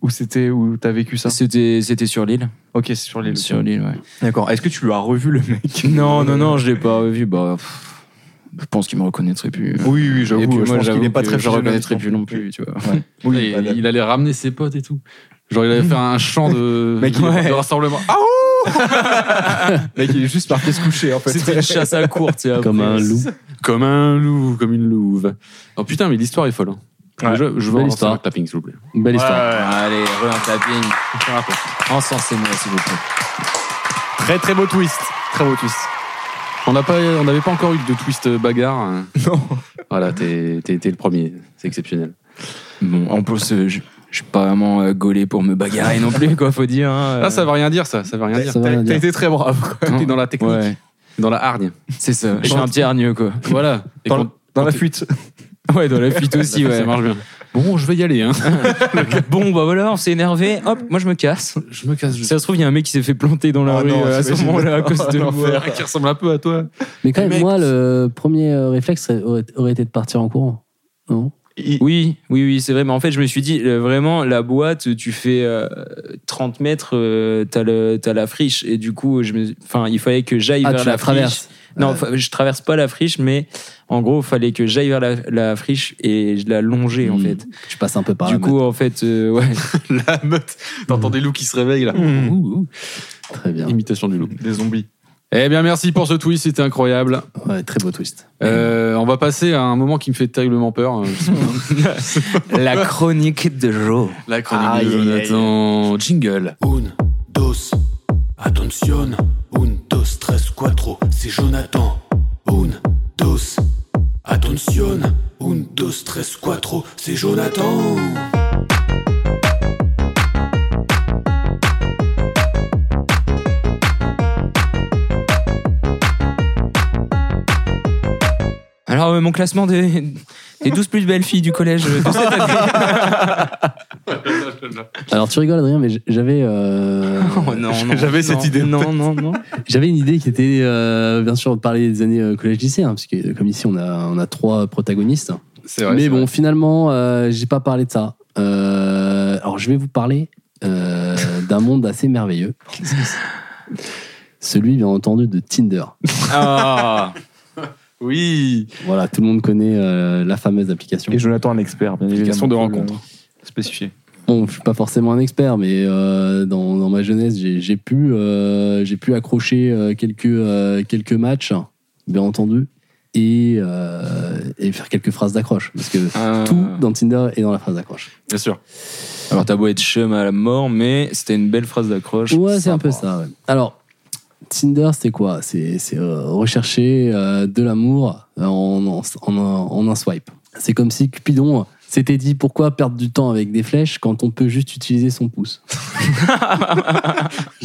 [SPEAKER 6] Où c'était où t'as vécu ça
[SPEAKER 11] C'était c'était sur l'île.
[SPEAKER 6] Ok, c'est sur les.
[SPEAKER 11] Sur l'île, ouais. *laughs*
[SPEAKER 6] D'accord. Est-ce que tu lui as revu le mec
[SPEAKER 11] Non, non, non, je l'ai pas revu. Bah, pff, je pense qu'il me reconnaîtrait plus.
[SPEAKER 6] Oui, oui,
[SPEAKER 11] Et puis
[SPEAKER 6] j'avoue. Je
[SPEAKER 11] moi,
[SPEAKER 6] pense qu'il
[SPEAKER 11] j'avoue
[SPEAKER 6] est pas
[SPEAKER 11] que
[SPEAKER 6] très
[SPEAKER 11] je
[SPEAKER 6] fusionnel,
[SPEAKER 11] reconnaîtrais
[SPEAKER 6] non
[SPEAKER 11] plus non *laughs* plus, tu vois.
[SPEAKER 6] Oui,
[SPEAKER 4] Là,
[SPEAKER 6] pas
[SPEAKER 4] il,
[SPEAKER 6] de-
[SPEAKER 4] il allait ramener ses potes et tout. Genre, il avait fait un chant de,
[SPEAKER 6] Mec, il est-
[SPEAKER 4] de rassemblement. Ah,
[SPEAKER 6] mec, il est juste parti se coucher en fait. *laughs*
[SPEAKER 11] C'était une chasse à courte,
[SPEAKER 5] Comme un loup.
[SPEAKER 4] comme un loup, comme une louve. Oh putain, mais l'histoire est folle. hein.
[SPEAKER 6] Ouais.
[SPEAKER 4] Je, je veux
[SPEAKER 5] Belle
[SPEAKER 4] en
[SPEAKER 5] histoire.
[SPEAKER 4] un clapping, s'il vous plaît.
[SPEAKER 5] Une belle histoire.
[SPEAKER 11] Allez, re un tapping. Encensez-moi, s'il vous plaît.
[SPEAKER 6] Très très beau twist. Très beau twist.
[SPEAKER 4] On n'a pas- on n'avait pas encore eu de twist bagarre. *laughs* hein.
[SPEAKER 6] Non.
[SPEAKER 4] Voilà, t'es t'es- t'es le premier. C'est exceptionnel.
[SPEAKER 11] Bon, en plus, euh, je je suis pas vraiment euh, gaulé pour me bagarrer non plus, quoi, faut dire. hein, euh.
[SPEAKER 4] Là, Ah, ça veut rien dire, ça. Ça veut rien dire.
[SPEAKER 5] Ça va
[SPEAKER 6] T'as
[SPEAKER 5] rien
[SPEAKER 6] t'as
[SPEAKER 5] dire.
[SPEAKER 6] été très brave. quoi.
[SPEAKER 4] T'es dans la technique,
[SPEAKER 11] euh, Ouais,
[SPEAKER 4] dans la hargne.
[SPEAKER 11] c'est ça. Je suis un petit hargneux, quoi.
[SPEAKER 4] Voilà. Et
[SPEAKER 6] Dans,
[SPEAKER 4] quand-
[SPEAKER 6] le- dans la
[SPEAKER 4] quand-
[SPEAKER 6] fuite.
[SPEAKER 11] Ouais, dans la fuite aussi, ouais.
[SPEAKER 4] Ça marche bien. Bon, je vais y aller. Hein.
[SPEAKER 11] *laughs* Bon, bah voilà, on s'est énervé. Hop, moi, je me casse.
[SPEAKER 4] Je me casse.
[SPEAKER 11] Si ça se trouve, il y a un mec qui s'est fait planter dans la
[SPEAKER 6] Oh
[SPEAKER 11] rue
[SPEAKER 6] non,
[SPEAKER 11] euh, à ce
[SPEAKER 6] j'imagine.
[SPEAKER 11] *laughs* moment-là à cause de
[SPEAKER 6] Oh,
[SPEAKER 11] moi.
[SPEAKER 6] l'enfer.
[SPEAKER 4] Qui ressemble un peu à toi.
[SPEAKER 5] Mais quand
[SPEAKER 11] Mais
[SPEAKER 5] même,
[SPEAKER 11] mec-
[SPEAKER 5] moi, le premier euh, réflexe serait- aurait, aurait été de partir en courant. Non
[SPEAKER 11] Oui, oui, oui, c'est vrai. Mais en fait, je me suis dit, euh, vraiment, la boîte, tu fais euh, 30 mètres, euh, t'as, le, t'as la friche. Et du coup, je me, enfin, il fallait que j'aille
[SPEAKER 5] Ah,
[SPEAKER 11] vers
[SPEAKER 5] tu
[SPEAKER 11] la,
[SPEAKER 5] la
[SPEAKER 11] friche.
[SPEAKER 5] traverses.
[SPEAKER 11] Non, fa- je traverse pas la friche, mais en gros, il fallait que j'aille vers la, la friche et je la longeais, en
[SPEAKER 5] Hmm.
[SPEAKER 11] fait.
[SPEAKER 5] Tu passes un peu par
[SPEAKER 11] du
[SPEAKER 5] là.
[SPEAKER 11] coup, en fait, euh, ouais.
[SPEAKER 4] La meute. T'entends des loups qui se réveillent là.
[SPEAKER 5] Très bien.
[SPEAKER 4] Imitation du loup.
[SPEAKER 6] Des zombies.
[SPEAKER 4] Eh bien, merci pour ce twist, c'était incroyable.
[SPEAKER 5] Ouais, très beau *laughs* twist.
[SPEAKER 4] Euh, on va passer à un moment qui me fait terriblement peur. euh, je sais pas.
[SPEAKER 11] La chronique de Joe.
[SPEAKER 4] La chronique
[SPEAKER 11] Aïe,
[SPEAKER 4] de
[SPEAKER 11] aïe, aïe.
[SPEAKER 4] Jonathan. Jingle.
[SPEAKER 9] Un, dos, attention. Un, dos, tres, cuatro, c'est Jonathan. Un, dos, attention. Un, dos, tres, cuatro, c'est Jonathan.
[SPEAKER 11] Alors, euh, mon classement des, des 12 plus belles filles du collège
[SPEAKER 4] *laughs*
[SPEAKER 11] euh, de cette année.
[SPEAKER 5] Alors tu rigoles Adrien, mais j- j'avais *laughs* euh,
[SPEAKER 11] Oh non, non,
[SPEAKER 6] J'avais cette
[SPEAKER 11] non,
[SPEAKER 6] idée en
[SPEAKER 11] Non, non,
[SPEAKER 4] *laughs*
[SPEAKER 11] non.
[SPEAKER 5] j'avais une idée qui était euh, bien sûr de parler des années euh, collège lycée, hein, parce que comme ici on a on a trois protagonistes.
[SPEAKER 4] C'est vrai.
[SPEAKER 5] mais
[SPEAKER 4] c'est
[SPEAKER 5] bon,
[SPEAKER 4] vrai.
[SPEAKER 5] finalement, euh, j'ai pas parlé de ça. Euh, alors, je vais vous parler euh, d'un monde assez merveilleux. Celui, bien entendu, de Tinder.
[SPEAKER 11] Ah,
[SPEAKER 4] Oui.
[SPEAKER 5] Voilà, tout le monde connaît euh, la fameuse application.
[SPEAKER 6] Et Jonathan, un expert, bien évidemment.
[SPEAKER 4] Application de rencontre.
[SPEAKER 6] Spécifié.
[SPEAKER 5] Bon, je suis pas forcément un expert, mais euh, dans, dans ma jeunesse, j'ai j'ai pu, euh, j'ai pu accrocher euh, quelques, euh, quelques matchs, bien entendu, et, euh, et faire quelques phrases d'accroche. Parce que
[SPEAKER 4] Ah.
[SPEAKER 11] Euh,
[SPEAKER 5] tout dans Tinder est dans la phrase d'accroche.
[SPEAKER 4] Bien sûr.
[SPEAKER 11] Alors, t'as beau être chum à la mort, mais c'était une belle phrase d'accroche.
[SPEAKER 5] Ouais, c'est un peu ça. ouais. Alors, Tinder, c'est quoi C'est c'est, euh, rechercher euh, de l'amour en, en, en un- en un swipe. C'est comme si Cupidon euh, s'était dit pourquoi perdre du temps avec des flèches quand on peut juste utiliser son pouce. *laughs*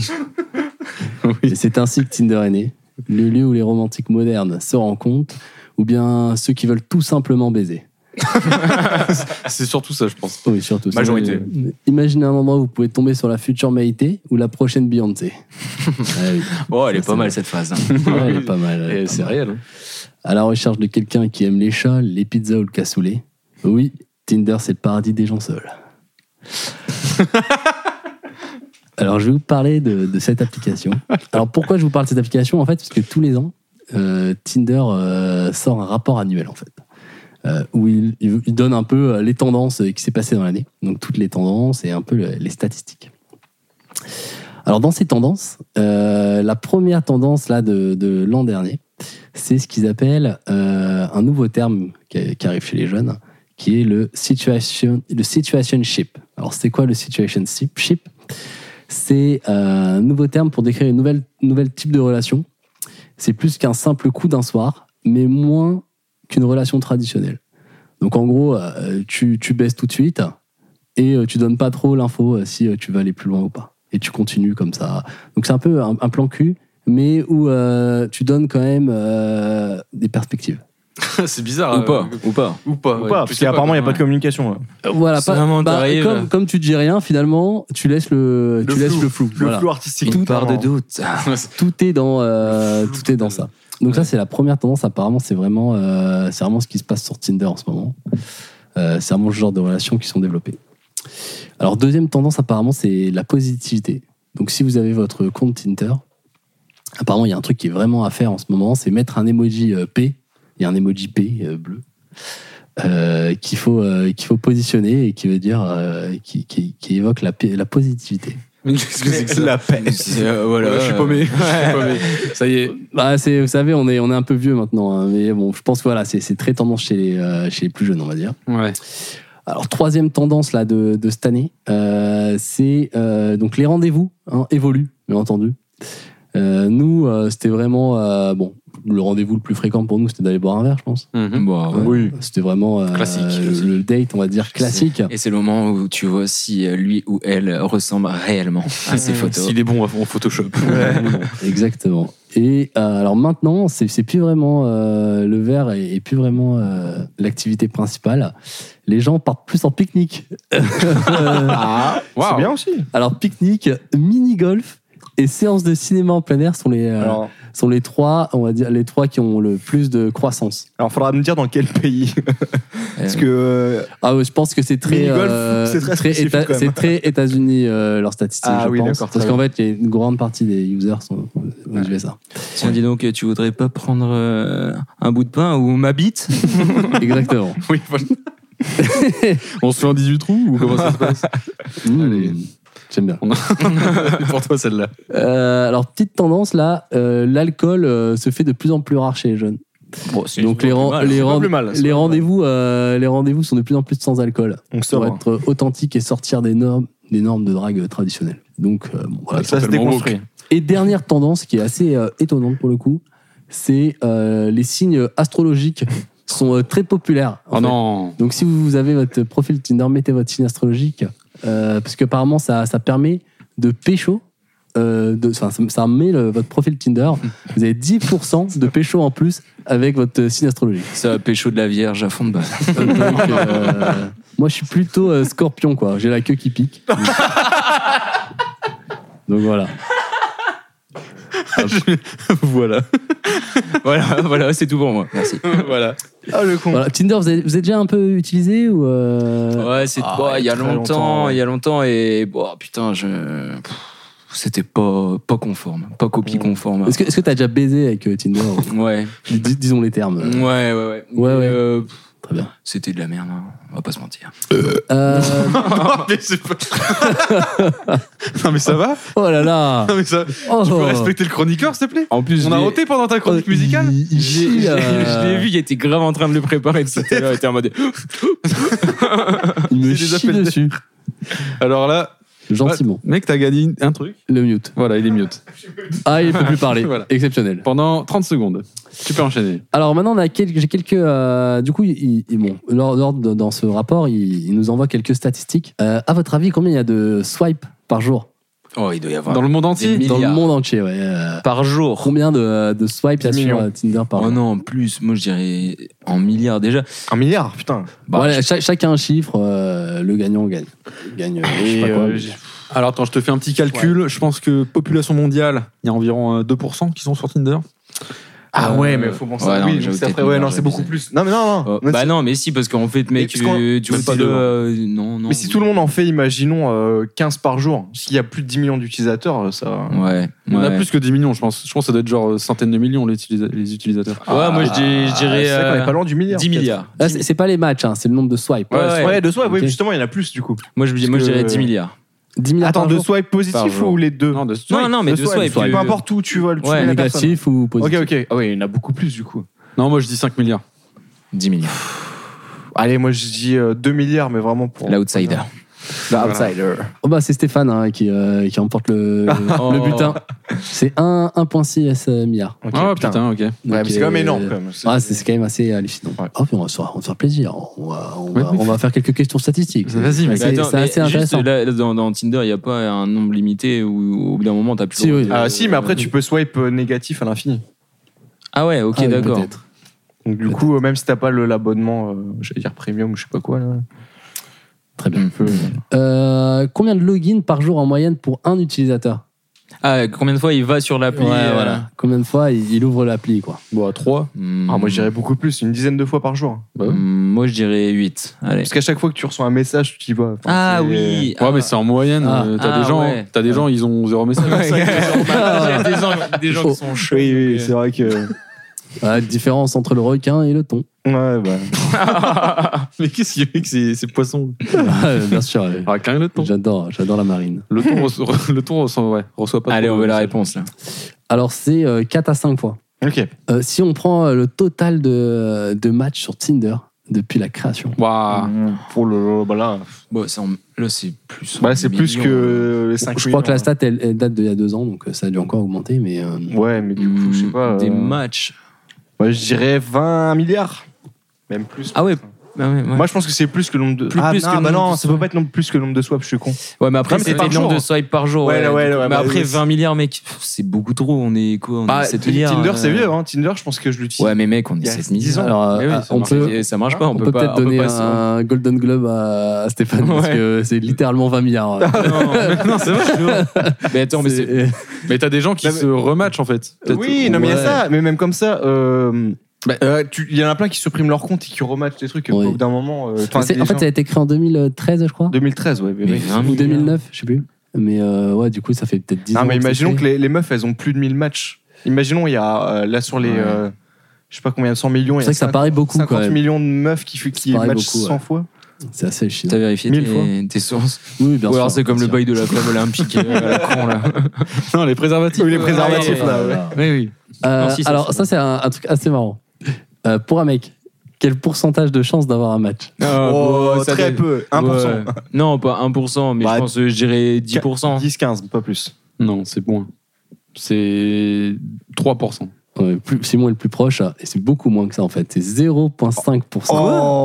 [SPEAKER 5] Et C'est ainsi que Tinder est né, le lieu où les romantiques modernes se rencontrent, ou bien ceux qui veulent tout simplement baiser.
[SPEAKER 4] Ah, C'est surtout ça, je pense.
[SPEAKER 5] Oui, surtout. ça. Euh,
[SPEAKER 4] Majorité.
[SPEAKER 5] Imaginez un endroit où vous pouvez tomber sur la future Maïté ou la prochaine Beyoncé. Ah oui.
[SPEAKER 11] Oh, elle est
[SPEAKER 5] Ça,
[SPEAKER 11] pas
[SPEAKER 5] c'est
[SPEAKER 11] mal cette phrase. hein.
[SPEAKER 5] Ouais, elle est pas mal. elle est
[SPEAKER 4] Et
[SPEAKER 5] pas
[SPEAKER 4] c'est
[SPEAKER 5] mal.
[SPEAKER 4] réel. hein.
[SPEAKER 5] À la recherche de quelqu'un qui aime les chats, les pizzas ou le cassoulet. Oui, Tinder, c'est le paradis des gens seuls. Alors, je vais vous parler de, de cette application. Alors, pourquoi je vous parle de cette application En fait, parce que tous les ans, euh, Tinder euh, sort un rapport annuel, en fait, euh, où il, il- il donne un peu euh, les tendances euh, qui s'est passé dans l'année. Donc, toutes les tendances et un peu le- les statistiques. Alors, dans ces tendances, euh, la première tendance là, de- de l'an dernier, c'est ce qu'ils appellent euh, un nouveau terme qui, qui arrive chez les jeunes, qui est le, situation, le situationship. Alors, c'est quoi le situationship ship C'est euh, un nouveau terme pour décrire une nouvelle, nouvelle type de relation. C'est plus qu'un simple coup d'un soir, mais moins qu'une relation traditionnelle. Donc, en gros, euh, tu, tu baisses tout de suite et euh, tu donnes pas trop l'info euh, si euh, tu vas aller plus loin ou pas. Et tu continues comme ça. Donc, c'est un peu un, un plan cul, mais où euh, tu donnes quand même euh, des perspectives.
[SPEAKER 4] *laughs* c'est bizarre.
[SPEAKER 11] Ou
[SPEAKER 4] euh,
[SPEAKER 11] pas, ou pas.
[SPEAKER 4] Ou pas.
[SPEAKER 6] Ou
[SPEAKER 4] ouais.
[SPEAKER 6] pas,
[SPEAKER 4] Tu
[SPEAKER 6] parce
[SPEAKER 4] sais
[SPEAKER 6] qu'apparemment, il n'y a
[SPEAKER 4] comment-
[SPEAKER 6] pas de communication. là.
[SPEAKER 5] Euh, Voilà,
[SPEAKER 11] C'est
[SPEAKER 5] pas,
[SPEAKER 11] vraiment
[SPEAKER 5] bah,
[SPEAKER 11] t'arrives.
[SPEAKER 5] comme, comme tu dis rien, finalement, tu laisses le, tu laisses le flou.
[SPEAKER 6] Le
[SPEAKER 5] Voilà.
[SPEAKER 6] flou artistique.
[SPEAKER 11] Une part de doute.
[SPEAKER 5] hein.
[SPEAKER 11] *laughs*
[SPEAKER 5] Tout est dans, euh, tout est dans ça. Donc ça, c'est la première tendance. Apparemment, c'est vraiment, euh, c'est vraiment ce qui se passe sur Tinder en ce moment. Euh, c'est vraiment ce genre de relations qui sont développées. Alors deuxième tendance, apparemment, c'est la positivité. Donc si vous avez votre compte Tinder, apparemment, il y a un truc qui est vraiment à faire en ce moment, c'est mettre un emoji euh, P. Il y a un emoji P euh, bleu. euh, qu'il faut, euh, qu'il faut positionner et qui veut dire euh, qui, qui- qui évoque la, pi- la positivité.
[SPEAKER 4] *laughs* Mais qu'est-ce que c'est que ça
[SPEAKER 6] La peine.
[SPEAKER 11] C'est, euh, voilà,
[SPEAKER 4] Voilà, je suis paumé. *laughs* Je suis paumé. Ça y est.
[SPEAKER 5] Bah, c'est, vous savez, on est, on est un peu vieux maintenant, hein, mais bon, je pense que voilà, c'est, c'est très tendance chez les, euh, chez les plus jeunes, on va dire.
[SPEAKER 4] Ouais.
[SPEAKER 5] Alors, troisième tendance là, de, de cette année, euh, c'est euh, donc les rendez-vous hein, évoluent, bien entendu. Euh, nous, euh, c'était vraiment euh, bon. Le rendez-vous le plus fréquent pour nous, c'était d'aller boire un verre, je pense.
[SPEAKER 11] Bon, Mhm. Bah, ouais.
[SPEAKER 5] Oui. C'était vraiment euh,
[SPEAKER 4] Mmh. Classique,
[SPEAKER 5] le,
[SPEAKER 4] classique.
[SPEAKER 5] le date, on va dire classique.
[SPEAKER 11] Et c'est le moment où tu vois si euh, lui ou elle ressemble réellement à ses photos.
[SPEAKER 4] Hmm. S'il est bon en Photoshop.
[SPEAKER 5] *laughs* Exactement. Et euh, alors maintenant, c'est c'est plus vraiment euh, le verre et, et plus vraiment euh, l'activité principale. Les gens partent plus en pique-nique. *laughs* Euh,
[SPEAKER 4] *laughs* Waouh.
[SPEAKER 6] C'est bien aussi.
[SPEAKER 5] alors pique-nique, mini-golf et séance de cinéma en plein air sont les euh,
[SPEAKER 6] Alors,
[SPEAKER 5] sont les trois, on va dire les trois qui ont le plus de croissance.
[SPEAKER 6] alors, faudra me dire dans quel pays. *laughs* Parce que. euh,
[SPEAKER 5] Ah ouais, je pense que c'est très
[SPEAKER 6] Mini-golf,
[SPEAKER 5] euh,
[SPEAKER 6] c'est très spécifique,
[SPEAKER 5] Éta-
[SPEAKER 6] quand même.
[SPEAKER 5] c'est très États-Unis euh, leurs statistiques,
[SPEAKER 6] Ah
[SPEAKER 5] je
[SPEAKER 6] oui,
[SPEAKER 5] pense.
[SPEAKER 6] d'accord, très
[SPEAKER 5] Parce qu'en fait, il y a une grande partie des users sont euh, aux USA.
[SPEAKER 11] Tiens, dis donc, tu voudrais pas prendre euh, un bout de pain ou
[SPEAKER 4] *laughs*
[SPEAKER 11] ma bite
[SPEAKER 6] *laughs*
[SPEAKER 5] Exactement.
[SPEAKER 4] Oui, voilà. On se fait un 18 trous ou comment ça se passe
[SPEAKER 5] Mm.
[SPEAKER 4] Allez.
[SPEAKER 5] J'aime bien.
[SPEAKER 4] *laughs* Pour toi, celle-là.
[SPEAKER 5] Euh, alors, petite tendance là, euh, l'alcool euh, se fait de plus en plus rare chez les jeunes. Donc, les, ran- les, ran- les rendez-vous euh, les rendez-vous sont de plus en plus sans alcool.
[SPEAKER 6] Donc,
[SPEAKER 5] pour
[SPEAKER 6] sobre.
[SPEAKER 5] être authentique et sortir des normes, des normes de drague traditionnelles. Donc, euh, bon, voilà.
[SPEAKER 6] ça se
[SPEAKER 4] totalement
[SPEAKER 6] déconstruit.
[SPEAKER 5] Et dernière tendance qui est assez euh, étonnante pour le coup, c'est euh, les signes astrologiques sont euh, très populaires.
[SPEAKER 4] Oh
[SPEAKER 5] en
[SPEAKER 4] *laughs*
[SPEAKER 5] fait.
[SPEAKER 4] non
[SPEAKER 5] Donc si vous avez votre profil Tinder, mettez votre signe astrologique, euh, parce qu'apparemment ça, ça permet de pécho. euh, de, enfin, ça, ça met le- votre profil Tinder, vous avez 10% de pécho en plus avec votre signe *laughs* astrologique.
[SPEAKER 11] Ça, pécho de la Vierge à
[SPEAKER 4] *laughs*
[SPEAKER 11] fond de base.
[SPEAKER 5] Donc, euh, moi je suis plutôt euh, scorpion, quoi. J'ai la queue qui pique. Donc voilà.
[SPEAKER 4] Ah, *laughs* Voilà.
[SPEAKER 11] voilà, voilà, c'est tout pour moi. Merci.
[SPEAKER 4] *laughs* voilà.
[SPEAKER 6] Ah, le con.
[SPEAKER 5] Voilà. Tinder, vous avez, vous êtes déjà un peu utilisé ou euh,
[SPEAKER 11] Ouais, c'est
[SPEAKER 6] Ah,
[SPEAKER 11] bah, il y a
[SPEAKER 6] très
[SPEAKER 11] longtemps,
[SPEAKER 6] longtemps, ouais.
[SPEAKER 11] il y a longtemps et bon putain, je pff, c'était pas pas conforme, pas copie conforme.
[SPEAKER 5] Est-ce que est-ce que t'as déjà baisé avec euh, Tinder
[SPEAKER 11] Ouais.
[SPEAKER 5] Dis- Disons les termes.
[SPEAKER 11] Ouais, ouais, ouais.
[SPEAKER 5] Ouais, ouais.
[SPEAKER 11] euh, pff,
[SPEAKER 5] Très bien.
[SPEAKER 11] c'était de la merde, hein. on va pas se mentir.
[SPEAKER 5] Euh,
[SPEAKER 4] mais c'est pas- *laughs* non, mais ça va
[SPEAKER 5] oh là là.
[SPEAKER 4] Non, mais ça.
[SPEAKER 5] Oh.
[SPEAKER 4] Tu peux respecter le chroniqueur, s'il te plaît
[SPEAKER 11] En plus,
[SPEAKER 4] On a roté pendant ta chronique
[SPEAKER 5] Oh,
[SPEAKER 4] musicale
[SPEAKER 5] il- il
[SPEAKER 11] Je
[SPEAKER 5] chie,
[SPEAKER 11] l'ai-
[SPEAKER 5] euh,
[SPEAKER 11] je l'ai vu, il était grave en train de le préparer depuis tout à l'heure, il était en mode
[SPEAKER 5] Il me
[SPEAKER 4] C'est des
[SPEAKER 5] chie
[SPEAKER 4] appels
[SPEAKER 5] dessus.
[SPEAKER 4] Alors là,
[SPEAKER 5] Gentiment.
[SPEAKER 4] ouais, mec, t'as gagné un truc.
[SPEAKER 5] Le mute.
[SPEAKER 4] Voilà, il est mute.
[SPEAKER 5] Ah, il peut plus parler.
[SPEAKER 4] Voilà.
[SPEAKER 5] Exceptionnel.
[SPEAKER 4] Pendant 30 secondes. Tu peux enchaîner.
[SPEAKER 5] Alors maintenant, on a quelques, j'ai quelques. euh, du coup, il, il- bon, lors, lors de- dans ce rapport, il, il nous envoie quelques statistiques. Euh, à votre avis, combien il y a de swipe par jour
[SPEAKER 11] Oh, il doit y avoir
[SPEAKER 4] Dans le monde entier
[SPEAKER 11] Des
[SPEAKER 5] dans le
[SPEAKER 11] milliards.
[SPEAKER 5] monde entier ouais, euh,
[SPEAKER 11] par jour.
[SPEAKER 5] Combien de, de swipe il y a
[SPEAKER 6] 10
[SPEAKER 5] sur
[SPEAKER 6] millions.
[SPEAKER 5] euh, Tinder par
[SPEAKER 11] Oh
[SPEAKER 5] jour
[SPEAKER 11] non, en plus, moi je dirais en milliards déjà.
[SPEAKER 6] Un milliard, putain.
[SPEAKER 11] Bah,
[SPEAKER 5] Voilà,
[SPEAKER 11] je-
[SPEAKER 5] cha- chacun un chiffre, euh, le gagnant gagne. Gagne. euh, je sais
[SPEAKER 6] Et,
[SPEAKER 5] pas quoi,
[SPEAKER 6] euh,
[SPEAKER 5] mais-
[SPEAKER 6] j'ai-
[SPEAKER 4] Alors attends, je te fais un petit calcul. Je pense que population mondiale, il y a environ euh, 2% qui sont sur Tinder.
[SPEAKER 6] Ah
[SPEAKER 11] Euh,
[SPEAKER 6] ouais, mais faut penser.
[SPEAKER 11] ouais,
[SPEAKER 6] oui,
[SPEAKER 11] non, mais
[SPEAKER 6] donc
[SPEAKER 11] j'avoue,
[SPEAKER 6] c'est après.
[SPEAKER 11] peut-être
[SPEAKER 6] Ouais,
[SPEAKER 11] une
[SPEAKER 6] non, c'est
[SPEAKER 11] marge
[SPEAKER 6] beaucoup plus. Non, mais non, non.
[SPEAKER 11] Oh,
[SPEAKER 6] Mais
[SPEAKER 11] bah
[SPEAKER 6] si-
[SPEAKER 11] non, mais si, parce qu'en fait, mec,
[SPEAKER 6] parce qu'on-
[SPEAKER 11] euh, tu
[SPEAKER 4] même
[SPEAKER 11] veux pas
[SPEAKER 4] si
[SPEAKER 11] de.
[SPEAKER 4] demain.
[SPEAKER 11] euh, non, non.
[SPEAKER 6] Mais si tout le monde en fait, imaginons euh, 15 par jour. S'il y a plus de 10 millions d'utilisateurs, euh, ça.
[SPEAKER 11] Ouais.
[SPEAKER 4] On a
[SPEAKER 11] ouais.
[SPEAKER 4] plus que 10 millions, je pense. Je pense que ça doit être genre euh, centaines de millions les, utilisa- les utilisateurs.
[SPEAKER 11] Ouais, moi je, dis- je dirais.
[SPEAKER 6] Ah, C'est vrai qu'on
[SPEAKER 11] euh,
[SPEAKER 6] est pas loin du milliard.
[SPEAKER 11] 10
[SPEAKER 6] peut-être.
[SPEAKER 11] milliards.
[SPEAKER 5] Ah, c'est c'est pas les matchs, hein, c'est le nombre de swipe.
[SPEAKER 6] Ouais,
[SPEAKER 11] Ouais,
[SPEAKER 6] ouais, de swipe,
[SPEAKER 5] Ok.
[SPEAKER 6] oui, justement, il y en a plus du coup.
[SPEAKER 11] Moi je, dis- moi, je
[SPEAKER 6] Parce que-
[SPEAKER 11] dirais 10 milliards.
[SPEAKER 5] 10 milliards
[SPEAKER 6] Attends,
[SPEAKER 5] par
[SPEAKER 6] de
[SPEAKER 5] jour
[SPEAKER 6] swipe
[SPEAKER 4] Par
[SPEAKER 6] positif
[SPEAKER 4] jour.
[SPEAKER 6] ou les deux
[SPEAKER 4] Non, de
[SPEAKER 11] Non, non, mais
[SPEAKER 6] De
[SPEAKER 11] deux swipe.
[SPEAKER 6] Peu importe où tu vas le
[SPEAKER 11] Ouais,
[SPEAKER 6] la personne.
[SPEAKER 5] Négatif ou
[SPEAKER 6] Ok,
[SPEAKER 5] positif
[SPEAKER 6] ok. Ah oui, il y en a beaucoup plus du coup.
[SPEAKER 4] Non, moi je dis 5 milliards.
[SPEAKER 11] 10 milliards.
[SPEAKER 6] Allez, moi je dis euh, 2 milliards, mais vraiment pour.
[SPEAKER 11] L'outsider.
[SPEAKER 6] L'outsider.
[SPEAKER 5] Oh bah c'est Stéphane hein, qui, euh, qui emporte le,
[SPEAKER 11] Oh.
[SPEAKER 5] le butin. C'est un- 1,6 milliards.
[SPEAKER 6] Ok,
[SPEAKER 4] Ah putain, ok.
[SPEAKER 6] Ouais, mais c'est quand même énorme quand même.
[SPEAKER 5] Ah, c'est c'est quand même assez hallucinant.
[SPEAKER 6] Ouais.
[SPEAKER 5] Oh, puis on, va se faire, on va se faire plaisir. On va, on
[SPEAKER 4] Ouais,
[SPEAKER 5] va-
[SPEAKER 4] mais-
[SPEAKER 5] on va faire quelques questions statistiques. C'est-
[SPEAKER 4] Vas-y, mais
[SPEAKER 5] c'est
[SPEAKER 11] Mais attends,
[SPEAKER 5] c'est
[SPEAKER 11] mais
[SPEAKER 5] assez
[SPEAKER 11] juste,
[SPEAKER 5] intéressant.
[SPEAKER 11] Là, là, dans, dans Tinder, il n'y a pas un nombre limité où au bout d'un moment, t'as plus.
[SPEAKER 5] Si,
[SPEAKER 11] le droit
[SPEAKER 5] oui.
[SPEAKER 11] de-
[SPEAKER 6] Ah si, mais après tu peux swipe euh, négatif à l'infini.
[SPEAKER 11] Ah ouais, ok,
[SPEAKER 5] Ah oui,
[SPEAKER 11] d'accord.
[SPEAKER 5] peut-être.
[SPEAKER 6] Donc du coup, euh, même si t'as pas le- l'abonnement, euh, j'allais dire premium ou je sais pas quoi, là,
[SPEAKER 5] Très bien.
[SPEAKER 6] tu peux-
[SPEAKER 5] Euh, combien de logins par jour en moyenne pour un utilisateur
[SPEAKER 11] Ah, combien de fois il va sur l'appli euh,
[SPEAKER 5] Combien de fois il, il ouvre l'appli quoi
[SPEAKER 4] Bon, à 3.
[SPEAKER 11] hmm,
[SPEAKER 6] Ah, moi je dirais beaucoup plus, une dizaine de fois par jour.
[SPEAKER 11] hmm, Moi, je dirais 8. Allez.
[SPEAKER 6] Bah Parce qu'à chaque fois que tu reçois un message, tu y vas. Enfin,
[SPEAKER 11] Ah
[SPEAKER 6] c'est-
[SPEAKER 11] oui.
[SPEAKER 4] Ouais,
[SPEAKER 11] ah. *laughs*
[SPEAKER 4] mais c'est en moyenne.
[SPEAKER 5] Ah.
[SPEAKER 4] euh, T'as
[SPEAKER 11] Ah,
[SPEAKER 4] des gens,
[SPEAKER 11] ouais.
[SPEAKER 4] t'as des gens, ils ont zéro message.
[SPEAKER 11] *laughs* Ouais. des gens, des gens qui sont chauds.
[SPEAKER 6] Oui, oui,
[SPEAKER 11] donc,
[SPEAKER 6] c'est vrai que.
[SPEAKER 5] Ah, Différence entre le requin et le thon.
[SPEAKER 6] Ouais, bah.
[SPEAKER 4] mais qu'est-ce qu'il y a que ces, ces poissons
[SPEAKER 5] Ah, bien sûr. oui.
[SPEAKER 4] Ah, quand même le ton.
[SPEAKER 5] J'adore, j'adore la marine.
[SPEAKER 4] Le ton, reçoit, le ton reçoit, ouais, reçoit
[SPEAKER 11] euh,
[SPEAKER 4] pas.
[SPEAKER 11] Allez,
[SPEAKER 4] trop
[SPEAKER 11] on
[SPEAKER 4] de
[SPEAKER 11] veut la
[SPEAKER 4] messages.
[SPEAKER 11] réponse là.
[SPEAKER 5] Alors c'est euh, 4 à 5 fois.
[SPEAKER 6] Ok.
[SPEAKER 5] Euh, si on prend euh, le total de, de matchs sur Tinder depuis la création.
[SPEAKER 4] Waouh.
[SPEAKER 6] Pour le. Bah là,
[SPEAKER 11] Bon, c'est en- là, c'est plus.
[SPEAKER 6] bah, c'est plus
[SPEAKER 11] millions,
[SPEAKER 6] que les 5
[SPEAKER 5] Je crois que la stat, elle, elle date d'il y a deux ans, donc euh, ça a dû encore augmenter, mais euh,
[SPEAKER 6] Ouais, mais
[SPEAKER 11] hein.
[SPEAKER 6] du coup, je sais pas.
[SPEAKER 11] Des
[SPEAKER 6] euh,
[SPEAKER 11] matchs.
[SPEAKER 6] ouais, je dirais 20 milliards. Même plus.
[SPEAKER 11] Ah ouais. Ah ouais, ouais.
[SPEAKER 6] Moi, je pense que c'est plus que le nombre de.
[SPEAKER 11] Plus-
[SPEAKER 6] ah
[SPEAKER 11] plus que
[SPEAKER 6] non,
[SPEAKER 11] le
[SPEAKER 6] bah
[SPEAKER 11] nombre
[SPEAKER 6] non,
[SPEAKER 11] de
[SPEAKER 6] ça peut
[SPEAKER 11] swipes.
[SPEAKER 6] pas être nombre plus que le nombre de swaps, je suis con.
[SPEAKER 11] Ouais, mais après,
[SPEAKER 6] Non, mais c'est
[SPEAKER 11] c'était
[SPEAKER 6] par
[SPEAKER 11] le nombre
[SPEAKER 6] jour. hein.
[SPEAKER 11] de swipe par jour.
[SPEAKER 6] Ouais, ouais, ouais,
[SPEAKER 11] mais
[SPEAKER 6] bah,
[SPEAKER 11] après,
[SPEAKER 6] oui.
[SPEAKER 11] 20 milliards, mec, pff, c'est beaucoup trop. On est quoi On
[SPEAKER 6] Bah,
[SPEAKER 11] est 7 milliards.
[SPEAKER 6] Tinder,
[SPEAKER 11] euh.
[SPEAKER 6] c'est vieux, hein. Tinder, je pense que je l'utilise.
[SPEAKER 11] Ouais, mais mec, on
[SPEAKER 6] Il
[SPEAKER 11] est
[SPEAKER 6] y a 10
[SPEAKER 11] 7 milliards.
[SPEAKER 6] ans.
[SPEAKER 5] alors
[SPEAKER 11] Mais
[SPEAKER 5] euh,
[SPEAKER 11] oui, ça
[SPEAKER 5] on
[SPEAKER 11] marche.
[SPEAKER 5] peut,
[SPEAKER 11] Et ça marche pas. On,
[SPEAKER 5] on peut,
[SPEAKER 11] peut pas-
[SPEAKER 5] peut-être
[SPEAKER 11] on peut
[SPEAKER 5] donner
[SPEAKER 11] pas
[SPEAKER 5] *laughs*
[SPEAKER 11] se-
[SPEAKER 5] un Golden Globe à, à Stéphane parce
[SPEAKER 11] Ouais.
[SPEAKER 5] que c'est littéralement 20 milliards.
[SPEAKER 11] *laughs*
[SPEAKER 5] euh.
[SPEAKER 11] Non, mais- non, c'est *laughs* vrai. mais attends, mais c'est.
[SPEAKER 4] Mais t'as des gens qui
[SPEAKER 6] Bah,
[SPEAKER 4] se rematchent en fait. Peut-être.
[SPEAKER 6] Oui, non, mais il y a
[SPEAKER 5] Ouais.
[SPEAKER 6] ça. Mais même comme ça, euh, bah, euh, tu- il y en a plein qui suppriment leur compte et qui rematchent des trucs
[SPEAKER 5] Oui.
[SPEAKER 6] au bout d'un moment. euh, enfin,
[SPEAKER 5] C'est-
[SPEAKER 6] des
[SPEAKER 5] en fait,
[SPEAKER 6] gens-
[SPEAKER 5] ça a été créé en 2013, je crois,
[SPEAKER 6] 2013, ouais. mais-
[SPEAKER 11] Mais
[SPEAKER 6] mais-
[SPEAKER 11] 20
[SPEAKER 5] ou 2009, je sais plus. Mais euh, ouais, du coup, ça fait peut-être 10 ans.
[SPEAKER 6] Non, mais
[SPEAKER 5] que c'est
[SPEAKER 6] imaginons
[SPEAKER 5] fait.
[SPEAKER 6] que les, les meufs, elles ont plus de 1000 matchs. Imaginons, il y a euh, là sur les.
[SPEAKER 11] Ouais.
[SPEAKER 6] euh, je sais pas combien, 100 millions. il y a
[SPEAKER 5] C'est vrai que ça
[SPEAKER 6] 50
[SPEAKER 5] paraît beaucoup quand
[SPEAKER 6] 50
[SPEAKER 5] même.
[SPEAKER 6] millions de meufs qui, fait- qui
[SPEAKER 5] paraît
[SPEAKER 6] matchent
[SPEAKER 5] beaucoup, ouais.
[SPEAKER 6] 100 fois.
[SPEAKER 5] C'est assez chiant.
[SPEAKER 11] T'as vérifié
[SPEAKER 6] Mille fois.
[SPEAKER 11] tes, tes sources
[SPEAKER 5] Oui, bien
[SPEAKER 11] Ou
[SPEAKER 5] sûr.
[SPEAKER 11] alors c'est comme
[SPEAKER 5] bien
[SPEAKER 11] le
[SPEAKER 5] sûr.
[SPEAKER 11] bail de la club olympique euh, à la con là.
[SPEAKER 4] Non, les préservatifs.
[SPEAKER 6] Oui, les
[SPEAKER 11] Ouais,
[SPEAKER 6] préservatifs,
[SPEAKER 11] Ah ouais,
[SPEAKER 6] là,
[SPEAKER 5] ouais.
[SPEAKER 11] Oui, oui.
[SPEAKER 5] Euh,
[SPEAKER 11] Non, si, ça,
[SPEAKER 5] alors,
[SPEAKER 11] c'est
[SPEAKER 5] ça, c'est un, un truc assez marrant. Euh, pour un mec, quel pourcentage de chance d'avoir un match
[SPEAKER 6] Oh, très peu. 1%.
[SPEAKER 11] Ouais. Non, pas 1%, mais
[SPEAKER 6] Bah,
[SPEAKER 11] je pense, euh, je dirais 10%.
[SPEAKER 6] 10-15, pas plus.
[SPEAKER 4] Non, c'est moins. C'est 3%.
[SPEAKER 5] Ouais, Euh, plus, Simon est le plus proche, hein, et c'est beaucoup moins que ça en fait. C'est 0,5%.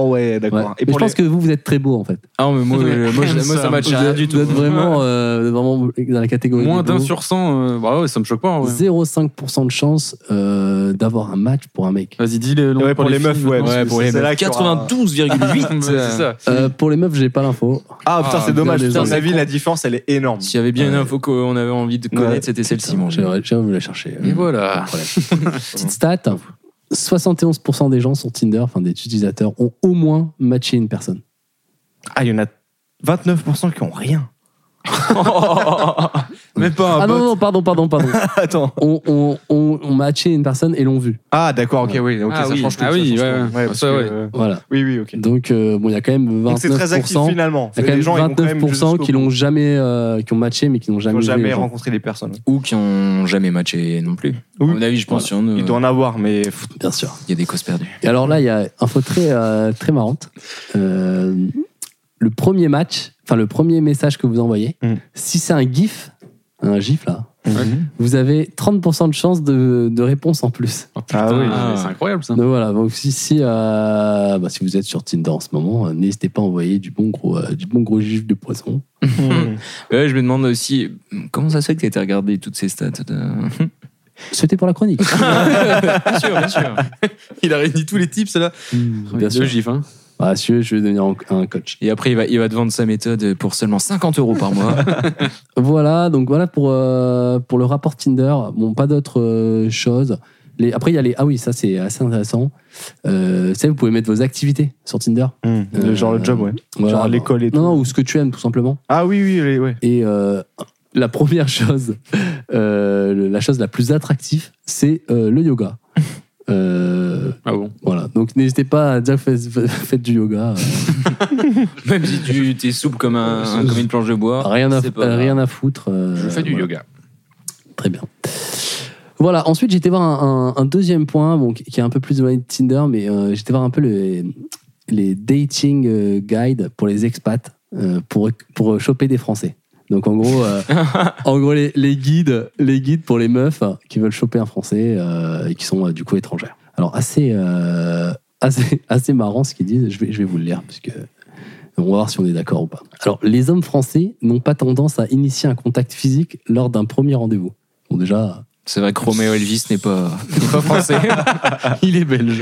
[SPEAKER 6] Oh, ouais,
[SPEAKER 5] Ouais.
[SPEAKER 6] d'accord.
[SPEAKER 5] Mais je pense que vous, vous êtes très beau en fait.
[SPEAKER 11] Ah, mais moi, euh, moi, je- moi, ça m'a
[SPEAKER 5] Vous
[SPEAKER 11] rien
[SPEAKER 5] êtes-
[SPEAKER 11] du tout.
[SPEAKER 5] Vous êtes vraiment, euh, vous êtes vraiment dans la catégorie.
[SPEAKER 4] Moins
[SPEAKER 5] des
[SPEAKER 4] d'un
[SPEAKER 5] beaux.
[SPEAKER 4] sur 100, euh, bah ouais, ça me choque pas. ouais.
[SPEAKER 5] 0,5% de chance euh, d'avoir un match pour un mec.
[SPEAKER 4] Vas-y, dis le nombre
[SPEAKER 6] Ouais, pour les
[SPEAKER 4] filles,
[SPEAKER 6] meufs, ouais.
[SPEAKER 4] maintenant.
[SPEAKER 6] parce que
[SPEAKER 11] pour
[SPEAKER 6] c'est
[SPEAKER 11] les
[SPEAKER 6] là qu'il y aura- *laughs*
[SPEAKER 11] 92,8.
[SPEAKER 4] C'est ça.
[SPEAKER 5] Euh, pour les meufs, j'ai pas l'info.
[SPEAKER 6] Ah, putain, c'est
[SPEAKER 5] Ah,
[SPEAKER 6] dommage.
[SPEAKER 5] désolé.
[SPEAKER 6] Putain, à mon avis, la différence, elle est énorme.
[SPEAKER 11] S'il y avait bien une info qu'on avait envie de connaître,
[SPEAKER 6] Ouais. Mm.
[SPEAKER 11] c'était celle-ci, mon
[SPEAKER 5] J'aimerais j'aimerais vous la chercher.
[SPEAKER 4] Et voilà.
[SPEAKER 5] Petite stat 71% des gens sur Tinder, enfin des utilisateurs, ont au moins matché une personne.
[SPEAKER 6] Ah, il y en a 29% qui ont *laughs* rien.
[SPEAKER 11] Même pas
[SPEAKER 5] ah non, non, pardon, pardon, pardon.
[SPEAKER 6] Attends.
[SPEAKER 5] on, on, on, on matché une personne et l'ont vue.
[SPEAKER 6] Ah, d'accord, ok, oui, ok,
[SPEAKER 4] Ah
[SPEAKER 6] ça
[SPEAKER 4] oui.
[SPEAKER 6] change tout.
[SPEAKER 4] Ah
[SPEAKER 6] ça
[SPEAKER 4] oui,
[SPEAKER 6] change
[SPEAKER 4] ouais,
[SPEAKER 6] tout.
[SPEAKER 4] ouais. Ah,
[SPEAKER 6] parce
[SPEAKER 4] ça,
[SPEAKER 6] que,
[SPEAKER 4] ouais.
[SPEAKER 6] euh,
[SPEAKER 5] Voilà.
[SPEAKER 6] Oui, oui, ok.
[SPEAKER 5] Donc, euh, bon, il y a quand même 29%.
[SPEAKER 6] Donc c'est très actif finalement.
[SPEAKER 5] Il y a quand même
[SPEAKER 6] les gens, ils vont quand même
[SPEAKER 5] 29% qui
[SPEAKER 6] jusqu'au
[SPEAKER 5] l'ont
[SPEAKER 6] bout.
[SPEAKER 5] jamais, euh, qui ont matché mais qui n'ont
[SPEAKER 6] Ils
[SPEAKER 5] jamais,
[SPEAKER 6] n'ont
[SPEAKER 5] joué, les
[SPEAKER 6] jamais
[SPEAKER 5] gens.
[SPEAKER 6] rencontré les personnes.
[SPEAKER 11] Ou qui ont jamais matché non plus.
[SPEAKER 6] Oui.
[SPEAKER 11] À mon avis, je pense qu'il y en a-
[SPEAKER 6] Il doit en avoir, mais pff,
[SPEAKER 5] Bien sûr.
[SPEAKER 11] il y a des causes perdues.
[SPEAKER 5] Et alors là, il y a info très, euh, très marrante. Euh, le premier match, enfin le premier message que vous envoyez,
[SPEAKER 6] Mm.
[SPEAKER 5] si c'est un gif, un gif là,
[SPEAKER 6] Mhm.
[SPEAKER 5] vous avez 30% de chance de, de réponse en plus.
[SPEAKER 4] Oh, putain,
[SPEAKER 6] Ah oui.
[SPEAKER 4] mais c'est incroyable
[SPEAKER 6] Hmm.
[SPEAKER 4] ça.
[SPEAKER 5] Donc voilà, donc si, si, euh, bah, si vous êtes sur Tinder en ce moment, euh, n'hésitez pas à envoyer du bon gros, euh, du bon gros gif de poisson.
[SPEAKER 6] Hmm.
[SPEAKER 11] Ouais, je me demande aussi, comment ça se fait que tu été regardé toutes ces stats de-
[SPEAKER 5] C'était pour
[SPEAKER 6] *laughs*
[SPEAKER 5] la chronique.
[SPEAKER 11] Bien sûr, bien *laughs* sûr.
[SPEAKER 4] Il a réuni tous les types, là.
[SPEAKER 5] Bien sûr.
[SPEAKER 4] gif, hein.
[SPEAKER 5] Ah, si tu veux, je vais devenir un- un coach.
[SPEAKER 11] Et après, il va, il va te vendre sa méthode pour seulement 50 euros par mois.
[SPEAKER 5] Voilà, donc voilà pour, euh, pour le rapport Tinder. Bon, pas d'autres euh, choses. Les, après, il y a les. Ah oui, ça c'est assez intéressant. Euh, ça, vous pouvez mettre vos activités sur Tinder.
[SPEAKER 6] Mhm.
[SPEAKER 5] Euh,
[SPEAKER 6] Genre le job, ouais.
[SPEAKER 5] Voilà.
[SPEAKER 6] Genre l'école et tout.
[SPEAKER 5] Non, non, ou ce que tu aimes, tout simplement.
[SPEAKER 6] Ah oui, oui, oui, ouais.
[SPEAKER 5] Et euh, la première chose, *laughs* euh, le- la chose la plus attractive, c'est euh,
[SPEAKER 6] *laughs*
[SPEAKER 5] le yoga. Euh,
[SPEAKER 4] Ah bon.
[SPEAKER 5] voilà, donc n'hésitez pas à dire faites, faites du yoga. Euh,
[SPEAKER 11] Même si tu t'es souple comme, un, comme une planche de bois.
[SPEAKER 5] rien, à,
[SPEAKER 11] Ah, c'est pas grave.
[SPEAKER 5] rien à foutre. euh,
[SPEAKER 4] Je fais du
[SPEAKER 5] yoga.
[SPEAKER 4] yoga.
[SPEAKER 5] Très bien. Voilà, ensuite j'étais voir un, un- un deuxième point bon, qui qui est un peu plus éloigné de Tinder, mais euh, j'étais voir un peu le- les dating euh, guides pour les expats euh, pour, pour choper des Français. Donc en gros, euh, en gros les, les guides, les guides pour les meufs euh, qui veulent choper un Français euh, et qui sont euh, du coup étrangères. Alors assez, euh, assez, assez marrant ce qu'ils disent, je vais, je vais vous le lire parce que on va voir si on est d'accord ou pas. Alors les hommes français n'ont pas tendance à initier un contact physique lors d'un premier rendez-vous. Bon, déjà,
[SPEAKER 11] C'est vrai que Roméo Elvis n'est pas, *laughs* n'est pas français.
[SPEAKER 4] Il est belge.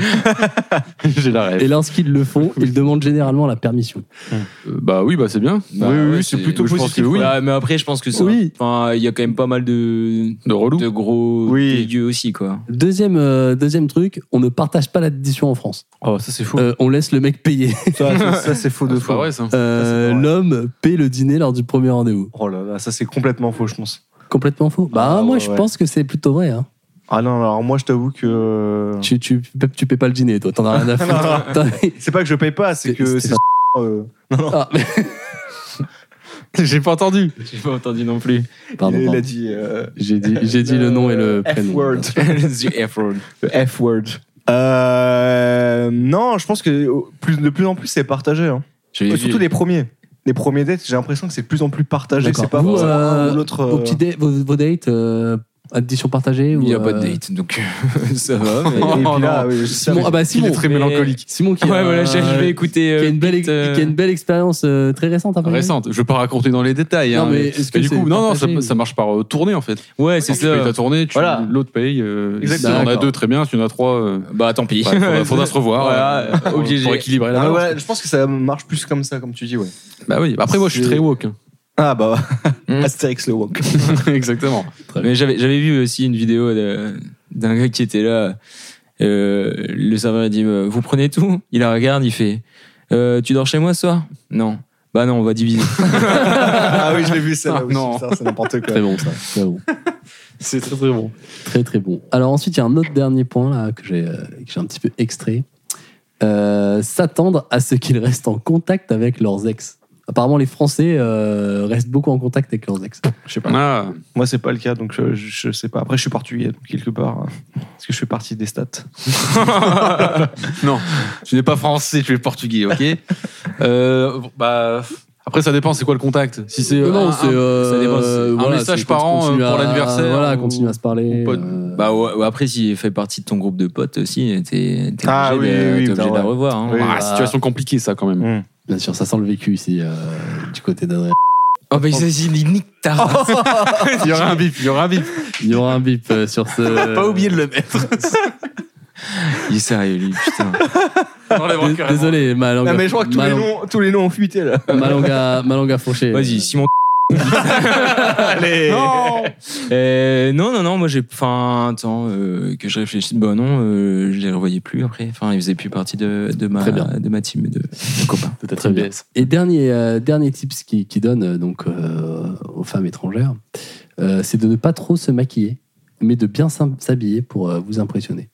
[SPEAKER 4] J'ai la rêve.
[SPEAKER 5] et lorsqu'ils
[SPEAKER 6] *laughs*
[SPEAKER 5] le font, ils demandent généralement la permission.
[SPEAKER 4] Euh, bah oui, bah c'est bien.
[SPEAKER 11] Bah
[SPEAKER 6] oui,
[SPEAKER 11] ouais,
[SPEAKER 6] oui, c'est plutôt
[SPEAKER 11] je pense
[SPEAKER 6] positif,
[SPEAKER 11] que oui.
[SPEAKER 6] ouais.
[SPEAKER 11] Ah, mais après, je pense que ça.
[SPEAKER 5] Oui.
[SPEAKER 11] Enfin, il y a quand même pas mal de,
[SPEAKER 4] De relou.
[SPEAKER 11] de gros
[SPEAKER 6] Oui.
[SPEAKER 11] dégueux aussi, quoi.
[SPEAKER 5] Deuxième, euh, deuxième truc, on ne partage pas l'addition en France.
[SPEAKER 6] Oh, ça c'est faux.
[SPEAKER 5] Euh, on laisse le
[SPEAKER 6] *laughs*
[SPEAKER 5] mec payer.
[SPEAKER 6] Ça, ça,
[SPEAKER 5] *laughs*
[SPEAKER 6] ça, c'est faux
[SPEAKER 4] Ah,
[SPEAKER 6] de
[SPEAKER 4] c'est pas
[SPEAKER 6] faux.
[SPEAKER 4] vrai, ça.
[SPEAKER 5] Euh,
[SPEAKER 6] Ah, c'est pas vrai.
[SPEAKER 5] L'homme paie le dîner lors du premier rendez-vous.
[SPEAKER 6] Oh là là, ça c'est complètement faux, je pense.
[SPEAKER 5] Complètement faux. Bah,
[SPEAKER 6] Ah,
[SPEAKER 5] moi,
[SPEAKER 6] ouais,
[SPEAKER 5] je
[SPEAKER 6] ouais.
[SPEAKER 5] pense que c'est plutôt vrai. hein.
[SPEAKER 6] Ah non, alors moi je t'avoue que. euh,
[SPEAKER 5] Tu, tu, tu paies pas le dîner, toi. T'en as rien
[SPEAKER 6] *laughs*
[SPEAKER 5] à foutre. T'as-
[SPEAKER 6] C'est pas que je paye pas, c'est
[SPEAKER 5] C'est-
[SPEAKER 6] que
[SPEAKER 5] c'est
[SPEAKER 6] c'est. euh,
[SPEAKER 5] Ah,
[SPEAKER 6] *laughs*
[SPEAKER 5] mais-
[SPEAKER 4] J'ai pas entendu.
[SPEAKER 11] J'ai pas entendu non plus.
[SPEAKER 5] Pardon.
[SPEAKER 6] Il
[SPEAKER 5] pardon.
[SPEAKER 6] a dit. euh,
[SPEAKER 5] J'ai dit, j'ai dit le nom et le prénom. *laughs*
[SPEAKER 6] F-word.
[SPEAKER 11] The F-word.
[SPEAKER 6] Le F-word. Euh, non, je pense que plus, de plus en plus c'est partagé. hein.
[SPEAKER 11] J'ai vu-
[SPEAKER 6] Surtout les premiers. Les premiers dates, j'ai l'impression que c'est de plus en plus partagé.
[SPEAKER 5] D'accord.
[SPEAKER 6] C'est pas
[SPEAKER 5] Vous,
[SPEAKER 6] forcément
[SPEAKER 5] euh,
[SPEAKER 6] un ou l'autre.
[SPEAKER 5] Vos,
[SPEAKER 6] euh, *laughs*
[SPEAKER 5] petits dates- vos, vos dates, euh, addition partagée
[SPEAKER 11] Il
[SPEAKER 5] ou,
[SPEAKER 11] n'y a pas
[SPEAKER 5] euh,
[SPEAKER 11] de date, donc *laughs* ça va. mais-
[SPEAKER 6] Et, et
[SPEAKER 11] Ouais,
[SPEAKER 6] puis
[SPEAKER 5] *laughs*
[SPEAKER 11] *laughs*
[SPEAKER 6] là, oui, je-
[SPEAKER 5] Simon, ah bah Simon,
[SPEAKER 11] Mais-
[SPEAKER 5] Simon qui, a-
[SPEAKER 11] voilà, je, je vais écouter.
[SPEAKER 5] qui a
[SPEAKER 11] euh,
[SPEAKER 5] une belle, ex-
[SPEAKER 11] euh,
[SPEAKER 5] qui a une belle expérience euh, très récente. après.
[SPEAKER 4] Récente. Je vais pas raconter dans les détails.
[SPEAKER 5] Non,
[SPEAKER 4] hein,
[SPEAKER 5] mais est-ce que
[SPEAKER 4] mais du
[SPEAKER 5] c'est
[SPEAKER 4] coup, non, non, ça,
[SPEAKER 5] partagé,
[SPEAKER 4] ça marche par euh, tournée en fait.
[SPEAKER 11] Ouais, c'est
[SPEAKER 4] tu payes
[SPEAKER 11] ça.
[SPEAKER 4] ta tournée, tu-
[SPEAKER 6] Voilà.
[SPEAKER 4] l'autre paye. euh,
[SPEAKER 6] Exactement.
[SPEAKER 4] Si on a
[SPEAKER 5] D'accord.
[SPEAKER 4] deux, très bien. Si on a trois,
[SPEAKER 5] *laughs*
[SPEAKER 4] euh,
[SPEAKER 11] Bah tant pis.
[SPEAKER 4] bah,
[SPEAKER 11] *laughs*
[SPEAKER 4] faudra, faudra se revoir.
[SPEAKER 11] Voilà,
[SPEAKER 4] euh, pour-
[SPEAKER 11] obligé.
[SPEAKER 4] Pour équilibrer la
[SPEAKER 6] Ah,
[SPEAKER 4] balance.
[SPEAKER 6] ouais, je pense que ça marche plus comme ça, comme tu dis, ouais.
[SPEAKER 4] Bah oui. Après, moi, je suis
[SPEAKER 6] C'est-
[SPEAKER 4] très woke. hein.
[SPEAKER 6] Ah bah,
[SPEAKER 11] Hmm.
[SPEAKER 6] *laughs* Astérix le walk.
[SPEAKER 4] Exactement.
[SPEAKER 11] Mais j'avais j'avais vu aussi une vidéo de- d'un gars qui était là. Euh, le serveur il dit euh, vous prenez tout. Il la regarde, il fait euh, tu dors chez moi ce soir Non. Bah non, on va diviser.
[SPEAKER 6] ah oui, je l'ai vu, ça.
[SPEAKER 4] Ah, non.
[SPEAKER 6] c'est n'importe quoi.
[SPEAKER 5] Très bon ça. Très bon.
[SPEAKER 4] *laughs* C'est très très bon.
[SPEAKER 5] Très très bon. Alors ensuite, il y a un autre dernier point là que j'ai euh, que j'ai un petit peu extrait. euh, s'attendre à ce qu'ils restent en contact avec leurs ex. Apparemment, les Français euh, restent beaucoup en contact avec leurs ex.
[SPEAKER 6] Je sais pas.
[SPEAKER 4] Ah.
[SPEAKER 6] Moi, c'est pas le cas, donc je, je sais pas. Après, je suis portugais, donc quelque part, euh, parce que je fais partie des stats.
[SPEAKER 4] *laughs* non, tu n'es pas français, tu es portugais, ok Euh, bah, Après, ça dépend, c'est quoi le contact Si c'est euh, un- un-
[SPEAKER 5] euh,
[SPEAKER 4] ça dépend, c'est un
[SPEAKER 5] voilà,
[SPEAKER 4] message
[SPEAKER 5] c'est
[SPEAKER 4] par
[SPEAKER 5] qu'on
[SPEAKER 4] an,
[SPEAKER 5] continue
[SPEAKER 4] euh, pour
[SPEAKER 5] à-
[SPEAKER 4] l'anniversaire,
[SPEAKER 5] Voilà,
[SPEAKER 4] ou-
[SPEAKER 5] continue à se parler.
[SPEAKER 4] ou pas de-
[SPEAKER 5] euh,
[SPEAKER 11] Bah ouais, ouais, après, s'il fait partie de ton groupe de potes aussi, euh, t'es t'es
[SPEAKER 6] Ah
[SPEAKER 11] obligé,
[SPEAKER 6] oui, oui,
[SPEAKER 11] de, t'es
[SPEAKER 6] bah
[SPEAKER 11] obligé de
[SPEAKER 6] ouais.
[SPEAKER 11] la revoir. hein.
[SPEAKER 6] Oui.
[SPEAKER 5] bah.
[SPEAKER 4] Ah, situation compliquée, ça, quand même.
[SPEAKER 6] Ah,
[SPEAKER 5] Bien sûr, ça sent le vécu ici, euh, du côté d'Adrien.
[SPEAKER 11] Oh bah il s'agit de nique ta
[SPEAKER 6] Oh.
[SPEAKER 11] race.
[SPEAKER 4] il y aura un bip, il y aura un bip.
[SPEAKER 5] *laughs* Il y aura un bip euh, sur
[SPEAKER 4] *laughs*
[SPEAKER 5] ce.
[SPEAKER 11] de le mettre. il est sérieux lui, putain.
[SPEAKER 5] Dés- Désolé, ma langue.
[SPEAKER 6] Non,
[SPEAKER 5] a-
[SPEAKER 6] mais je crois que tous
[SPEAKER 5] ma
[SPEAKER 6] les,
[SPEAKER 5] langue-
[SPEAKER 6] noms, tous les noms ont fuité, là.
[SPEAKER 5] Ma langue a- ma langue a fourché.
[SPEAKER 11] Vas-y, *laughs* Simon.
[SPEAKER 6] Allez
[SPEAKER 11] Euh, non, non, non, moi j'ai. Enfin, attends, euh, que je réfléchisse. Bah non, euh, je les revoyais plus après. Enfin, ils faisaient plus partie de, de, ma,
[SPEAKER 5] Très bien.
[SPEAKER 11] de ma team, *laughs* de, de copains.
[SPEAKER 5] Peut-être Très bien. Et dernier, euh, dernier tips qui, qui donne euh, donc, euh, aux femmes étrangères, euh, c'est de ne pas trop se maquiller, mais de bien s'im- s'habiller pour euh, vous impressionner.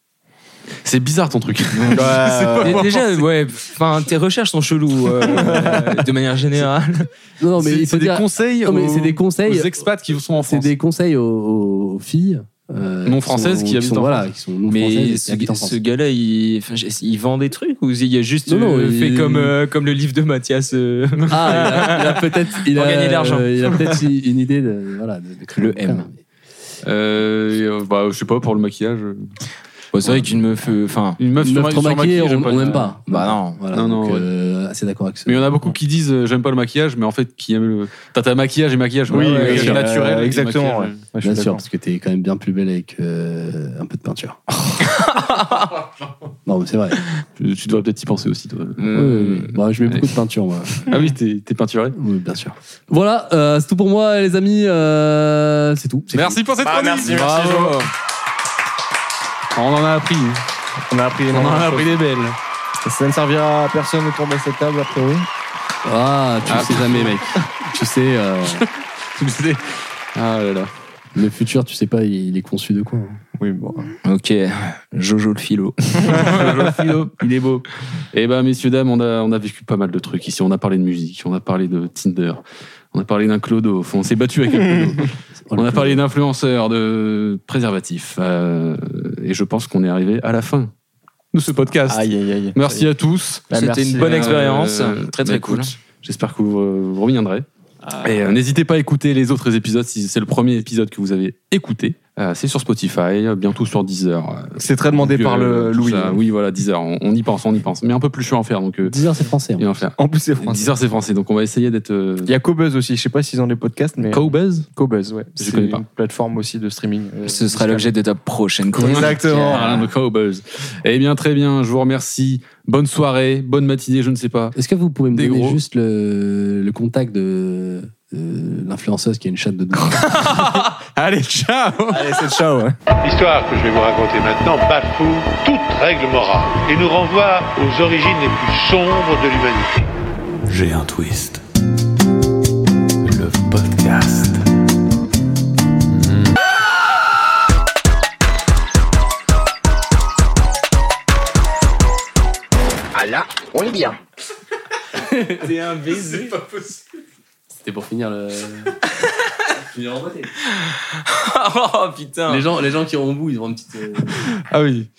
[SPEAKER 4] C'est bizarre ton truc.
[SPEAKER 11] Dé- déjà, ouais, enfin, tes recherches sont cheloues, euh, *laughs* euh, de manière générale.
[SPEAKER 5] Non, non, mais
[SPEAKER 4] C'est
[SPEAKER 5] il faut
[SPEAKER 4] c'est des
[SPEAKER 5] dire.
[SPEAKER 4] conseils
[SPEAKER 5] Non, mais
[SPEAKER 4] aux-
[SPEAKER 5] c'est des conseils. euh,
[SPEAKER 4] aux expats qui sont en
[SPEAKER 5] C'est
[SPEAKER 4] France.
[SPEAKER 5] des conseils aux, aux filles. euh,
[SPEAKER 4] Non
[SPEAKER 5] qui sont-
[SPEAKER 4] françaises qui habitent
[SPEAKER 5] sont,
[SPEAKER 4] en
[SPEAKER 5] voilà, qui sont non françaises
[SPEAKER 11] Mais
[SPEAKER 5] et
[SPEAKER 11] ce,
[SPEAKER 5] qui habitent en France.
[SPEAKER 11] ce *laughs* gars-là, il, enfin, j'ai- il vend des trucs ou il y a juste
[SPEAKER 5] Non, non,
[SPEAKER 11] euh,
[SPEAKER 5] il-
[SPEAKER 11] fait comme, euh, comme le livre de Mathias
[SPEAKER 5] *laughs*
[SPEAKER 11] euh,
[SPEAKER 5] Ah, il a, il a peut-être. il
[SPEAKER 11] Pour
[SPEAKER 5] a-
[SPEAKER 11] gagner de l'argent.
[SPEAKER 5] euh, Il a peut-être une une idée de. Voilà, de, de créer
[SPEAKER 11] Le
[SPEAKER 5] un bouquin.
[SPEAKER 11] M.
[SPEAKER 4] Euh, bah, je sais pas, pour le maquillage. euh.
[SPEAKER 11] Bon, c'est vrai qu'une meuf. euh, Enfin.
[SPEAKER 4] Une meuf
[SPEAKER 5] Une meuf trop
[SPEAKER 4] sur
[SPEAKER 5] maquillée,
[SPEAKER 4] maquillée,
[SPEAKER 5] on
[SPEAKER 4] j'aime pas
[SPEAKER 5] on
[SPEAKER 4] le-
[SPEAKER 5] n'aime pas.
[SPEAKER 11] Bah non.
[SPEAKER 5] Voilà,
[SPEAKER 4] Non,
[SPEAKER 5] donc,
[SPEAKER 4] non, ouais.
[SPEAKER 5] euh, assez d'accord avec ça.
[SPEAKER 4] Mais il y en a beaucoup qui disent euh, j'aime pas le maquillage, mais en fait qui aiment le. T'as ta maquillage et maquillage.
[SPEAKER 6] Oui,
[SPEAKER 4] ouais,
[SPEAKER 6] oui,
[SPEAKER 4] maquillage
[SPEAKER 6] bien sûr.
[SPEAKER 4] naturel.
[SPEAKER 6] Euh,
[SPEAKER 4] et
[SPEAKER 6] exactement,
[SPEAKER 4] maquillage,
[SPEAKER 6] Ouais, je suis
[SPEAKER 5] Bien sûr,
[SPEAKER 6] d'accord.
[SPEAKER 5] parce que t'es quand même bien plus belle avec euh, un peu
[SPEAKER 4] *laughs*
[SPEAKER 5] de peinture. non, mais c'est vrai.
[SPEAKER 4] euh, Tu devrais peut-être y penser aussi, toi.
[SPEAKER 11] Mm.
[SPEAKER 5] Oui, oui, oui. Bah, je mets beaucoup de peinture, moi.
[SPEAKER 4] Ah oui, t'es t'es peinturé.
[SPEAKER 5] Oui, bien sûr. Voilà, euh, c'est tout pour moi, les amis. euh, c'est tout. C'est
[SPEAKER 4] Merci pour cette
[SPEAKER 6] Bah,
[SPEAKER 4] chronique.
[SPEAKER 6] merci, merci,
[SPEAKER 4] Bravo. On en a *laughs* appris.
[SPEAKER 6] On a appris
[SPEAKER 4] On en a appris des belles.
[SPEAKER 6] Ça ne servira à personne autour de cette table, a priori.
[SPEAKER 5] fini. Ah, tu
[SPEAKER 4] Ah.
[SPEAKER 5] sais
[SPEAKER 4] *laughs*
[SPEAKER 5] jamais, mec. tu sais, euh,
[SPEAKER 4] Tu le sais. Ah là là.
[SPEAKER 5] le futur, tu sais pas, il est conçu de quoi. hein.
[SPEAKER 6] Oui, bon.
[SPEAKER 11] Ok, Jojo le philo.
[SPEAKER 4] Le philo, il est beau. Eh ben, messieurs, dames, on a, on a vécu pas mal de trucs ici. On a parlé de musique, on a parlé de Tinder, on a parlé d'un clodo. Enfin, on s'est battu avec un clodo. *laughs* On a parlé d'influenceurs, de préservatifs. euh, et je pense qu'on est arrivé à la fin de ce podcast.
[SPEAKER 6] Aïe, aïe, aïe.
[SPEAKER 4] Merci à tous.
[SPEAKER 6] Bah,
[SPEAKER 11] C'était
[SPEAKER 6] merci.
[SPEAKER 11] une bonne
[SPEAKER 4] Euh,
[SPEAKER 11] expérience, très très
[SPEAKER 4] bah,
[SPEAKER 11] cool.
[SPEAKER 4] écoute, J'espère que vous, euh, vous reviendrez.
[SPEAKER 6] Ah.
[SPEAKER 4] Et euh, n'hésitez pas à écouter les autres épisodes si c'est le premier épisode que vous avez écouté. Euh, c'est sur Spotify, euh, bientôt sur Deezer. euh,
[SPEAKER 6] C'est très demandé
[SPEAKER 4] donc,
[SPEAKER 6] par
[SPEAKER 4] euh,
[SPEAKER 6] le
[SPEAKER 4] tout
[SPEAKER 6] Louis. hein.
[SPEAKER 4] ça. Oui, voilà, Deezer. On, on y pense, on y pense. Mais un peu plus chaud à en faire, donc euh,
[SPEAKER 5] 10 heures, c'est français. hein.
[SPEAKER 4] il va en faire.
[SPEAKER 6] En plus, c'est français.
[SPEAKER 4] Deezer, c'est français, donc on va essayer d'être. Euh...
[SPEAKER 6] Il y a Cobuzz aussi. Je sais pas s'ils ont des podcasts, mais.
[SPEAKER 4] Cowbuzz
[SPEAKER 6] Cobuzz, ouais.
[SPEAKER 4] Je
[SPEAKER 6] C'est
[SPEAKER 4] connais pas.
[SPEAKER 6] une plateforme aussi de streaming. euh,
[SPEAKER 11] Ce sera l'objet de ta prochaine chronique.
[SPEAKER 6] Exactement.
[SPEAKER 4] Voilà, le Cowbuzz. Eh bien, très bien, je vous remercie. Bonne soirée, bonne matinée, je ne sais pas.
[SPEAKER 5] Est-ce que vous pouvez me
[SPEAKER 4] Des
[SPEAKER 5] donner
[SPEAKER 4] gros.
[SPEAKER 5] juste le, le contact de euh, l'influenceuse qui a une chatte de douze ans
[SPEAKER 4] Allez, ciao
[SPEAKER 6] Allez, c'est ciao. hein.
[SPEAKER 2] L'histoire que je vais vous raconter maintenant bafoue toute règle morale et nous renvoie aux origines les plus sombres de l'humanité.
[SPEAKER 9] J'ai un twist. Le podcast.
[SPEAKER 3] Ah là, on est bien.
[SPEAKER 5] C'était pour finir le.
[SPEAKER 11] oh putain.
[SPEAKER 5] gens, les gens qui auront bout, ils auront une petite. euh,
[SPEAKER 4] Ah oui.